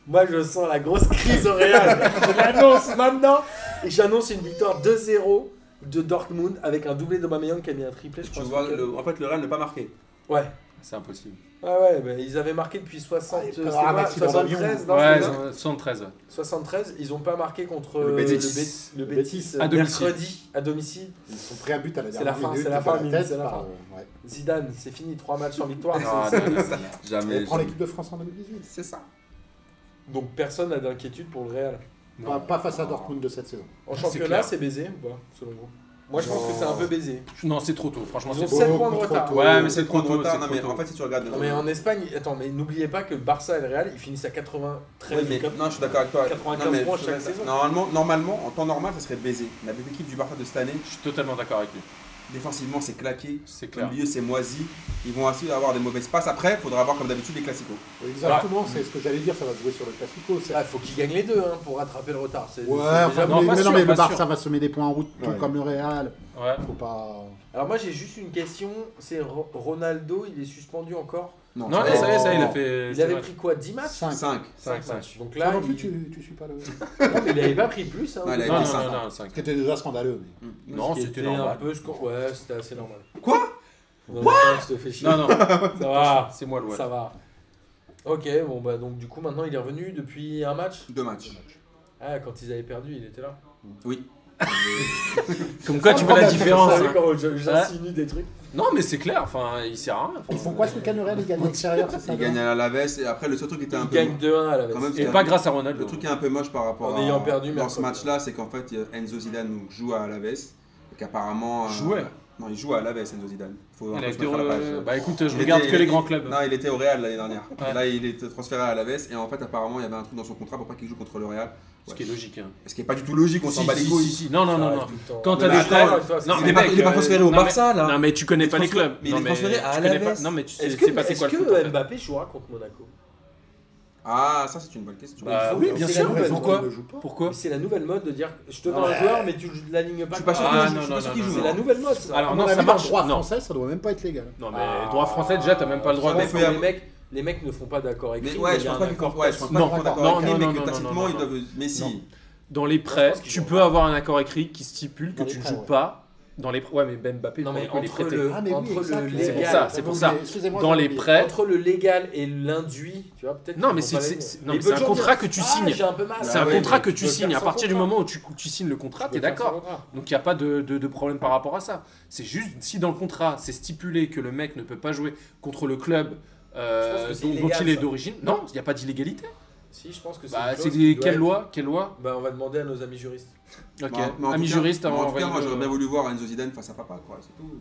Speaker 1: Moi, je sens la grosse crise au Real. je l'annonce maintenant. Et j'annonce une victoire 2-0 de Dortmund avec un doublé de Mameyang qui a mis un triplé, je
Speaker 3: Tu
Speaker 1: crois. ce
Speaker 3: vois
Speaker 1: week-end.
Speaker 3: le- en fait le Real ne pas marqué.
Speaker 1: Ouais.
Speaker 4: C'est impossible.
Speaker 1: Ouais, ouais, mais ils avaient marqué depuis 60,
Speaker 2: Ah, et
Speaker 1: c'était
Speaker 2: pas
Speaker 1: quoi,
Speaker 2: un accident
Speaker 1: 73, non,
Speaker 4: ouais,
Speaker 1: c'était quoi
Speaker 4: ils ont 73. ouais.
Speaker 1: 73, ils ont pas marqué contre
Speaker 3: Le
Speaker 1: euh,
Speaker 3: Betis.
Speaker 1: Be- le
Speaker 2: Le
Speaker 1: Betis,
Speaker 2: Betis.
Speaker 1: euh,
Speaker 4: À domicile.
Speaker 1: mercredi à domicile.
Speaker 2: Ils sont pris à but à la
Speaker 1: C'est la
Speaker 2: dernière
Speaker 1: fin,
Speaker 2: minute.
Speaker 1: c'est la
Speaker 2: par
Speaker 1: fin, Mine,
Speaker 2: tête,
Speaker 1: c'est la
Speaker 2: par-
Speaker 1: fin.
Speaker 2: ouais.
Speaker 1: Zidane, c'est fini, 3 matchs sans victoire.
Speaker 4: Ah,
Speaker 1: c'est-
Speaker 4: non, non, non.
Speaker 2: Et
Speaker 3: Jamais.
Speaker 2: prend l'équipe de France en 2018.
Speaker 3: C'est ça.
Speaker 1: Donc personne n'a d'inquiétude pour le Real.
Speaker 2: Pas, pas face à Dortmund de cette saison.
Speaker 1: En
Speaker 4: Ah, C'est
Speaker 1: championnat,
Speaker 4: clair.
Speaker 1: c'est baisé ou pas, selon vous Moi, je pense
Speaker 2: Non.
Speaker 1: que c'est un peu baisé.
Speaker 4: (laughs) Non, c'est trop tôt. Franchement,
Speaker 1: Ils ont
Speaker 4: c'est
Speaker 2: beau,
Speaker 1: 7 points de
Speaker 2: trop
Speaker 1: retard.
Speaker 2: tôt.
Speaker 4: Ouais, mais c'est
Speaker 3: C'est
Speaker 4: trop
Speaker 3: trop
Speaker 4: tôt.
Speaker 3: retard.
Speaker 4: c'est
Speaker 3: Non
Speaker 4: trop
Speaker 3: mais
Speaker 4: tôt.
Speaker 3: en fait si tu regardes.
Speaker 1: Non mais en Espagne, attends, mais n'oubliez pas que le Barça et le Real, ils finissent à
Speaker 3: Oui,
Speaker 1: 93
Speaker 3: mais-
Speaker 1: ou quatre-
Speaker 3: non, je suis d'accord avec toi.
Speaker 1: 95
Speaker 3: Non, mais
Speaker 1: points
Speaker 3: je-
Speaker 1: chaque saison.
Speaker 3: Normalement, normalement, en temps normal, ça serait baisé. La équipe du Barça de cette année,
Speaker 4: Je suis totalement d'accord avec lui.
Speaker 3: défensivement, c'est claqué.
Speaker 4: C'est
Speaker 3: Au
Speaker 4: clair.
Speaker 3: milieu, c'est moisi. Ils vont aussi avoir des mauvaises passes. Après, faudra avoir comme d'habitude les classicos.
Speaker 2: Exactement, c'est ce que j'allais dire, ça va se jouer sur le Classico. c'est-
Speaker 1: Ah, faut qu'ils gagnent les deux hein, pour rattraper le retard. C'est-
Speaker 2: Ouais,
Speaker 1: c'est
Speaker 2: enfin,
Speaker 1: déjà-
Speaker 4: non,
Speaker 2: mais,
Speaker 4: pas
Speaker 2: mais
Speaker 4: sûr,
Speaker 2: non, mais le
Speaker 4: pas
Speaker 2: Barça
Speaker 4: sûr.
Speaker 2: va semer des points en route, tout
Speaker 3: Ouais.
Speaker 2: comme le Real.
Speaker 4: Ouais.
Speaker 2: Faut pas.
Speaker 1: Alors moi j'ai juste une question, c'est Ro- Ronaldo, il est suspendu encore
Speaker 4: Non,
Speaker 7: non,
Speaker 4: ça y est, ça y est, il a
Speaker 3: Oh.
Speaker 7: non.
Speaker 4: fait.
Speaker 1: Il
Speaker 4: c'est
Speaker 1: avait
Speaker 4: vrai.
Speaker 1: pris quoi 10 matchs
Speaker 2: 5.
Speaker 3: 5.
Speaker 4: Cinq, cinq.
Speaker 1: Donc
Speaker 2: Là
Speaker 1: là,
Speaker 2: non plus,
Speaker 1: il...
Speaker 2: tu, tu suis pas le. Ce
Speaker 1: non, mais il avait pas pris plus. Hein,
Speaker 3: Non, il avait
Speaker 4: Non,
Speaker 3: pris
Speaker 4: non, non,
Speaker 3: cinq.
Speaker 4: non, cinq.
Speaker 2: (laughs) qui était déjà scandaleux. mais-
Speaker 4: Non,
Speaker 1: Ce qui
Speaker 4: c'était
Speaker 1: était un
Speaker 4: normal.
Speaker 1: peu... sco- Ouais, c'était assez normal.
Speaker 3: Quoi
Speaker 1: Non, mais je te fais chier.
Speaker 4: Non, non,
Speaker 1: ça va,
Speaker 4: (laughs) c'est moi le ouais.
Speaker 1: ça va. Ok, bon bah donc du coup maintenant il est revenu depuis un match.
Speaker 3: Deux matchs.
Speaker 1: Ah, quand ils avaient perdu, il était là.
Speaker 3: Oui.
Speaker 4: Comme quoi, Ah, tu vois la différence.
Speaker 1: Vous savez
Speaker 4: hein.
Speaker 1: comment je- j'insinue des trucs.
Speaker 4: Non, mais c'est clair, enfin, il sert à rien.
Speaker 2: Ils font quoi ce week-end le Real Ils gagnent à l'extérieur, c'est ça
Speaker 3: Il gagne à la veste et après le seul truc qui était un
Speaker 1: Il
Speaker 3: peu.
Speaker 1: gagne 2-1 à la
Speaker 3: Quand même,
Speaker 1: veste.
Speaker 4: Et pas grâce à Ronaldo.
Speaker 3: Le truc qui est un peu moche par rapport
Speaker 1: En
Speaker 3: à
Speaker 1: ayant perdu,
Speaker 3: dans ce
Speaker 1: mercredi.
Speaker 3: match-là, c'est qu'en fait Enzo Zidane donc, joue à Alaves et qu'apparemment euh,
Speaker 4: Jouait.
Speaker 3: non, il joue à Alaves Enzo Zidane. Faut un
Speaker 4: Il
Speaker 3: peu
Speaker 4: a
Speaker 3: se
Speaker 4: été
Speaker 3: mettre à la
Speaker 4: re-
Speaker 3: page.
Speaker 4: Bah écoute, je
Speaker 3: Il
Speaker 4: regarde
Speaker 3: était-
Speaker 4: que les
Speaker 3: il-
Speaker 4: grands clubs.
Speaker 3: Non, il était au Real l'année dernière.
Speaker 4: Ouais.
Speaker 3: Et Là, il est transféré à Alaves et en fait apparemment il y avait un truc dans son contrat pour pas qu'il joue contre le Real.
Speaker 4: Ce qui est logique. hein.
Speaker 3: Ce qui est pas du tout logique, on s'en
Speaker 4: Si,
Speaker 3: bat les
Speaker 4: si,
Speaker 3: couilles.
Speaker 4: si, si. Non, non, non, non. Quand
Speaker 1: Quand
Speaker 4: t'as
Speaker 3: Mais
Speaker 4: des
Speaker 3: attends,
Speaker 4: prêts.
Speaker 1: toi,
Speaker 4: Non,
Speaker 1: c'est-
Speaker 3: il est
Speaker 4: mais
Speaker 3: pas-
Speaker 4: mec,
Speaker 3: il est pas
Speaker 4: euh,
Speaker 3: transféré au
Speaker 4: non, mais-
Speaker 3: Barça là.
Speaker 4: Non, mais tu connais
Speaker 3: Il est
Speaker 4: pas les
Speaker 3: transféré-
Speaker 4: clubs.
Speaker 3: mais il est
Speaker 4: Non, mais
Speaker 3: transféré à
Speaker 4: tu connais pas-
Speaker 3: Alaves.
Speaker 4: Non, mais tu sais
Speaker 1: Est-ce
Speaker 4: c'est
Speaker 1: que,
Speaker 4: pas c'est
Speaker 1: est-ce
Speaker 4: quoi le
Speaker 1: que euh, bah,
Speaker 4: foot. en fait.
Speaker 1: Mbappé jouera contre Monaco
Speaker 3: Ah, ça c'est une bonne question.
Speaker 4: Bah
Speaker 1: faut-
Speaker 4: oui,
Speaker 1: c'est
Speaker 4: bien
Speaker 1: la
Speaker 4: sûr.
Speaker 1: nouvelle,
Speaker 4: Pourquoi
Speaker 2: on ne joue pas.
Speaker 4: Pourquoi
Speaker 1: Mais C'est la nouvelle mode de dire je te vends
Speaker 2: Ouais.
Speaker 1: un joueur mais tu l'alignes pas.
Speaker 3: Je suis pas sûr
Speaker 4: Ah,
Speaker 3: qu'il joue.
Speaker 4: non,
Speaker 3: Je suis
Speaker 4: non,
Speaker 3: pas sûr qu'il
Speaker 4: non,
Speaker 3: joue.
Speaker 1: C'est
Speaker 3: non.
Speaker 1: la nouvelle mode ça.
Speaker 4: Alors
Speaker 2: À
Speaker 4: non,
Speaker 2: mon
Speaker 4: ça
Speaker 2: avis, dans le
Speaker 4: marche.
Speaker 2: droit
Speaker 4: Non,
Speaker 2: français, ça doit même pas être légal.
Speaker 4: non, mais droit français déjà, t'as même pas le droit.
Speaker 3: Ah,
Speaker 4: de-
Speaker 3: mais-
Speaker 1: Quand les mecs, les mecs ne font pas d'accord avec
Speaker 3: Mais
Speaker 1: lui,
Speaker 3: ouais,
Speaker 1: il
Speaker 3: je
Speaker 1: y a
Speaker 3: pense
Speaker 1: un
Speaker 3: pas qu'ils
Speaker 1: accord
Speaker 3: ouais, je pense pas
Speaker 4: Non,
Speaker 3: qu'ils sont d'accord
Speaker 4: non,
Speaker 3: avec lui,
Speaker 4: non,
Speaker 3: mais
Speaker 4: non,
Speaker 3: que
Speaker 4: non,
Speaker 3: tactiquement
Speaker 4: non,
Speaker 3: ils
Speaker 4: non.
Speaker 3: doivent. Mais
Speaker 4: Non.
Speaker 3: si.
Speaker 4: Dans les prêts,
Speaker 1: pense qu'ils
Speaker 4: tu
Speaker 1: vont
Speaker 4: peux
Speaker 1: avoir-
Speaker 4: avoir un accord écrit qui stipule que
Speaker 2: Dans les
Speaker 4: tu ne
Speaker 2: prêts,
Speaker 4: joues
Speaker 2: ouais.
Speaker 4: pas dans les prêts. Ouais, mais Ben Mbappé,
Speaker 1: Non,
Speaker 4: pour
Speaker 1: mais
Speaker 4: le coup, il est
Speaker 1: entre
Speaker 4: prêté.
Speaker 1: le-
Speaker 2: Ah, mais oui,
Speaker 1: Entre
Speaker 2: exact,
Speaker 1: le
Speaker 2: j'avais
Speaker 4: C'est pour
Speaker 1: légal,
Speaker 4: ça,
Speaker 2: oublié.
Speaker 4: c'est pour ça.
Speaker 2: Excusez-moi,
Speaker 4: Dans
Speaker 2: j'avais
Speaker 4: les
Speaker 2: oublié.
Speaker 4: prêts,
Speaker 1: Entre le légal et l'induit, tu vois, peut-être.
Speaker 4: Non,
Speaker 1: qu'ils
Speaker 4: mais
Speaker 1: vont
Speaker 4: c'est-
Speaker 1: pas
Speaker 4: c'est-
Speaker 1: l'aligner.
Speaker 4: c'est- non,
Speaker 1: Mais
Speaker 4: mais c'est
Speaker 1: peu de
Speaker 4: un
Speaker 1: gens
Speaker 4: contrat
Speaker 1: disent,
Speaker 4: que tu
Speaker 1: Ah,
Speaker 4: signes.
Speaker 1: J'ai un peu mal. Ah
Speaker 4: C'est un
Speaker 3: ouais,
Speaker 4: contrat
Speaker 1: mais
Speaker 4: que
Speaker 1: je
Speaker 4: tu
Speaker 1: peux
Speaker 4: signes.
Speaker 1: faire
Speaker 4: À
Speaker 1: sans
Speaker 4: partir du
Speaker 1: contrat. Ah,
Speaker 4: moment où tu, où tu signes le contrat,
Speaker 1: Je
Speaker 4: t'es
Speaker 1: peux faire sans
Speaker 4: d'accord.
Speaker 1: contrat.
Speaker 4: Donc il n'y a pas de, de- de problème par rapport à ça. C'est juste si dans le contrat c'est stipulé que le mec ne peut pas jouer contre le club euh,
Speaker 1: Je pense que c'est
Speaker 4: dont, dont
Speaker 1: illégal,
Speaker 4: il est
Speaker 1: ça.
Speaker 4: d'origine. Non, il n'y a pas d'illégalité.
Speaker 1: Si, je pense que c'est.
Speaker 4: Bah,
Speaker 1: une
Speaker 4: c'est
Speaker 1: clause qui doit
Speaker 4: quelle
Speaker 1: être-
Speaker 4: loi Quelle loi
Speaker 1: Bah, on va demander à nos amis juristes.
Speaker 4: Ok.
Speaker 3: Bah, mais en
Speaker 4: Ami
Speaker 3: tout cas-
Speaker 4: juriste,
Speaker 3: mais
Speaker 4: avant
Speaker 3: En tout cas, moi
Speaker 4: d'envoyer
Speaker 3: j'aurais
Speaker 4: le-
Speaker 3: bien voulu voir Enzo Zidane face à papa, quoi. C'est tout.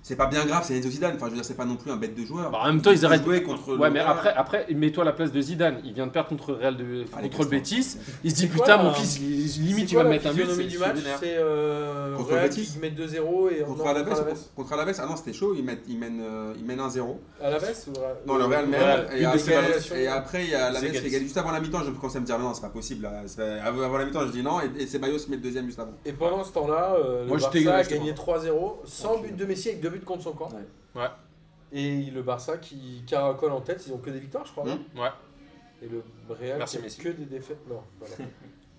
Speaker 3: C'est pas bien grave, c'est Enzo Zidane. Enfin, je veux dire, c'est pas non plus un bête de joueur.
Speaker 4: Bah, en même temps, ils
Speaker 3: Il
Speaker 4: arrêtent.
Speaker 3: jouait contre
Speaker 4: ouais,
Speaker 3: le-
Speaker 4: mais après, après mets-toi à la place de Zidane. Il vient de perdre contre le Real de,
Speaker 3: Allez,
Speaker 4: contre le
Speaker 3: Christophe.
Speaker 4: Betis. Il se dit
Speaker 1: C'est quoi,
Speaker 4: putain, mon
Speaker 1: euh,
Speaker 4: fils, il- limite
Speaker 1: C'est
Speaker 4: il va
Speaker 1: quoi
Speaker 4: me
Speaker 1: la
Speaker 4: mettre un but.
Speaker 1: physionomie
Speaker 4: c'est-
Speaker 1: du
Speaker 4: c'est
Speaker 1: match,
Speaker 4: vénère.
Speaker 1: c'est euh,
Speaker 3: Contre
Speaker 1: Real
Speaker 3: Betis.
Speaker 1: qui met 2-0 et on
Speaker 3: Contre
Speaker 1: demande
Speaker 3: Alaves,
Speaker 1: à la
Speaker 3: contre- contre Alaves, ah non, c'était chaud, ils mènent, ils mènent, euh, ils mènent 1-0.
Speaker 1: À la baisse ou à-
Speaker 3: Non, le Real mène.
Speaker 4: Ouais, but
Speaker 3: et,
Speaker 4: de
Speaker 1: Ceballos.
Speaker 3: après, et après, il y a Alaves
Speaker 4: Égalise.
Speaker 3: qui égalise. Juste avant la mi-temps, je commence à me dire, mais non, c'est pas possible. là. C'est- Avant avant la mi-temps, je dis non, et, et Ceballos met le deuxième juste avant.
Speaker 1: Et pendant ce temps-là, euh, le
Speaker 4: Moi, j'étais-
Speaker 1: Barça a
Speaker 4: j'étais
Speaker 1: gagné 3-0, sans but de Messi avec deux buts contre son camp.
Speaker 4: Ouais. Ouais.
Speaker 1: Et le Barça qui caracole en tête, ils ont que des victoires, je crois.
Speaker 3: Hum.
Speaker 1: non
Speaker 4: Hmm. Ouais.
Speaker 1: Et le Real
Speaker 4: Merci,
Speaker 1: qui a
Speaker 4: Messi.
Speaker 1: que des défaites. Non,
Speaker 4: (laughs)
Speaker 1: voilà.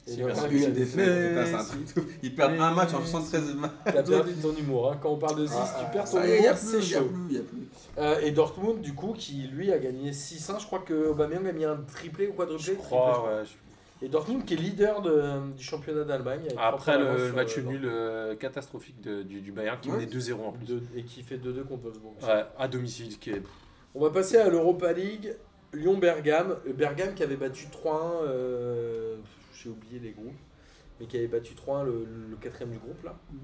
Speaker 1: Et
Speaker 4: Si,
Speaker 1: le
Speaker 4: merci,
Speaker 1: Real qui a
Speaker 3: Une
Speaker 1: des
Speaker 3: défaite, putain, c'est un truc de ouf. Ils perdent un match en 73 matchs.
Speaker 4: hein.
Speaker 1: T'as perdu ton humour. hein. Quand on parle de 6,
Speaker 4: Ah,
Speaker 1: tu perds ton
Speaker 3: Ça y est, il y a
Speaker 1: humour,
Speaker 3: plus,
Speaker 1: c'est
Speaker 3: il y a
Speaker 1: chaud.
Speaker 3: plus, il y a plus.
Speaker 1: Euh, et Dortmund, du coup, qui lui a gagné 6-1. Je crois que Aubameyang a mis un triplé ou quadruplé.
Speaker 4: Je crois, ouais, je-
Speaker 1: Et Dortmund qui est leader de- du championnat d'Allemagne. avec trois
Speaker 4: Après
Speaker 1: points
Speaker 4: le
Speaker 1: d'avance
Speaker 4: match
Speaker 1: sur le
Speaker 4: nul euh, catastrophique de- du, du Bayern qui
Speaker 3: Ouais.
Speaker 4: menait 2-0 en plus.
Speaker 1: Dortmund. De- et qui fait 2-2 contre Wolfsburg.
Speaker 4: Ouais, à domicile. Qui est...
Speaker 1: On va passer à l'Europa League. Lyon-Bergame. Euh, Bergame qui avait battu 3-1. euh, J'ai oublié les groupes. Mais qui avait battu 3-1 le, le quatrième du groupe là.
Speaker 2: Mhm.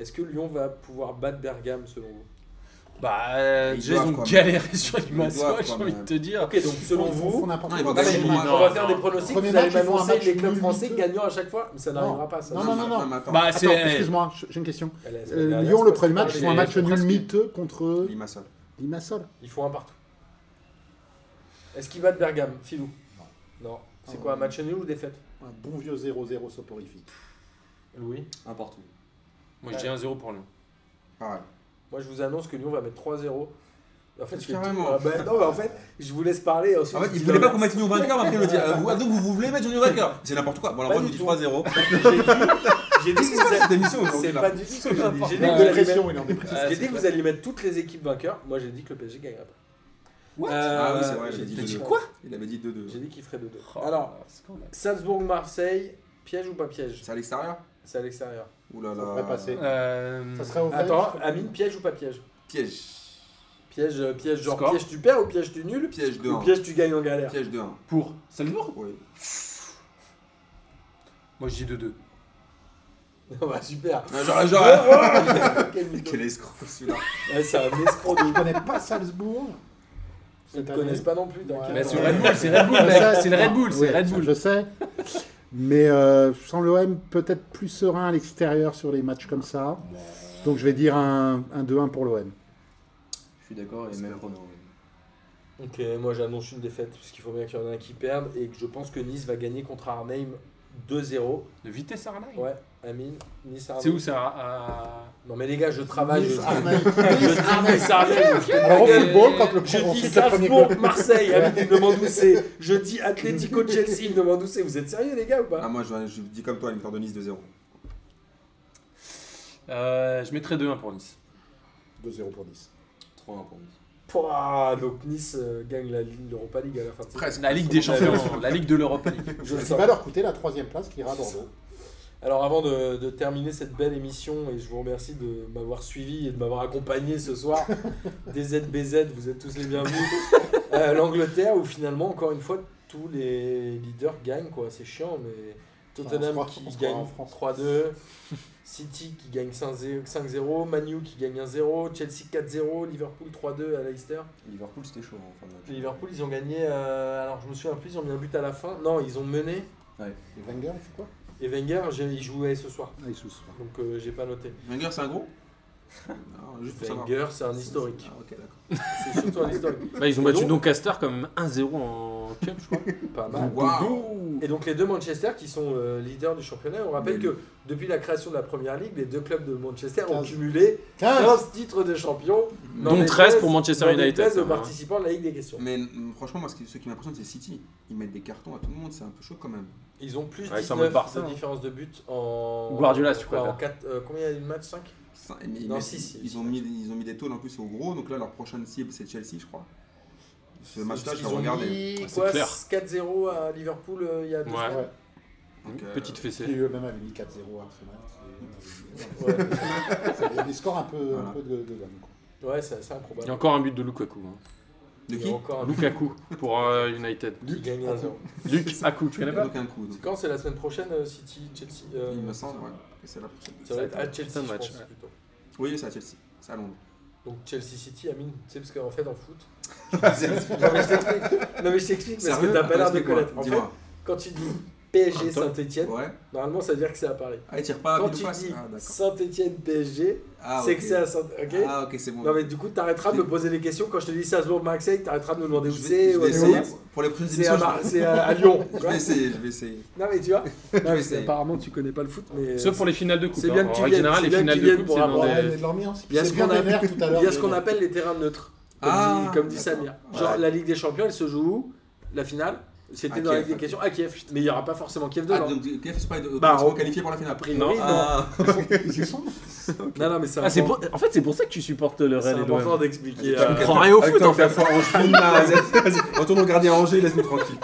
Speaker 1: Est-ce que Lyon va pouvoir battre Bergame selon vous
Speaker 4: Bah, euh,
Speaker 3: Ils
Speaker 4: déjà, ils
Speaker 3: doivent,
Speaker 4: ont
Speaker 3: quoi,
Speaker 4: galéré sur les
Speaker 3: doivent,
Speaker 4: masses,
Speaker 3: quoi,
Speaker 4: j'ai envie de
Speaker 3: mais-
Speaker 4: te dire.
Speaker 1: Ok, donc selon
Speaker 2: Ils font
Speaker 1: vous.
Speaker 2: n'importe
Speaker 3: Non,
Speaker 2: quoi.
Speaker 3: ils vont
Speaker 1: Non, mais
Speaker 3: gagner.
Speaker 1: on va faire
Speaker 4: non.
Speaker 1: des pronostics,
Speaker 2: Premier
Speaker 1: vous allez
Speaker 2: match, ils font un
Speaker 1: m'annoncer
Speaker 2: match
Speaker 1: les clubs
Speaker 2: nul,
Speaker 1: français
Speaker 2: nul.
Speaker 1: gagnants à chaque fois, mais ça n'arrivera pas ça.
Speaker 2: Non, non, non, non.
Speaker 3: mais attends.
Speaker 4: Bah,
Speaker 2: Attends,
Speaker 4: c'est.
Speaker 2: excuse-moi, j'ai une question.
Speaker 1: Elle est- elle est
Speaker 2: Euh,
Speaker 1: dernière,
Speaker 2: Lyon,
Speaker 1: c'est
Speaker 2: le
Speaker 1: pas
Speaker 2: premier
Speaker 1: si
Speaker 2: match,
Speaker 1: parlé.
Speaker 2: ils font un match
Speaker 4: c'est
Speaker 2: nul
Speaker 4: presque-
Speaker 2: miteux contre
Speaker 3: Limassol.
Speaker 2: Limassol.
Speaker 1: Il faut un partout. Est-ce qu'il battent Bergame, Filou Non. C'est
Speaker 2: Ah,
Speaker 1: quoi, un
Speaker 2: ouais.
Speaker 1: match nul ou défaite
Speaker 2: Un bon vieux 0-0 soporifique.
Speaker 1: Louis
Speaker 5: Un partout.
Speaker 4: Moi, je dis 1-0 pour Lyon.
Speaker 3: Pareil.
Speaker 1: Moi, je vous annonce que Lyon va mettre 3-0. En fait, je fais
Speaker 3: Carrément.
Speaker 1: tout. Ah, bah, non, mais en fait, je vous laisse parler. En
Speaker 3: En fait, ils voulaient pas qu'on mette Lyon vainqueur, mais après ils nous disent euh, vous- ah, donc vous voulez mettre Lyon vainqueur C'est n'importe quoi. Bon, alors
Speaker 1: Pas
Speaker 3: moi je
Speaker 1: du
Speaker 3: vous dis
Speaker 1: tout. (laughs)
Speaker 3: 3-0.
Speaker 1: J'ai dit que vous
Speaker 3: Cette
Speaker 1: alliez-
Speaker 3: émission aujourd'hui
Speaker 1: C'est
Speaker 3: là.
Speaker 1: pas du tout ce que j'ai dit. J'ai dit que
Speaker 2: Il est en
Speaker 1: vous alliez
Speaker 2: dépression, il est en dépression.
Speaker 4: Ah,
Speaker 1: mettre- J'ai dit que vous alliez mettre toutes les équipes vainqueurs. Moi, j'ai dit que le PSG gagnerait pas. Euh,
Speaker 4: What
Speaker 3: Ah oui, c'est vrai,
Speaker 1: j'ai
Speaker 3: il avait dit 2-2. Il avait dit
Speaker 1: J'ai
Speaker 3: 2-2.
Speaker 1: dit qu'il ferait 2-2.
Speaker 4: Oh,
Speaker 1: Alors,
Speaker 4: c'est con, là.
Speaker 1: Salzbourg-Marseille, piège ou pas piège
Speaker 3: C'est à l'extérieur
Speaker 1: C'est à l'extérieur.
Speaker 3: Ouh là
Speaker 2: Ça pourrait
Speaker 3: là.
Speaker 2: passer.
Speaker 4: Euh,
Speaker 2: Ça serait au
Speaker 1: Attends, Amine, piège ou pas piège
Speaker 3: Piège.
Speaker 1: Piège, euh, piège genre
Speaker 4: Score.
Speaker 1: piège tu perds ou piège tu nul
Speaker 3: Piège
Speaker 1: Ou
Speaker 3: 2-1.
Speaker 1: piège tu gagnes en galère (laughs)
Speaker 3: Piège 2-1.
Speaker 4: Pour Salzbourg
Speaker 3: Oui.
Speaker 4: Moi, je dis 2-2.
Speaker 1: Non, bah super
Speaker 3: Ah, Genre, (laughs) genre.
Speaker 1: (laughs) Quel mytho.
Speaker 3: Quel escroc celui-là.
Speaker 1: Ouais, C'est un escroc
Speaker 2: Je connais pas Salzbourg.
Speaker 1: Ils
Speaker 2: Cette
Speaker 1: te
Speaker 2: année.
Speaker 1: connaissent
Speaker 2: (laughs)
Speaker 1: pas non plus, t'inquiète.
Speaker 4: Mais c'est
Speaker 2: Ouais.
Speaker 4: Red Bull, c'est Red Bull, mec. C'est le Red Bull, c'est
Speaker 2: Oui,
Speaker 4: le Red Bull.
Speaker 2: Je sais. Mais euh, je sens l'OM peut-être plus serein à l'extérieur sur les matchs comme ça. Donc je vais dire un, un 2-1 pour l'OM.
Speaker 5: Je suis d'accord et même pronom.
Speaker 1: Ok, moi j'annonce une défaite, parce qu'il faut bien qu'il y en ait un qui perde, et que je pense que Nice va gagner contre Arnhem 2-0.
Speaker 5: De vitesse Arnhem
Speaker 1: Ouais, Amine, Nice Arnaud.
Speaker 5: C'est où C'est à- à.
Speaker 1: Non mais les gars, je
Speaker 4: Ah, bah,
Speaker 1: travaille.
Speaker 2: Nice,
Speaker 1: je...
Speaker 2: Arnaud.
Speaker 1: je dis Nice Arnaud, je-
Speaker 2: Alors au
Speaker 1: Euh,
Speaker 2: football, quand le
Speaker 1: Je
Speaker 2: on
Speaker 1: dis
Speaker 2: cite le premier
Speaker 1: Salzbourg,
Speaker 2: goal-
Speaker 1: Marseille, Amine, il me demande où c'est. Je dis Atlético Chelsea, il me demande où c'est. Vous êtes sérieux les gars ou
Speaker 3: Ah,
Speaker 1: pas
Speaker 3: moi, je, je dis comme toi, une victoire de Nice 2-0.
Speaker 5: Euh, je mettrais 2-1 pour Nice.
Speaker 2: 2-0 pour Nice.
Speaker 3: 3-1 pour Nice.
Speaker 1: Pouah, Donc Nice euh, gagne la Ligue l'Europa League à la fin de saison.
Speaker 3: Presque.
Speaker 5: La Ligue des
Speaker 4: hein.
Speaker 5: Champions, la Ligue de l'Europe. League.
Speaker 1: Je le
Speaker 2: Ça
Speaker 1: sens.
Speaker 2: va leur coûter la troisième place qui ira à Bordeaux.
Speaker 1: Alors avant de, de terminer cette belle émission, et je vous remercie de m'avoir suivi et de m'avoir accompagné ce soir, (laughs) DZBZ, vous êtes tous les
Speaker 2: (laughs)
Speaker 1: bienvenus. Euh, L'Angleterre où finalement, encore une fois, tous les leaders gagnent, quoi. C'est chiant, mais Tottenham
Speaker 2: On se
Speaker 1: qui
Speaker 2: croit- on se croit
Speaker 1: gagne
Speaker 2: en France.
Speaker 1: 3-2, City qui gagne 5-0, 5-0, Manu qui gagne 1-0, Chelsea 4-0, Liverpool 3-2 à Leicester.
Speaker 8: Liverpool, c'était chaud
Speaker 5: hein,
Speaker 8: en fin de match.
Speaker 1: Liverpool, ils ont gagné, euh, alors je me souviens plus, ils ont mis un but à la fin. Non, ils ont mené,
Speaker 2: Et Wenger, il fait quoi
Speaker 1: et Wenger, j'ai- il jouait ce soir,
Speaker 2: Ah, il sous soir.
Speaker 1: donc euh, j'ai pas noté.
Speaker 3: Wenger, c'est un gros (laughs) Non, juste pour savoir.
Speaker 1: Wenger, c'est un historique.
Speaker 3: Ah, ok, d'accord.
Speaker 1: C'est surtout un
Speaker 4: (laughs)
Speaker 1: historique.
Speaker 4: Bah, ils ont
Speaker 1: Et
Speaker 4: battu
Speaker 1: donc-
Speaker 4: Doncaster quand même 1-0 en Cup, je crois.
Speaker 1: Pas mal.
Speaker 3: Waouh
Speaker 1: Et donc les deux Manchester qui sont euh, leaders du championnat, on rappelle
Speaker 3: Mais-
Speaker 1: que depuis la création de la Première Ligue, les deux clubs de Manchester ont
Speaker 2: 15.
Speaker 1: cumulé
Speaker 2: 15
Speaker 1: 15 titres de champion, Non,
Speaker 4: Donc
Speaker 1: mais
Speaker 4: 13 pour
Speaker 1: treize-
Speaker 4: Manchester
Speaker 1: dans les
Speaker 4: United.
Speaker 1: 13 aux
Speaker 4: quand même, hein.
Speaker 1: participants de la Ligue des questions.
Speaker 3: Mais mm, franchement, moi, ce qui, ce qui m'impressionne, c'est City. Ils mettent des cartons à tout le monde, c'est un peu chaud quand même.
Speaker 1: Ils ont plus
Speaker 4: Ouais, ils sont
Speaker 1: 19
Speaker 4: en mode Barça,
Speaker 1: de
Speaker 4: hein.
Speaker 1: différence de but en...
Speaker 4: Guardiola, si tu
Speaker 1: quoi, en
Speaker 4: préfères.
Speaker 1: quatre- euh, Combien il y a eu de matchs 5
Speaker 3: Ça- mais- mais-
Speaker 1: Non,
Speaker 3: mais
Speaker 1: si, si,
Speaker 3: ils,
Speaker 1: si.
Speaker 3: ont mis, ils ont mis des tôles en plus au gros, donc là, leur prochaine cible, c'est Chelsea, je crois. Ce match-là, je
Speaker 1: Ils
Speaker 3: l'ai
Speaker 1: ont
Speaker 3: regardé.
Speaker 1: mis
Speaker 4: Ouais, c'est
Speaker 1: quoi,
Speaker 4: clair.
Speaker 1: 4-0 à Liverpool euh, il y a deux
Speaker 4: Ouais.
Speaker 1: semaines.
Speaker 3: Donc, euh,
Speaker 4: (laughs) Petite
Speaker 2: Qui
Speaker 4: fessée.
Speaker 2: eux-mêmes avaient mis 4-0 à Arsenal. c'est-
Speaker 1: Ouais.
Speaker 2: (laughs) Il y a des scores un peu, un
Speaker 3: Voilà.
Speaker 2: peu de, de gamme, quoi.
Speaker 1: Ouais, c'est assez
Speaker 4: Il y a
Speaker 1: improbable.
Speaker 4: encore un but de Lukaku. hein.
Speaker 3: De
Speaker 1: Il
Speaker 3: qui
Speaker 1: y a encore un but
Speaker 4: Lukaku pour euh, United.
Speaker 1: qui gagne 1-0.
Speaker 4: Lukaku, tu connais pas
Speaker 3: Donc, un coup. donc.
Speaker 1: Quand c'est la semaine prochaine, euh, City, Chelsea euh,
Speaker 3: Il me semble, ouais. que C'est la prochaine.
Speaker 1: Ça va être à Chelsea,
Speaker 4: Putain de
Speaker 1: je
Speaker 4: match,
Speaker 1: pense,
Speaker 4: ouais.
Speaker 1: plutôt.
Speaker 3: Oui, c'est à Chelsea. C'est à Londres.
Speaker 1: Donc Chelsea City, Amine, tu sais, parce qu'en fait, en foot.
Speaker 3: Sérieux
Speaker 1: Non, mais je t'explique. Non, mais je t'explique parce que t'as pas l'air de
Speaker 3: Explique-moi,
Speaker 1: connaître. En fait,
Speaker 3: Dis-moi.
Speaker 1: quand tu dis PSG
Speaker 3: Attends.
Speaker 1: Saint-Etienne,
Speaker 3: Ouais.
Speaker 1: normalement, ça veut dire que c'est à Paris.
Speaker 3: Ah, il tire pas à
Speaker 1: Quand
Speaker 3: pile
Speaker 1: tu
Speaker 3: ou face
Speaker 1: dis
Speaker 3: Ah, d'accord.
Speaker 1: Saint-Etienne PSG,
Speaker 3: Ah,
Speaker 1: c'est
Speaker 3: ok.
Speaker 1: que c'est à saint Ok
Speaker 3: Ah, ok, c'est bon.
Speaker 1: Non, mais du coup, t'arrêteras de me poser des questions. Quand je te dis Salzbourg-Marseille, t'arrêteras de me demander où
Speaker 3: Je vais-
Speaker 1: c'est.
Speaker 3: je
Speaker 1: ou
Speaker 3: vais
Speaker 1: où
Speaker 3: essayer. Pour les prochaines
Speaker 1: C'est à,
Speaker 3: émissions, je-
Speaker 1: Mar- c'est à- à Lyon. tu
Speaker 3: (laughs) je
Speaker 1: vois.
Speaker 3: vais essayer. Je vais essayer.
Speaker 1: Non, mais tu vois, Non, mais c'est-
Speaker 3: essayer.
Speaker 1: apparemment, tu connais pas le foot. mais
Speaker 4: Sauf pour les finales de coupe.
Speaker 1: C'est bien
Speaker 4: hein.
Speaker 1: que tu
Speaker 4: En règle
Speaker 1: viennes,
Speaker 4: générale,
Speaker 1: c'est
Speaker 4: les
Speaker 1: bien que
Speaker 4: finales
Speaker 1: tu
Speaker 4: de
Speaker 1: viennes
Speaker 4: coupe,
Speaker 1: pour
Speaker 4: c'est dans
Speaker 1: avoir
Speaker 4: des-
Speaker 2: Ouais, mais de l'ambiance.
Speaker 1: Il y a
Speaker 2: C'est
Speaker 1: ce
Speaker 2: bien
Speaker 1: qu'on a-
Speaker 2: vénère tout à l'heure.
Speaker 1: Il y a ce
Speaker 2: de-
Speaker 1: qu'on appelle les terrains neutres, comme,
Speaker 3: Ah,
Speaker 1: dit, comme dit
Speaker 3: d'accord.
Speaker 1: Samir. Genre
Speaker 3: Ouais.
Speaker 1: la Ligue des Champions, elle se joue où La finale C'était
Speaker 3: À
Speaker 1: dans la Ligue
Speaker 3: Kiev,
Speaker 1: des
Speaker 3: ok.
Speaker 1: questions à Kiev. Mais il n'y aura pas forcément Kiev
Speaker 3: Ah,
Speaker 1: dedans.
Speaker 3: donc, KF, c'est pas
Speaker 1: Bah,
Speaker 3: automatiquement
Speaker 1: on-
Speaker 3: qualifié pour la finale.
Speaker 1: a priori, non.
Speaker 4: Non.
Speaker 3: Ah,
Speaker 2: Ils sont
Speaker 1: non, non, mais c'est
Speaker 4: Ah, c'est
Speaker 1: important,
Speaker 4: pour- En fait, c'est pour ça que tu supportes le
Speaker 1: c'est
Speaker 4: Real et
Speaker 1: important
Speaker 4: l'OM.
Speaker 1: d'expliquer.
Speaker 4: Ah,
Speaker 1: euh,
Speaker 4: tu comprends rien au
Speaker 3: Avec
Speaker 4: foot,
Speaker 3: ton
Speaker 4: en fait.
Speaker 3: cafard en cheville, là, vas-y, vas-y. Retourne au gardien Angers, laisse-nous tranquille.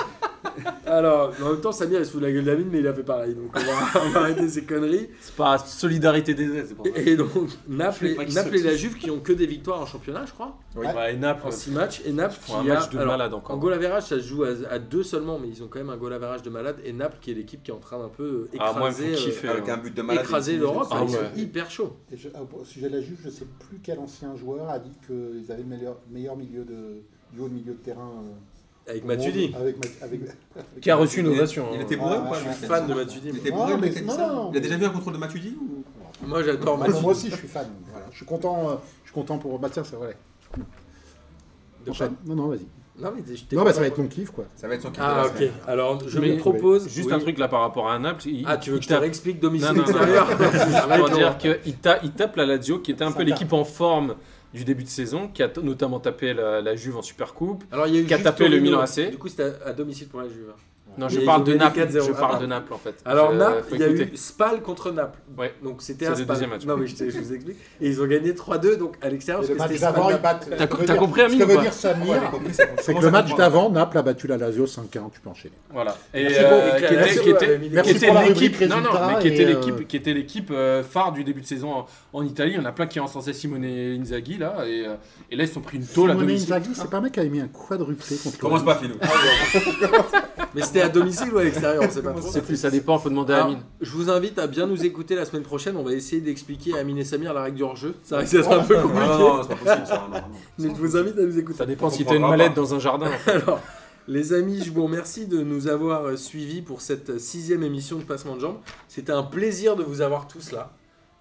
Speaker 1: Alors, en même temps, Samir, il se fout de la gueule d'Amine, mais il a fait pareil. Donc, on va, (laughs) on va arrêter ces conneries.
Speaker 4: C'est pas solidarité des aides, c'est pour ça.
Speaker 1: Et donc, Naples
Speaker 4: Je sais pas
Speaker 1: et,
Speaker 4: qui
Speaker 1: Naples et
Speaker 4: saute.
Speaker 1: la Juve qui ont que des victoires en championnat, je crois,
Speaker 4: Ouais, et Naples,
Speaker 1: en 6 matchs. Et Naples qui
Speaker 4: pour un
Speaker 1: a-
Speaker 4: match de
Speaker 1: alors,
Speaker 4: malade
Speaker 1: En
Speaker 4: encore.
Speaker 1: goal average, ça se joue à, à deux seulement, mais ils ont quand même un goal average de malade. Et Naples, qui est l'équipe qui est en train d'un peu euh,
Speaker 4: Ah, moi,
Speaker 1: écraser,
Speaker 4: ils me font
Speaker 1: euh,
Speaker 4: kiffer.
Speaker 3: Avec
Speaker 4: hein.
Speaker 3: un but de malade.
Speaker 1: écraser
Speaker 3: et-
Speaker 1: l'Europe.
Speaker 4: Ah
Speaker 1: ils sont
Speaker 4: ouais.
Speaker 1: hyper chauds.
Speaker 2: Et je- ah, au sujet de la Juve, je ne sais plus quel ancien joueur a dit qu'ils avaient le meilleur, meilleur milieu de duo de milieu de terrain. euh,
Speaker 1: Avec
Speaker 2: au
Speaker 1: Matuidi.
Speaker 2: monde, Avec, Mat- avec, avec-
Speaker 4: Qui a reçu une
Speaker 3: Il-
Speaker 4: ovation.
Speaker 3: Il
Speaker 4: hein.
Speaker 3: était bourré
Speaker 2: Ouais,
Speaker 3: ou pas
Speaker 2: ouais,
Speaker 3: lui,
Speaker 2: ouais.
Speaker 3: Sam
Speaker 1: Fan de
Speaker 3: Il
Speaker 1: Matuidi.
Speaker 3: était
Speaker 2: Non,
Speaker 3: bourré, le
Speaker 2: mais-
Speaker 3: mec, qui a dit
Speaker 2: non,
Speaker 3: ça
Speaker 2: non.
Speaker 3: Il a déjà vu un contrôle de Matuidi ou...
Speaker 1: Moi j'adore
Speaker 2: Ah non,
Speaker 1: Matuidi.
Speaker 2: moi aussi, je suis fan. Voilà. Je suis content. euh, je suis content pour. Bah tiens, c'est vrai.
Speaker 1: De
Speaker 2: Enchaîne. Non, non, vas-y.
Speaker 1: Non mais je t'ai
Speaker 2: Non,
Speaker 1: pas
Speaker 2: bah ça va être
Speaker 1: compris.
Speaker 2: mon kiff, quoi.
Speaker 3: Ça va être son kiff de
Speaker 1: Ah
Speaker 3: la
Speaker 1: ok.
Speaker 3: semaine.
Speaker 1: Alors je
Speaker 4: Mais-
Speaker 1: me propose
Speaker 4: Juste
Speaker 1: oui.
Speaker 4: un truc là par rapport à Naples. il-
Speaker 1: Ah tu veux
Speaker 4: il
Speaker 1: que je te
Speaker 4: tape-
Speaker 1: réexplique domicile
Speaker 4: Non, non, non. (laughs)
Speaker 1: extérieur Ça va
Speaker 4: Pour
Speaker 1: être
Speaker 4: Ah, bah, dire
Speaker 1: long.
Speaker 4: qu'il tape, il tape la Lazio, qui était un
Speaker 2: Ça
Speaker 4: peu
Speaker 2: tape.
Speaker 4: l'équipe en forme du début de saison, qui a t- notamment tapé la, la Juve en Supercoupe.
Speaker 1: Alors il y a eu
Speaker 4: Qui a
Speaker 1: Juve
Speaker 4: tapé le
Speaker 1: Torino.
Speaker 4: Milan AC.
Speaker 1: Du coup c'était à, à domicile pour la Juve.
Speaker 4: Non,
Speaker 1: Mais
Speaker 4: je
Speaker 1: ils ont
Speaker 4: parle de
Speaker 1: gagné
Speaker 4: Naples.
Speaker 1: 4-0.
Speaker 4: Je parle
Speaker 1: Ah.
Speaker 4: de Naples en fait.
Speaker 1: Alors
Speaker 4: Je-
Speaker 1: Naples,
Speaker 4: faut
Speaker 1: il y a
Speaker 4: écouter.
Speaker 1: eu Spal contre Naples.
Speaker 4: Ouais.
Speaker 1: Donc c'était
Speaker 4: C'est
Speaker 1: un
Speaker 4: le
Speaker 1: Spal.
Speaker 4: deuxième match.
Speaker 1: Non mais je, t'ai- je vous explique. Et ils ont gagné 3-2 donc à l'extérieur
Speaker 2: Et
Speaker 1: parce
Speaker 2: le
Speaker 1: que
Speaker 2: match
Speaker 1: c'était
Speaker 2: d'avant, ils
Speaker 1: Spal.
Speaker 2: battent.
Speaker 4: T'as
Speaker 2: ce que
Speaker 4: t'as
Speaker 2: veut
Speaker 4: compris,
Speaker 2: dire- Ce
Speaker 4: Amine
Speaker 2: que veut
Speaker 4: ou pas
Speaker 2: dire
Speaker 3: Ouais, j'ai
Speaker 2: Samir,
Speaker 3: compris, c'est-
Speaker 2: c'est que
Speaker 3: Comment
Speaker 2: le
Speaker 3: ça
Speaker 2: match
Speaker 3: comprend
Speaker 2: d'avant, Naples a battu la Lazio 5-1, tu peux enchaîner.
Speaker 4: Voilà. Et
Speaker 2: Merci beaucoup.
Speaker 4: euh, qui
Speaker 1: La
Speaker 4: était-
Speaker 1: Lazio
Speaker 4: qui
Speaker 1: avait
Speaker 4: était
Speaker 1: mis
Speaker 4: qui
Speaker 2: Merci
Speaker 4: était
Speaker 2: pour la
Speaker 4: l'équipe
Speaker 2: rubrique
Speaker 4: non, non,
Speaker 2: résultat
Speaker 4: mais qui était
Speaker 2: et, euh,
Speaker 4: l'équipe qui était l'équipe euh, phare du début de saison en, en Italie. Il y en a plein qui encensaient Simone Inzaghi là et, euh, et là ils se sont pris une tôle à
Speaker 2: Simone
Speaker 4: domicile.
Speaker 2: Inzaghi, c'est pas un mec qui avait mis un quadruplé contre.
Speaker 3: Commence
Speaker 2: le-
Speaker 3: pas, Philou.
Speaker 1: Ah, Mais c'était à domicile ou à l'extérieur on sait pas trop.
Speaker 4: C'est plus ça dépend, faut demander à
Speaker 1: Alors,
Speaker 4: Amine.
Speaker 1: je vous invite à bien nous écouter la semaine prochaine. On va essayer d'expliquer à Amine et Samir la règle du hors-jeu. Ça risque d'être un peu
Speaker 3: Non, non,
Speaker 1: compliqué.
Speaker 3: non, c'est pas possible ça. non, non.
Speaker 1: Mais je vous invite à nous écouter.
Speaker 4: Ça dépend si
Speaker 3: comprend
Speaker 4: t'as une
Speaker 3: pas.
Speaker 4: mallette dans un jardin.
Speaker 1: Alors, les amis, je vous remercie de nous avoir euh, suivis pour cette sixième émission de Passement de Jambes. C'était un plaisir de vous avoir tous là.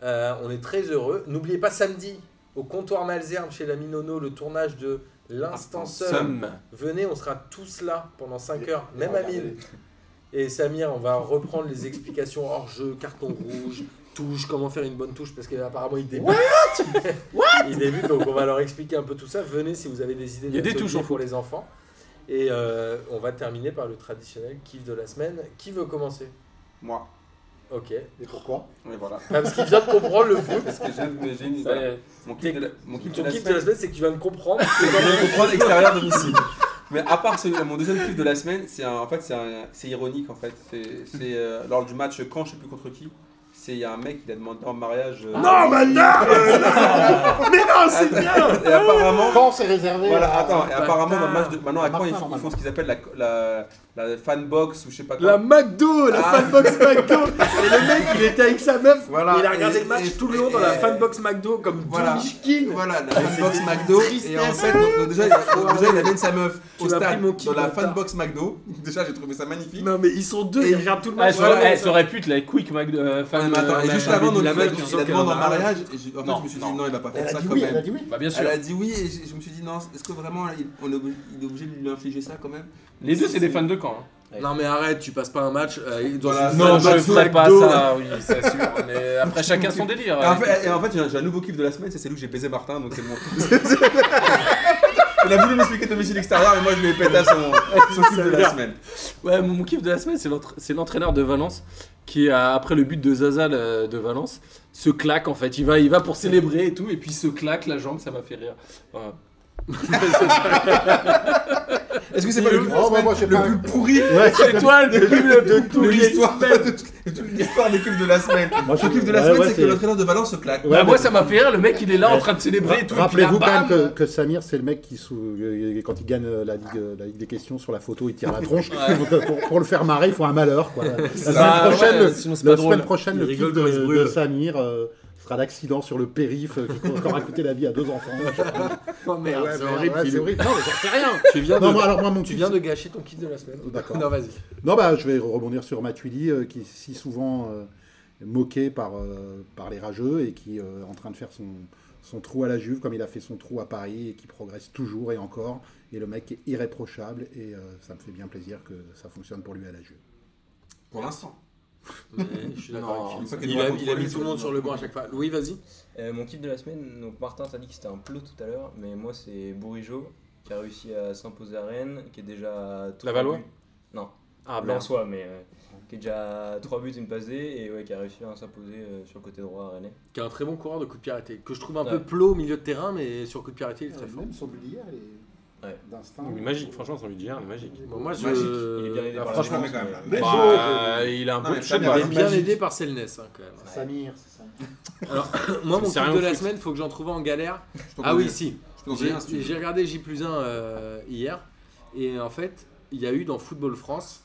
Speaker 1: Euh, on est très heureux. N'oubliez pas samedi, au comptoir Malzerbe, chez la Minono, le tournage de L'Instant Seul.
Speaker 4: Somme.
Speaker 1: Venez, on sera tous là pendant 5 heures, même
Speaker 2: regardez.
Speaker 1: Amine. Et Samir, on va reprendre les explications hors jeu, carton rouge, touche, comment faire une bonne touche, parce qu'apparemment il débute. (laughs) il débute, donc on va leur expliquer un peu tout ça. Venez si vous avez des idées
Speaker 4: Il y a des
Speaker 1: d'ateliers
Speaker 4: touches en
Speaker 1: pour les enfants. Et euh, on va terminer par le traditionnel kiff de la semaine. Qui veut commencer
Speaker 9: Moi.
Speaker 1: Ok.
Speaker 2: Et pourquoi
Speaker 9: Et voilà.
Speaker 1: Ah, parce qu'il vient de comprendre le foot.
Speaker 9: Parce que j'ai j'ai une
Speaker 1: Ça y
Speaker 9: idée.
Speaker 1: est.
Speaker 9: Mon kiff de la- mon kiff de
Speaker 1: Ton
Speaker 9: la
Speaker 1: kiff de la
Speaker 9: semaine.
Speaker 1: semaine, c'est que tu viens de comprendre.
Speaker 4: Oh,
Speaker 9: C'est quand même comprendre extérieur domicile. Mais à part ce- mon deuxième kiff de la semaine, c'est un- en fait c'est un- c'est ironique en fait. C'est c'est, euh, lors du match quand je sais plus contre qui, c'est il y a un mec qui a demandé en mariage. euh,
Speaker 10: Non, madame euh, non Mais non, c'est bien
Speaker 9: Et apparemment
Speaker 2: Quand c'est réservé Ah,
Speaker 9: voilà
Speaker 2: à-
Speaker 9: attends et apparemment dans le match de- maintenant à
Speaker 2: Martin,
Speaker 9: quand ils font, ils font ce qu'ils appellent la la, la fan box ou je sais pas quoi.
Speaker 10: La McDo, la
Speaker 9: Ah.
Speaker 10: fanbox McDo (laughs) Et le mec, il était avec sa meuf,
Speaker 3: Voilà.
Speaker 10: il a regardé
Speaker 3: Et-
Speaker 10: le match
Speaker 3: et-
Speaker 10: tout le long dans la
Speaker 3: et-
Speaker 10: fanbox McDo comme
Speaker 3: Voilà.
Speaker 10: voilà. King.
Speaker 3: Voilà, la fanbox McDo. Et en fait, donc, donc déjà, il a- déjà, il amène sa meuf
Speaker 10: Tu
Speaker 3: au
Speaker 10: m'as
Speaker 3: stade
Speaker 10: pris mon kick
Speaker 3: dans la
Speaker 10: en retard.
Speaker 3: fanbox McDo. (laughs) Déjà, j'ai trouvé ça magnifique.
Speaker 10: Non mais ils sont deux,
Speaker 3: Et-
Speaker 10: ils regardent tout le
Speaker 4: Ah,
Speaker 10: match.
Speaker 4: ça
Speaker 3: Voilà,
Speaker 4: aurait- eh,
Speaker 3: ça-
Speaker 4: ça aurait pu être la quick mag de
Speaker 3: Ouais,
Speaker 4: fan.
Speaker 3: mais attends,
Speaker 4: euh,
Speaker 3: et juste
Speaker 4: la-
Speaker 3: avant, donc,
Speaker 4: la-
Speaker 3: il a
Speaker 4: la-
Speaker 3: dit-
Speaker 4: la-
Speaker 3: il a
Speaker 4: la-
Speaker 3: demandé en
Speaker 4: la-
Speaker 3: mariage. Et j'ai- en fait,
Speaker 4: Non,
Speaker 3: je me suis dit,
Speaker 4: non.
Speaker 3: non, il va pas faire
Speaker 2: Elle
Speaker 3: ça
Speaker 2: a dit
Speaker 3: quand
Speaker 2: oui, elle a
Speaker 3: même.
Speaker 2: dit oui.
Speaker 4: Bah bien
Speaker 3: Elle
Speaker 4: sûr.
Speaker 3: a dit oui, et je, je me suis dit, non, est-ce que vraiment il, on est obligé, il est obligé de lui infliger ça quand même
Speaker 4: Les deux c'est des fans de camp. hein.
Speaker 10: Non mais arrête, tu passes pas un match euh, dans
Speaker 3: Voilà.
Speaker 10: une
Speaker 3: Non,
Speaker 4: Non, je
Speaker 10: fanbox
Speaker 4: ferai pas
Speaker 10: McDo.
Speaker 4: ça, oui, c'est sûr. Mais
Speaker 3: (laughs)
Speaker 4: après chacun son délire. hein.
Speaker 3: Et en fait, et en fait, j'ai un- j'ai un nouveau kiff de la semaine, c'est celui où j'ai baisé Martin, donc c'est
Speaker 2: (laughs)
Speaker 3: bon. (laughs) Il a voulu m'expliquer domicile extérieur, mais moi je lui ai pété à son, son kiff de la semaine.
Speaker 4: Ouais, mon, mon kiff de la semaine, c'est l'entra- c'est l'entraîneur de Valence qui, a- après le but de Zaza le- de Valence, se claque en fait. Il va, il va pour célébrer et tout, et puis il se claque la jambe, ça m'a fait rire.
Speaker 3: (laughs)
Speaker 4: Voilà.
Speaker 3: Est-ce que c'est pas le kiff de la
Speaker 2: Oh, bah,
Speaker 3: semaine
Speaker 2: moi, je sais
Speaker 3: le
Speaker 2: pas.
Speaker 3: plus pourri
Speaker 2: Ouais,
Speaker 4: C'est toi le plus
Speaker 3: (laughs)
Speaker 4: le plus
Speaker 3: de
Speaker 4: pourri.
Speaker 3: l'histoire de de l'histoire des kiffs de la semaine
Speaker 2: Moi,
Speaker 3: Le
Speaker 2: je-
Speaker 3: kiff de la
Speaker 2: ouais,
Speaker 3: semaine,
Speaker 2: ouais,
Speaker 3: c'est que
Speaker 2: c'est-
Speaker 3: l'entraîneur de Valence se claque.
Speaker 2: Ouais,
Speaker 4: Bah,
Speaker 2: mais-
Speaker 4: moi, ça m'a fait rire, le mec il est là en train de célébrer et tout. et puis
Speaker 2: Rappelez-vous
Speaker 4: là,
Speaker 2: quand même
Speaker 4: bam
Speaker 2: que, que Samir, c'est le mec qui, sous- euh, quand il gagne euh, la ligue, euh, la Ligue des questions sur la photo, il tire la
Speaker 10: (laughs)
Speaker 2: tronche. Donc, euh, pour, pour le faire marrer, il faut un malheur. Quoi. La semaine
Speaker 4: Bah, ouais,
Speaker 2: prochaine, le-
Speaker 4: sinon, c'est
Speaker 2: la
Speaker 4: pas
Speaker 2: semaine
Speaker 4: drôle.
Speaker 2: prochaine,
Speaker 10: Il
Speaker 2: le
Speaker 10: rigole
Speaker 2: kiff
Speaker 10: quand il se
Speaker 2: de,
Speaker 10: brûle.
Speaker 2: de Samir euh, sera l'accident sur le périph euh, qui peut encore coûter la vie à deux enfants.
Speaker 10: Oh merde,
Speaker 2: Ouais,
Speaker 10: c'est
Speaker 2: ouais,
Speaker 10: horrible.
Speaker 2: ouais, c'est
Speaker 10: Philou.
Speaker 2: horrible. Non, mais j'en sais rien.
Speaker 10: Tu viens de
Speaker 2: Non, moi, alors moi, mon
Speaker 10: tu
Speaker 2: kiff,
Speaker 10: viens de gâcher ton kit de la semaine.
Speaker 2: D'accord.
Speaker 10: Non, vas-y.
Speaker 2: Non, bah, je vais rebondir sur Matuidi, euh, qui est si souvent euh, moqué par, euh, par les rageux et qui euh, est en train de faire son, son trou à la Juve, comme il a fait son trou à Paris et qui progresse toujours et encore. Et le mec est irréprochable et euh, ça me fait bien plaisir que ça fonctionne pour lui à la Juve.
Speaker 3: Pour l'instant.
Speaker 1: (laughs) Mais je suis d'accord
Speaker 10: Non,
Speaker 1: avec Philippe.
Speaker 3: une fois qu'il
Speaker 1: Il,
Speaker 3: nous
Speaker 1: a,
Speaker 3: raconte
Speaker 1: il a
Speaker 3: lui,
Speaker 1: mis tout le monde sur le banc à chaque fois. Louis, vas-y.
Speaker 5: Euh, mon kiff de la semaine, donc Martin t'a dit que c'était un plot tout à l'heure, mais moi c'est Bourigeau qui a réussi à s'imposer à Rennes, qui est déjà à trois
Speaker 4: Valois
Speaker 5: buts. Non,
Speaker 4: Ah,
Speaker 5: en soi, mais euh, qui est déjà à 3 buts, une passée, et ouais, qui a réussi à s'imposer euh, sur le côté droit à Rennes.
Speaker 1: Qui est un très bon coureur de coup de pied arrêté. Que je trouve un
Speaker 5: Ouais.
Speaker 1: peu plot au milieu de terrain, mais sur coup de pied arrêté, il est très fort.
Speaker 2: son bullier,
Speaker 5: est Ouais.
Speaker 2: d'instinct.
Speaker 4: Il est magique, franchement, sans lui dire, il est magique.
Speaker 1: Bon, moi, je.
Speaker 3: Magique.
Speaker 5: Il est bien aidé
Speaker 4: bah,
Speaker 5: par la
Speaker 4: franchement,
Speaker 5: défense,
Speaker 3: Euh, mais quand
Speaker 5: mais-
Speaker 3: même, là.
Speaker 2: Mais
Speaker 4: Bah, il a un
Speaker 3: Non,
Speaker 4: peu
Speaker 3: mais
Speaker 4: de chef.
Speaker 3: Fabien,
Speaker 1: Il
Speaker 4: voilà.
Speaker 1: est bien
Speaker 2: Magique.
Speaker 1: aidé par Selnes, hein, quand même.
Speaker 2: Samir, c'est ça.
Speaker 1: Alors, moi, mon
Speaker 4: C'est
Speaker 1: kiff
Speaker 4: rien
Speaker 1: de
Speaker 4: au
Speaker 1: la
Speaker 4: foot.
Speaker 1: semaine, faut que j'en trouve un en galère.
Speaker 3: Je t'en
Speaker 1: Ah oui,
Speaker 3: connais-
Speaker 1: si.
Speaker 3: je t'en connais
Speaker 1: J'ai
Speaker 3: un, si tu veux.
Speaker 1: j'ai regardé J plus 1 hier et en fait il y a eu dans Football France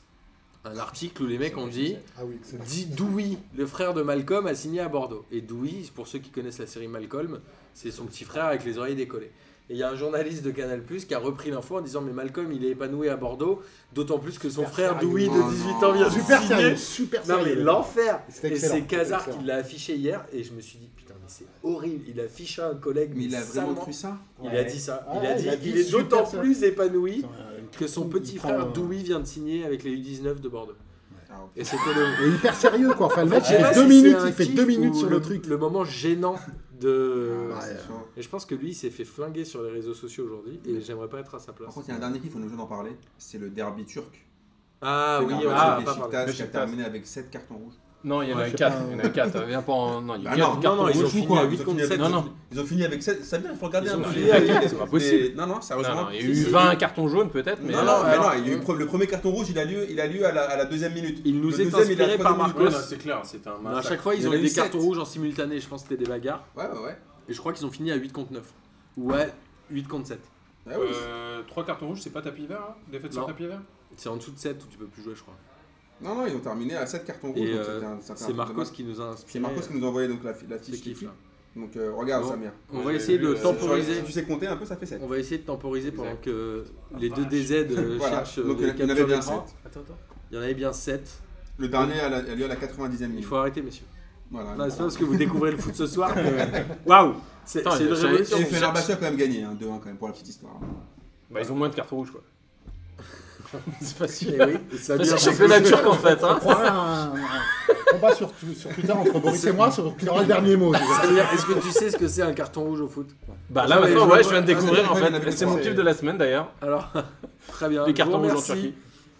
Speaker 1: un article où les mecs ont dit
Speaker 2: Ah oui, c'est
Speaker 1: dit Dewey, le frère de Malcolm, a signé à Bordeaux. Et Dewey, pour ceux qui connaissent la série Malcolm, c'est son petit frère avec les oreilles décollées. Et il y a un journaliste de Canal qui a repris l'info en disant Mais Malcolm, il est épanoui à Bordeaux, d'autant plus que son
Speaker 2: Super
Speaker 1: frère
Speaker 2: sérieux.
Speaker 1: Dewey
Speaker 3: Oh
Speaker 1: de 18 ans
Speaker 3: non.
Speaker 1: vient de
Speaker 2: Super
Speaker 1: signer.
Speaker 2: sérieux, super
Speaker 1: Non mais
Speaker 2: sérieux.
Speaker 1: l'enfer
Speaker 2: C'était
Speaker 1: Et
Speaker 2: excellent,
Speaker 1: c'est Kazar
Speaker 2: excellent.
Speaker 1: qui l'a affiché hier et je me suis dit putain mais c'est horrible, il affiche un collègue
Speaker 3: Mais il a vraiment
Speaker 1: salement.
Speaker 3: cru ça
Speaker 1: Il
Speaker 2: Ouais.
Speaker 1: a dit ça.
Speaker 2: Ah
Speaker 1: il a
Speaker 2: ouais,
Speaker 1: dit
Speaker 2: il a
Speaker 1: qu'il
Speaker 2: dit
Speaker 1: est d'autant
Speaker 2: super, ça.
Speaker 1: plus épanoui que son
Speaker 2: Il
Speaker 1: petit
Speaker 2: prend
Speaker 1: frère
Speaker 2: un-
Speaker 1: Dewey vient de signer avec les U19 de Bordeaux.
Speaker 3: Ah, ok.
Speaker 1: Et c'était le. (laughs)
Speaker 2: Et hyper sérieux quoi. Enfin, le mec,
Speaker 1: Je
Speaker 2: il
Speaker 1: sais pas
Speaker 2: fait deux
Speaker 1: si
Speaker 2: minutes,
Speaker 1: c'est un
Speaker 2: il fait
Speaker 1: kiff
Speaker 2: deux minutes
Speaker 1: ou
Speaker 2: sur le truc.
Speaker 1: Le moment gênant de.
Speaker 3: Ah,
Speaker 2: ouais.
Speaker 3: c'est chaud.
Speaker 1: Et je pense que lui, il s'est fait flinguer sur les réseaux sociaux aujourd'hui et j'aimerais pas être à sa place.
Speaker 3: Par contre, il y a un dernier kiff, on est obligé d'en parler. C'est le derby turc.
Speaker 1: Ah
Speaker 3: C'est
Speaker 1: oui,
Speaker 3: le
Speaker 1: on
Speaker 3: derby
Speaker 1: va
Speaker 3: turc
Speaker 1: pas parler.
Speaker 3: des Chictas qui a
Speaker 4: Beşiktaş.
Speaker 3: terminé avec 7 cartons rouges.
Speaker 4: Non, il y en
Speaker 2: Ouais,
Speaker 4: a
Speaker 2: je sais
Speaker 4: quatre.
Speaker 2: pas.
Speaker 4: Il y en a quatre. Viens pas en. Non, il y a
Speaker 3: Bah
Speaker 4: quatre
Speaker 3: non,
Speaker 4: cartons
Speaker 1: non, ils
Speaker 3: On
Speaker 1: ont
Speaker 4: rouges.
Speaker 3: joue
Speaker 1: fini
Speaker 3: quoi
Speaker 1: à
Speaker 3: Ils ont
Speaker 1: 8
Speaker 3: fini
Speaker 1: contre
Speaker 3: à
Speaker 1: 7.
Speaker 3: ils ont
Speaker 4: Non,
Speaker 3: fini- Ils ont fini avec 7. Ça vient, il faut regarder
Speaker 4: Ils
Speaker 3: un
Speaker 4: ont
Speaker 3: peu.
Speaker 4: fini avec quatre, c'est pas
Speaker 3: Et-
Speaker 4: possible.
Speaker 3: Non, non,
Speaker 4: Non,
Speaker 3: sérieusement.
Speaker 4: non, il y a
Speaker 3: Si,
Speaker 4: eu
Speaker 3: si.
Speaker 4: 20 cartons jaunes peut-être, mais.
Speaker 3: Non,
Speaker 4: euh,
Speaker 3: non, mais
Speaker 1: alors-
Speaker 3: non, il y a eu le pre- le premier carton rouge, il a lieu, il a lieu à, la, à la deuxième minute.
Speaker 1: Il nous
Speaker 3: Le
Speaker 1: est
Speaker 3: deuxième, il a
Speaker 1: inspiré
Speaker 3: la
Speaker 1: par
Speaker 3: troisième
Speaker 1: Marcos.
Speaker 3: minute.
Speaker 4: c'est clair, c'était un
Speaker 1: Mais à chaque fois,
Speaker 3: Il y
Speaker 1: ils
Speaker 3: en
Speaker 1: ont
Speaker 3: a
Speaker 1: eu
Speaker 3: eu
Speaker 1: des
Speaker 3: sept.
Speaker 1: cartons rouges en simultané. Je pense que c'était des bagarres.
Speaker 3: Ouais, ouais, ouais.
Speaker 1: Et je crois qu'ils ont fini à 8 contre 9. Ouais, 8 contre 7.
Speaker 3: Ah oui,
Speaker 4: Euh, Trois cartons rouges, c'est pas tapis vert, hein défaite sur
Speaker 1: Non.
Speaker 4: tapis vert
Speaker 1: C'est en dessous de 7 où tu peux plus jouer, je crois.
Speaker 3: Non, non, ils ont terminé à 7 cartons rouges.
Speaker 1: Et
Speaker 3: donc
Speaker 1: euh,
Speaker 3: c'était un- c'était un
Speaker 1: C'est
Speaker 3: truc de
Speaker 1: Marcos
Speaker 3: malade.
Speaker 1: qui nous a
Speaker 3: C'est
Speaker 1: inspiré. euh,
Speaker 3: Marcos qui nous a envoyé donc la, fi- la
Speaker 1: ce
Speaker 3: fiche
Speaker 1: kiff,
Speaker 3: kiff.
Speaker 1: là.
Speaker 3: Donc euh, regarde,
Speaker 1: Bon.
Speaker 3: Samir.
Speaker 1: On
Speaker 4: Ouais,
Speaker 1: va
Speaker 4: j'ai
Speaker 1: essayer
Speaker 4: vu,
Speaker 1: de
Speaker 4: euh,
Speaker 1: temporiser.
Speaker 3: Tu sais compter un peu, ça fait 7.
Speaker 1: On va essayer de temporiser pendant
Speaker 4: Exact.
Speaker 1: que
Speaker 4: Ah,
Speaker 1: les deux
Speaker 4: vache.
Speaker 1: DZ euh,
Speaker 3: bah, (laughs) Voilà,
Speaker 1: cherchent
Speaker 3: donc
Speaker 1: euh,
Speaker 3: il y en
Speaker 1: les
Speaker 3: avait
Speaker 1: captures
Speaker 3: bien
Speaker 1: d'écran.
Speaker 3: 7.
Speaker 4: Attends, attends.
Speaker 1: Il y en avait bien 7.
Speaker 3: Le dernier a la- a lieu à la 90e
Speaker 1: Il
Speaker 3: minute.
Speaker 1: faut arrêter, messieurs.
Speaker 3: Voilà.
Speaker 1: Non, c'est pas parce que vous découvrez le foot ce soir
Speaker 3: (laughs)
Speaker 1: que. Waouh C'est
Speaker 4: Attends,
Speaker 1: c'est une
Speaker 4: j'avais-
Speaker 1: révolution. Eh Bah,
Speaker 3: Et Fenerbahçe a quand même gagné, hein, 2-1 quand même, pour la petite histoire.
Speaker 4: (laughs) Bah, ils ont moins de cartons rouges, quoi.
Speaker 11: C'est facile.
Speaker 1: Eh oui, et ça
Speaker 11: Bah, C'est
Speaker 1: dure-
Speaker 11: championnat turc (laughs) en fait. hein.
Speaker 2: Voilà, un, un combat sur, sur Twitter entre Boris et moi sur qui aura le dernier mot.
Speaker 1: Ça veut dire, Est-ce que tu sais ce que c'est un carton rouge au foot
Speaker 11: Bah là
Speaker 1: Ouais,
Speaker 11: maintenant,
Speaker 1: je
Speaker 11: ouais,
Speaker 1: vois-
Speaker 11: je viens
Speaker 3: ah,
Speaker 11: de
Speaker 3: c'est
Speaker 11: découvrir
Speaker 3: vrai,
Speaker 11: en
Speaker 3: on avait
Speaker 11: fait. Ah, C'est mon
Speaker 3: découvert.
Speaker 11: kiff de la semaine d'ailleurs.
Speaker 1: Alors, (laughs) très bien.
Speaker 11: Les
Speaker 1: Je
Speaker 11: cartons
Speaker 1: vous
Speaker 11: rouges en
Speaker 1: remercie.
Speaker 11: Turquie.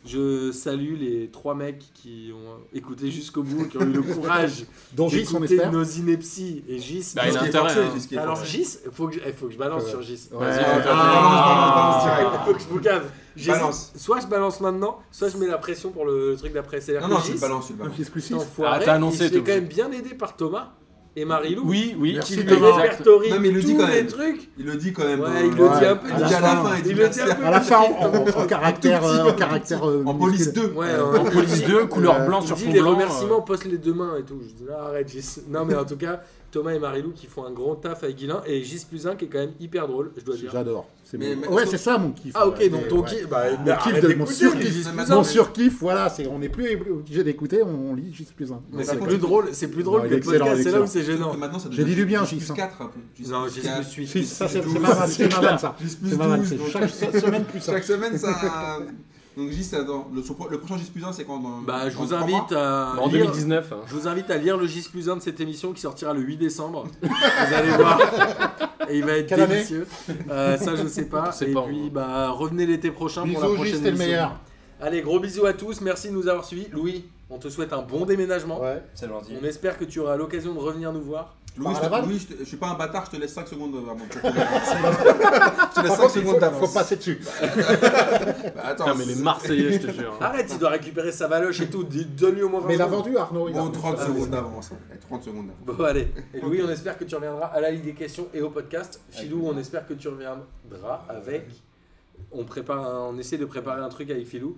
Speaker 1: Je salue les trois mecs qui ont écouté jusqu'au bout, qui ont
Speaker 3: (laughs)
Speaker 1: eu le courage
Speaker 2: Donc Gis, on
Speaker 1: d'écouter
Speaker 2: espère.
Speaker 1: nos inepties. Et Gis,
Speaker 11: Bah, il
Speaker 3: Ce
Speaker 11: a
Speaker 3: qui est
Speaker 11: intérêt,
Speaker 3: forcé,
Speaker 11: hein.
Speaker 3: c'est ce qui est
Speaker 1: alors
Speaker 3: forcé.
Speaker 1: Gis, faut que je, eh, faut que je balance
Speaker 2: Ouais.
Speaker 1: sur Gis.
Speaker 2: Ouais.
Speaker 1: Vas-y,
Speaker 2: Ah,
Speaker 1: on t'a-
Speaker 4: Ah.
Speaker 3: balance, balance, balance, direct.
Speaker 1: Faut que je boucave. J'hésite.
Speaker 3: Balance.
Speaker 1: Soit je balance maintenant, soit je mets la pression pour le, le truc d'après. C'est-à-dire
Speaker 3: Non,
Speaker 1: que
Speaker 3: non, tu
Speaker 1: Gis,
Speaker 3: le balances, tu le balances.
Speaker 2: Gis plus six.
Speaker 1: cet enfoiré,
Speaker 11: Ah, t'as annoncé,
Speaker 1: il se fait
Speaker 11: t'es
Speaker 1: quand
Speaker 11: obligé.
Speaker 1: même bien aidé par Thomas et Marie-Lou.
Speaker 11: Oui, oui.
Speaker 1: Qui lui
Speaker 11: Thomas. Exact.
Speaker 1: répertorie
Speaker 3: Non, mais il le dit
Speaker 1: tous
Speaker 3: quand
Speaker 1: les
Speaker 3: même.
Speaker 1: trucs.
Speaker 3: Il le dit quand même.
Speaker 1: Ouais,
Speaker 3: euh,
Speaker 1: il le dit un peu.
Speaker 3: Il le dit à la fin. Il dit
Speaker 1: Il le dit
Speaker 3: merci.
Speaker 1: un peu.
Speaker 2: À la fin, en, en- en caractère,
Speaker 3: Tout petit,
Speaker 2: euh, en
Speaker 3: tout petit.
Speaker 2: caractère euh,
Speaker 3: En police
Speaker 2: minuscule.
Speaker 3: 2.
Speaker 1: Ouais,
Speaker 3: Euh,
Speaker 1: en
Speaker 11: Police 2, couleur
Speaker 2: Euh,
Speaker 11: blanc
Speaker 1: Il
Speaker 11: sur
Speaker 1: dit
Speaker 11: fond
Speaker 1: les
Speaker 11: blanc.
Speaker 1: remerciements, poste les deux mains et tout. Je dis là, arrête Gis. Non, mais en tout cas, Thomas et Marilou qui font un grand taf avec Guilin et Gis plus un qui est quand même hyper drôle, je dois dire.
Speaker 2: J'adore. C'est
Speaker 3: Mais-
Speaker 2: mon-
Speaker 3: mais-
Speaker 2: Ouais, c'est ça mon kiff.
Speaker 1: Ah, ok,
Speaker 2: Ouais,
Speaker 1: donc
Speaker 2: mais-
Speaker 1: ton
Speaker 2: ouais.
Speaker 1: kiff. Bah,
Speaker 2: Mon
Speaker 1: bah,
Speaker 2: kiff
Speaker 1: arrête
Speaker 2: de mon
Speaker 1: d'écouter,
Speaker 2: sur
Speaker 1: les Gis
Speaker 3: kiff.
Speaker 1: plus un,
Speaker 2: Mon
Speaker 1: mais-
Speaker 2: surkiff, voilà, c'est- on n'est plus obligé d'écouter, on lit Gis plus un.
Speaker 1: mais
Speaker 3: Mais
Speaker 1: c'est
Speaker 3: par
Speaker 1: plus
Speaker 3: contre-
Speaker 1: drôle, c'est plus
Speaker 2: Non,
Speaker 1: drôle que
Speaker 2: il est
Speaker 1: le
Speaker 2: excellent,
Speaker 1: podcast,
Speaker 2: il est
Speaker 1: c'est là où
Speaker 2: excellent.
Speaker 1: c'est gênant.
Speaker 3: Maintenant, ça
Speaker 2: J'ai dit du bien, Gis,
Speaker 3: Plus
Speaker 2: hein.
Speaker 3: 4 après.
Speaker 1: Non, Gis plus
Speaker 3: plus
Speaker 2: Si, ça c'est c'est
Speaker 3: douze.
Speaker 2: ma vanne, c'est ma vanne, ça.
Speaker 3: Gis plus
Speaker 2: C'est ma vanne,
Speaker 3: 12.
Speaker 2: c'est
Speaker 3: donc-
Speaker 2: chaque chaque semaine plus ça.
Speaker 3: Chaque semaine, ça. Donc Gis, c'est dans- le, son pro- le prochain Gis plus 1, c'est quand dans-
Speaker 1: Bah, je
Speaker 3: dans
Speaker 1: vous
Speaker 3: trois mois
Speaker 1: invite à.
Speaker 11: En
Speaker 1: lire-
Speaker 11: 2019. hein.
Speaker 1: Je vous invite à lire le Gis plus 1 de cette émission qui sortira le 8 décembre. Vous allez voir. Et il va être
Speaker 2: Quelle année
Speaker 1: délicieux. Euh, ça, je sais pas.
Speaker 11: On sait
Speaker 1: et
Speaker 11: pas,
Speaker 1: puis,
Speaker 11: on-
Speaker 1: bah, revenez l'été prochain pour la
Speaker 2: Bisous, Gis,
Speaker 1: prochaine
Speaker 2: t'es le
Speaker 1: émission.
Speaker 2: meilleur.
Speaker 1: Allez, gros bisous à tous. Merci de nous avoir suivis. Louis, on te souhaite un bon déménagement.
Speaker 2: Ouais.
Speaker 5: C'est gentil.
Speaker 1: On espère que tu auras l'occasion de revenir nous voir.
Speaker 3: Louis,
Speaker 2: Par
Speaker 3: je,
Speaker 2: la vanne
Speaker 3: te- Louis, je, te- je suis pas un bâtard, je te laisse 5 secondes
Speaker 2: (laughs)
Speaker 3: avant. de- je te laisse
Speaker 2: Par
Speaker 3: 5
Speaker 2: contre, il
Speaker 3: secondes
Speaker 2: faut,
Speaker 3: d'avance.
Speaker 2: faut passer dessus.
Speaker 3: (laughs) Bah, attends,
Speaker 11: Putain, mais les Marseillais,
Speaker 3: (laughs)
Speaker 11: je te jure. hein.
Speaker 1: Arrête, il doit récupérer sa valoche et tout. Dis- Donne-lui au moins 20
Speaker 2: Mais il a
Speaker 1: secondes.
Speaker 2: vendu Arnaud. il a
Speaker 3: Bon,
Speaker 2: vendu.
Speaker 3: 30
Speaker 2: Ah,
Speaker 3: secondes
Speaker 2: mais-
Speaker 3: d'avance. hein. Ouais, 30 secondes d'avance.
Speaker 1: Bon, allez. Et Louis, on espère que tu reviendras à la Ligue des questions et au podcast. Filou, on espère que tu reviendras avec. On, prépare un- on essaie de préparer un truc avec Filou.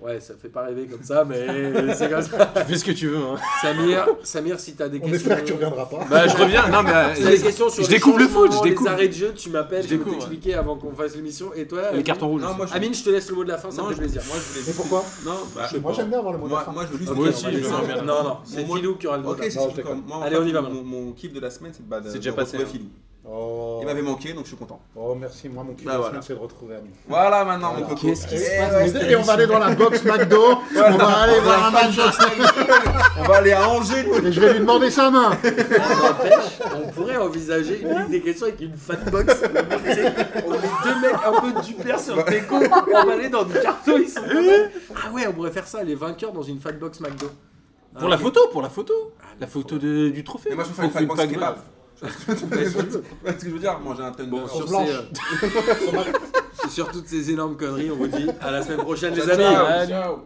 Speaker 1: Ouais, ça fait pas rêver comme ça,
Speaker 11: (laughs)
Speaker 1: mais c'est comme ça.
Speaker 11: Tu fais ce que tu veux. hein.
Speaker 1: Samir, Samir, si t'as des
Speaker 2: On
Speaker 1: questions.
Speaker 2: espère que
Speaker 3: euh,
Speaker 2: tu reviendras pas.
Speaker 11: Bah, je reviens. Non, mais. euh,
Speaker 1: Si t'as des questions sur
Speaker 11: Je
Speaker 1: les
Speaker 11: découvre le foot, je
Speaker 1: changements, les
Speaker 11: découvre.
Speaker 1: arrêts de jeu, tu m'appelles, je,
Speaker 11: Je
Speaker 1: vais
Speaker 11: découvre,
Speaker 1: t'expliquer avant qu'on fasse l'émission. Et toi,
Speaker 11: Les
Speaker 1: Amine
Speaker 11: cartons rouges.
Speaker 3: Non, moi je
Speaker 1: Amine, je te laisse le mot de la fin, ça me
Speaker 3: Non,
Speaker 1: fait
Speaker 3: je-
Speaker 1: plaisir.
Speaker 3: Moi, je voulais
Speaker 2: Mais
Speaker 3: juste.
Speaker 2: pourquoi
Speaker 3: Non, bah,
Speaker 2: Moi j'aime bien avoir le mot de la
Speaker 3: moi,
Speaker 2: fin.
Speaker 3: moi, je veux juste.
Speaker 1: Ok,
Speaker 11: Moi aussi,
Speaker 1: on va
Speaker 11: je
Speaker 1: laisser-
Speaker 11: veux bien.
Speaker 1: Non, non, c'est
Speaker 3: Moi-
Speaker 1: Filou qui aura le mot.
Speaker 3: Ok,
Speaker 1: de la
Speaker 3: c'est
Speaker 1: fin.
Speaker 2: Non, je
Speaker 3: sûr.
Speaker 2: déconne.
Speaker 3: Moi, en
Speaker 1: Allez,
Speaker 3: fait,
Speaker 1: on y va
Speaker 3: mon-
Speaker 1: maintenant.
Speaker 3: Mon kiff de la semaine, c'est de bah, de-
Speaker 11: C'est
Speaker 3: de
Speaker 11: déjà passé,
Speaker 3: retrouver
Speaker 11: hein.
Speaker 3: Philou.
Speaker 2: Oh.
Speaker 3: Il m'avait manqué, donc je suis content.
Speaker 2: Oh, merci, moi mon kiff
Speaker 3: Bah,
Speaker 2: de la
Speaker 3: voilà.
Speaker 2: semaine, c'est de retrouver Amine.
Speaker 3: Voilà maintenant, mon
Speaker 2: Voilà.
Speaker 3: coco.
Speaker 11: Qu'est-ce qui se
Speaker 3: Eh
Speaker 11: passe
Speaker 3: ouais,
Speaker 2: Et on va aller dans la box McDo, on va aller voir un match
Speaker 3: On va aller à Angers, nous.
Speaker 2: et je vais lui demander sa main.
Speaker 1: N'empêche, on pourrait envisager une ligue des questions avec une fatbox. Tu sais, on est deux mecs un peu dupers sur des cons. On va aller dans du carton, ils sont pas mal. Ah ouais, on pourrait faire ça, les vainqueurs dans une fatbox McDo. Ah,
Speaker 11: Pour la photo, pour la photo. La photo de- du trophée.
Speaker 3: Mais moi, je préfère une
Speaker 11: Faut que
Speaker 3: fatbox
Speaker 11: une
Speaker 3: kebab. (laughs) Tu vois ce que je veux dire Manger un ton
Speaker 1: Bon, sur,
Speaker 2: blanche.
Speaker 1: ces, (laughs) euh, sur toutes ces énormes conneries, on vous dit à la semaine prochaine, les
Speaker 3: Ciao,
Speaker 1: amis.
Speaker 3: ciao.